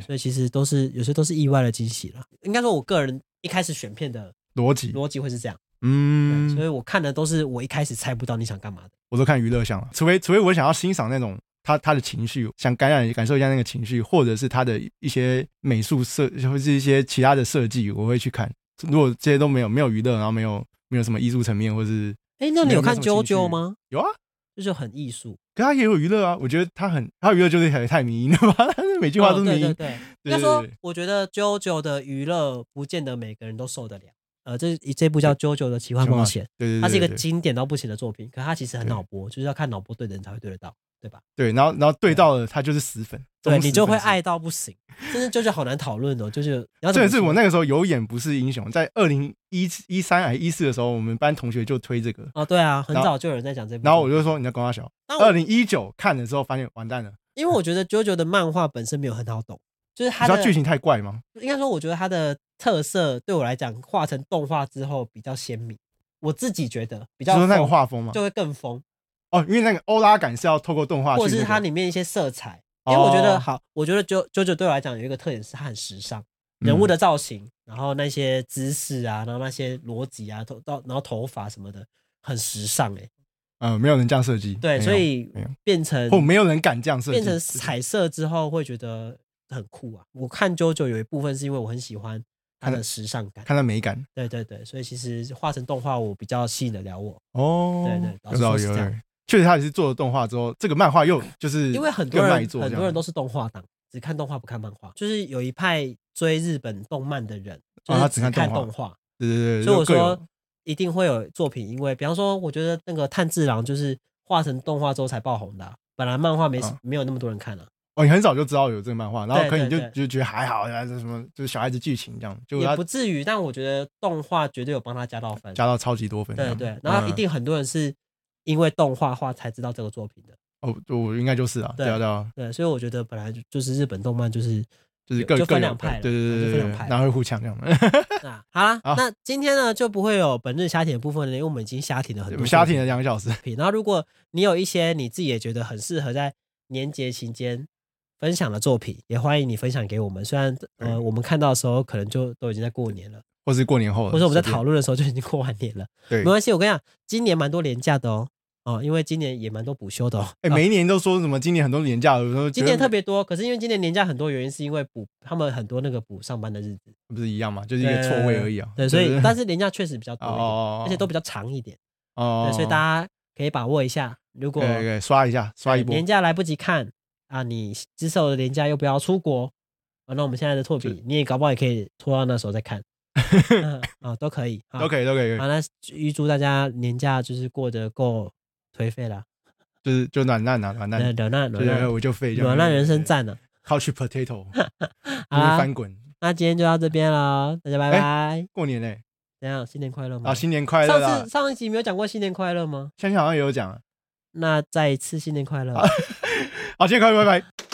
[SPEAKER 1] 所以其实都是有些都是意外的惊喜了。应该说，我个人一开始选片的
[SPEAKER 2] 逻辑，
[SPEAKER 1] 逻辑会是这样，对所
[SPEAKER 2] 嗯，
[SPEAKER 1] 以我看的都是我一开始猜不到你想干嘛的。
[SPEAKER 2] 我都看娱乐向了，除非除非我想要欣赏那种他他的情绪，想感染感受一下那个情绪，或者是他的一些美术设，或是一些其他的设计，我会去看。如果这些都没有，没有娱乐，然后没有没有什么艺术层面，或是
[SPEAKER 1] 哎，那
[SPEAKER 2] 没
[SPEAKER 1] 你
[SPEAKER 2] 有
[SPEAKER 1] 有
[SPEAKER 2] 那
[SPEAKER 1] 看
[SPEAKER 2] 种
[SPEAKER 1] 《
[SPEAKER 2] 情
[SPEAKER 1] JoJo
[SPEAKER 2] 绪
[SPEAKER 1] 吗？
[SPEAKER 2] 有啊，
[SPEAKER 1] 这就很艺术，
[SPEAKER 2] 可他也有娱乐啊。我觉得他很他娱乐就是太太迷因了吧， 他每句话都
[SPEAKER 1] 哦
[SPEAKER 2] 是
[SPEAKER 1] 对
[SPEAKER 2] 迷
[SPEAKER 1] 对
[SPEAKER 2] 因。
[SPEAKER 1] 对。应
[SPEAKER 2] 对
[SPEAKER 1] 该
[SPEAKER 2] 对
[SPEAKER 1] 说
[SPEAKER 2] 对对，
[SPEAKER 1] 我觉得《JoJo 的娱乐不见得每个人都受得了。呃，这这部叫《JoJo 的奇幻
[SPEAKER 2] 奇幻
[SPEAKER 1] 冒
[SPEAKER 2] 冒
[SPEAKER 1] 险》，
[SPEAKER 2] 对对，
[SPEAKER 1] 它是一个
[SPEAKER 2] 对对
[SPEAKER 1] 经典到不行的作品，可它其实很
[SPEAKER 2] 对
[SPEAKER 1] 脑波，就是要看脑波对的人才会对得到，对吧？
[SPEAKER 2] 对，然后然后对到了他就是死粉，
[SPEAKER 1] 对
[SPEAKER 2] 忠
[SPEAKER 1] 你
[SPEAKER 2] 实
[SPEAKER 1] 就会
[SPEAKER 2] 粉丝
[SPEAKER 1] 爱到不行，真是 JoJo 好难讨论哦，就是你要怎
[SPEAKER 2] 这
[SPEAKER 1] 么
[SPEAKER 2] 也是我
[SPEAKER 1] 说
[SPEAKER 2] 那个时候有眼不是英雄，在二零一一三还一四的时候，我们班同学就推这个，
[SPEAKER 1] 哦，对啊，很
[SPEAKER 2] 然后
[SPEAKER 1] 早就有人在讲这部作品，
[SPEAKER 2] 然后我就说你在光大小。
[SPEAKER 1] 那我
[SPEAKER 2] 二零一九看的时候发现完蛋了，
[SPEAKER 1] 因为我觉得 JoJo 的漫画本身没有很好懂，就是
[SPEAKER 2] 你
[SPEAKER 1] 它
[SPEAKER 2] 知道
[SPEAKER 1] 的
[SPEAKER 2] 剧情太怪吗？
[SPEAKER 1] 应该说，我觉得它的特色对我来讲，画成动画之后比较鲜明。我自己觉得比
[SPEAKER 2] 就
[SPEAKER 1] 较
[SPEAKER 2] 是那个
[SPEAKER 1] 疯
[SPEAKER 2] 画风吗？
[SPEAKER 1] 就会更疯，
[SPEAKER 2] 哦，因为那个欧拉感是要透过动画去
[SPEAKER 1] 或
[SPEAKER 2] 那个，
[SPEAKER 1] 者是它里面一些色彩。因为我觉得
[SPEAKER 2] 哦
[SPEAKER 1] 好，我觉得 Jo JoJo 对我来讲有一个特点是它很时尚，人
[SPEAKER 2] 嗯
[SPEAKER 1] 物的造型，然后那些姿势啊，然后那些逻辑啊，头到然后头发什么的很时尚哎、
[SPEAKER 2] 嗯、呃没有人这样设计，没
[SPEAKER 1] 对，
[SPEAKER 2] 有
[SPEAKER 1] 所以
[SPEAKER 2] 没有哦
[SPEAKER 1] 变成
[SPEAKER 2] 或没有人敢这样设计，
[SPEAKER 1] 变成彩色之后会觉得很酷啊。我看 JoJo 有一部分是因为我很喜欢它的时尚感，
[SPEAKER 2] 看它美感
[SPEAKER 1] 对对对，所以其实画成动画我比较吸引得了我，
[SPEAKER 2] 哦，
[SPEAKER 1] 对对老
[SPEAKER 2] 有
[SPEAKER 1] 实
[SPEAKER 2] 道
[SPEAKER 1] 说
[SPEAKER 2] 理
[SPEAKER 1] 是
[SPEAKER 2] 有
[SPEAKER 1] 这
[SPEAKER 2] 道
[SPEAKER 1] 样
[SPEAKER 2] 理。确实，他也是做了动画之后，这个漫画又就是
[SPEAKER 1] 因为很多
[SPEAKER 2] 更
[SPEAKER 1] 人
[SPEAKER 2] 卖座
[SPEAKER 1] 很
[SPEAKER 2] 这
[SPEAKER 1] 多
[SPEAKER 2] 样
[SPEAKER 1] 人都是动画党，只看动画不看漫画，就是有一派追日本动漫的人，就
[SPEAKER 2] 哦他
[SPEAKER 1] 是
[SPEAKER 2] 只
[SPEAKER 1] 只
[SPEAKER 2] 看
[SPEAKER 1] 看
[SPEAKER 2] 动
[SPEAKER 1] 动画，
[SPEAKER 2] 对对对，
[SPEAKER 1] 所以我
[SPEAKER 2] 就各有
[SPEAKER 1] 说一定会有作品，因为比方说，我觉得那个炭治郎就是画成动画之后才爆红的啊、本来漫画没
[SPEAKER 2] 嗯
[SPEAKER 1] 没有那么多人看啊，
[SPEAKER 2] 哦，你很早就知道有这个漫画，然后
[SPEAKER 1] 对
[SPEAKER 2] 可能你就
[SPEAKER 1] 对对
[SPEAKER 2] 就觉得还好，然后这什么就是小孩子剧情这样，就
[SPEAKER 1] 也
[SPEAKER 2] 他
[SPEAKER 1] 不至于，但我觉得动画绝对有帮他加到分，
[SPEAKER 2] 加到超级多分这
[SPEAKER 1] 对
[SPEAKER 2] 样。
[SPEAKER 1] 对，然后一
[SPEAKER 2] 嗯
[SPEAKER 1] 定很多人是因为动画化才知道这个作品的，
[SPEAKER 2] 哦，就我应该就是啊，
[SPEAKER 1] 对
[SPEAKER 2] 对啊对啊，
[SPEAKER 1] 对，所以我觉得本来就就是日本动漫就是
[SPEAKER 2] 就是
[SPEAKER 1] 有
[SPEAKER 2] 各
[SPEAKER 1] 就分
[SPEAKER 2] 各有
[SPEAKER 1] 两派了
[SPEAKER 2] 对对
[SPEAKER 1] 就
[SPEAKER 2] 对
[SPEAKER 1] 分
[SPEAKER 2] 对
[SPEAKER 1] 两
[SPEAKER 2] 对
[SPEAKER 1] 派，
[SPEAKER 2] 然后会互抢这样。
[SPEAKER 1] 啊，好啦，
[SPEAKER 2] 好
[SPEAKER 1] 那今天呢就不会有本日瞎停的部分了，因为我们已经瞎停了很
[SPEAKER 2] 我
[SPEAKER 1] 多
[SPEAKER 2] 们瞎停
[SPEAKER 1] 作
[SPEAKER 2] 了两个小时，
[SPEAKER 1] 品。然后如果你有一些你自己也觉得很适合在年节期间分享的作品，也欢迎你分享给我们。虽然
[SPEAKER 2] 对
[SPEAKER 1] 呃我们看到的时候可能就都已经在过年了，
[SPEAKER 2] 或是过年后了，
[SPEAKER 1] 或者我们在
[SPEAKER 2] 呃随便
[SPEAKER 1] 讨论的时候就已经过完年了，
[SPEAKER 2] 对
[SPEAKER 1] 没。关系。我跟你讲，今年蛮多年假的哦，哦，因为今年也蛮多补休的哦。
[SPEAKER 2] 哎，
[SPEAKER 1] 啊
[SPEAKER 2] 每一年都说什么今年很多年假，有时候
[SPEAKER 1] 今年特别多，可是因为今年年假很多原因是因为补他们很多那个补上班的日子，
[SPEAKER 2] 不是一样嘛，就是一个错位而已啊。
[SPEAKER 1] 对，所以
[SPEAKER 2] 但
[SPEAKER 1] 但是年假确实比较多一点，
[SPEAKER 2] 哦，
[SPEAKER 1] 而且都比较长一点。
[SPEAKER 2] 哦，
[SPEAKER 1] 对，所以大家可以把握一下。如果哎
[SPEAKER 2] 对对，刷一下，刷一波。
[SPEAKER 1] 年假来不及看啊，你之后的年假又不要出国啊，那我们现在的拓
[SPEAKER 2] 是
[SPEAKER 1] 比，你也搞不好也可以拖到那时候再 看嗯啊，都可以，
[SPEAKER 2] 都可以，都可以
[SPEAKER 1] 以，啊。那预祝大家年假就是过得够颓废了，
[SPEAKER 2] 就是就暖烂啊，暖
[SPEAKER 1] 那
[SPEAKER 2] 烂，
[SPEAKER 1] 软烂
[SPEAKER 2] 就
[SPEAKER 1] 软
[SPEAKER 2] 是哎
[SPEAKER 1] 烂
[SPEAKER 2] 我就废这样。
[SPEAKER 1] 软烂人生赞啊了，
[SPEAKER 2] ，couch potato，
[SPEAKER 1] 好
[SPEAKER 2] 因为
[SPEAKER 1] 啦
[SPEAKER 2] 翻，滚。
[SPEAKER 1] 那今天就到这边了，大家拜
[SPEAKER 2] 哎
[SPEAKER 1] 拜，
[SPEAKER 2] 过年嘞，
[SPEAKER 1] 怎样？新年快乐吗
[SPEAKER 2] 啊，？新年快乐
[SPEAKER 1] 上
[SPEAKER 2] 啦
[SPEAKER 1] 次！上一集没有讲过新年快乐吗？
[SPEAKER 2] 相信好像也有讲啊，啊
[SPEAKER 1] 那再一次新年快乐。
[SPEAKER 2] 好，新年快乐，拜拜。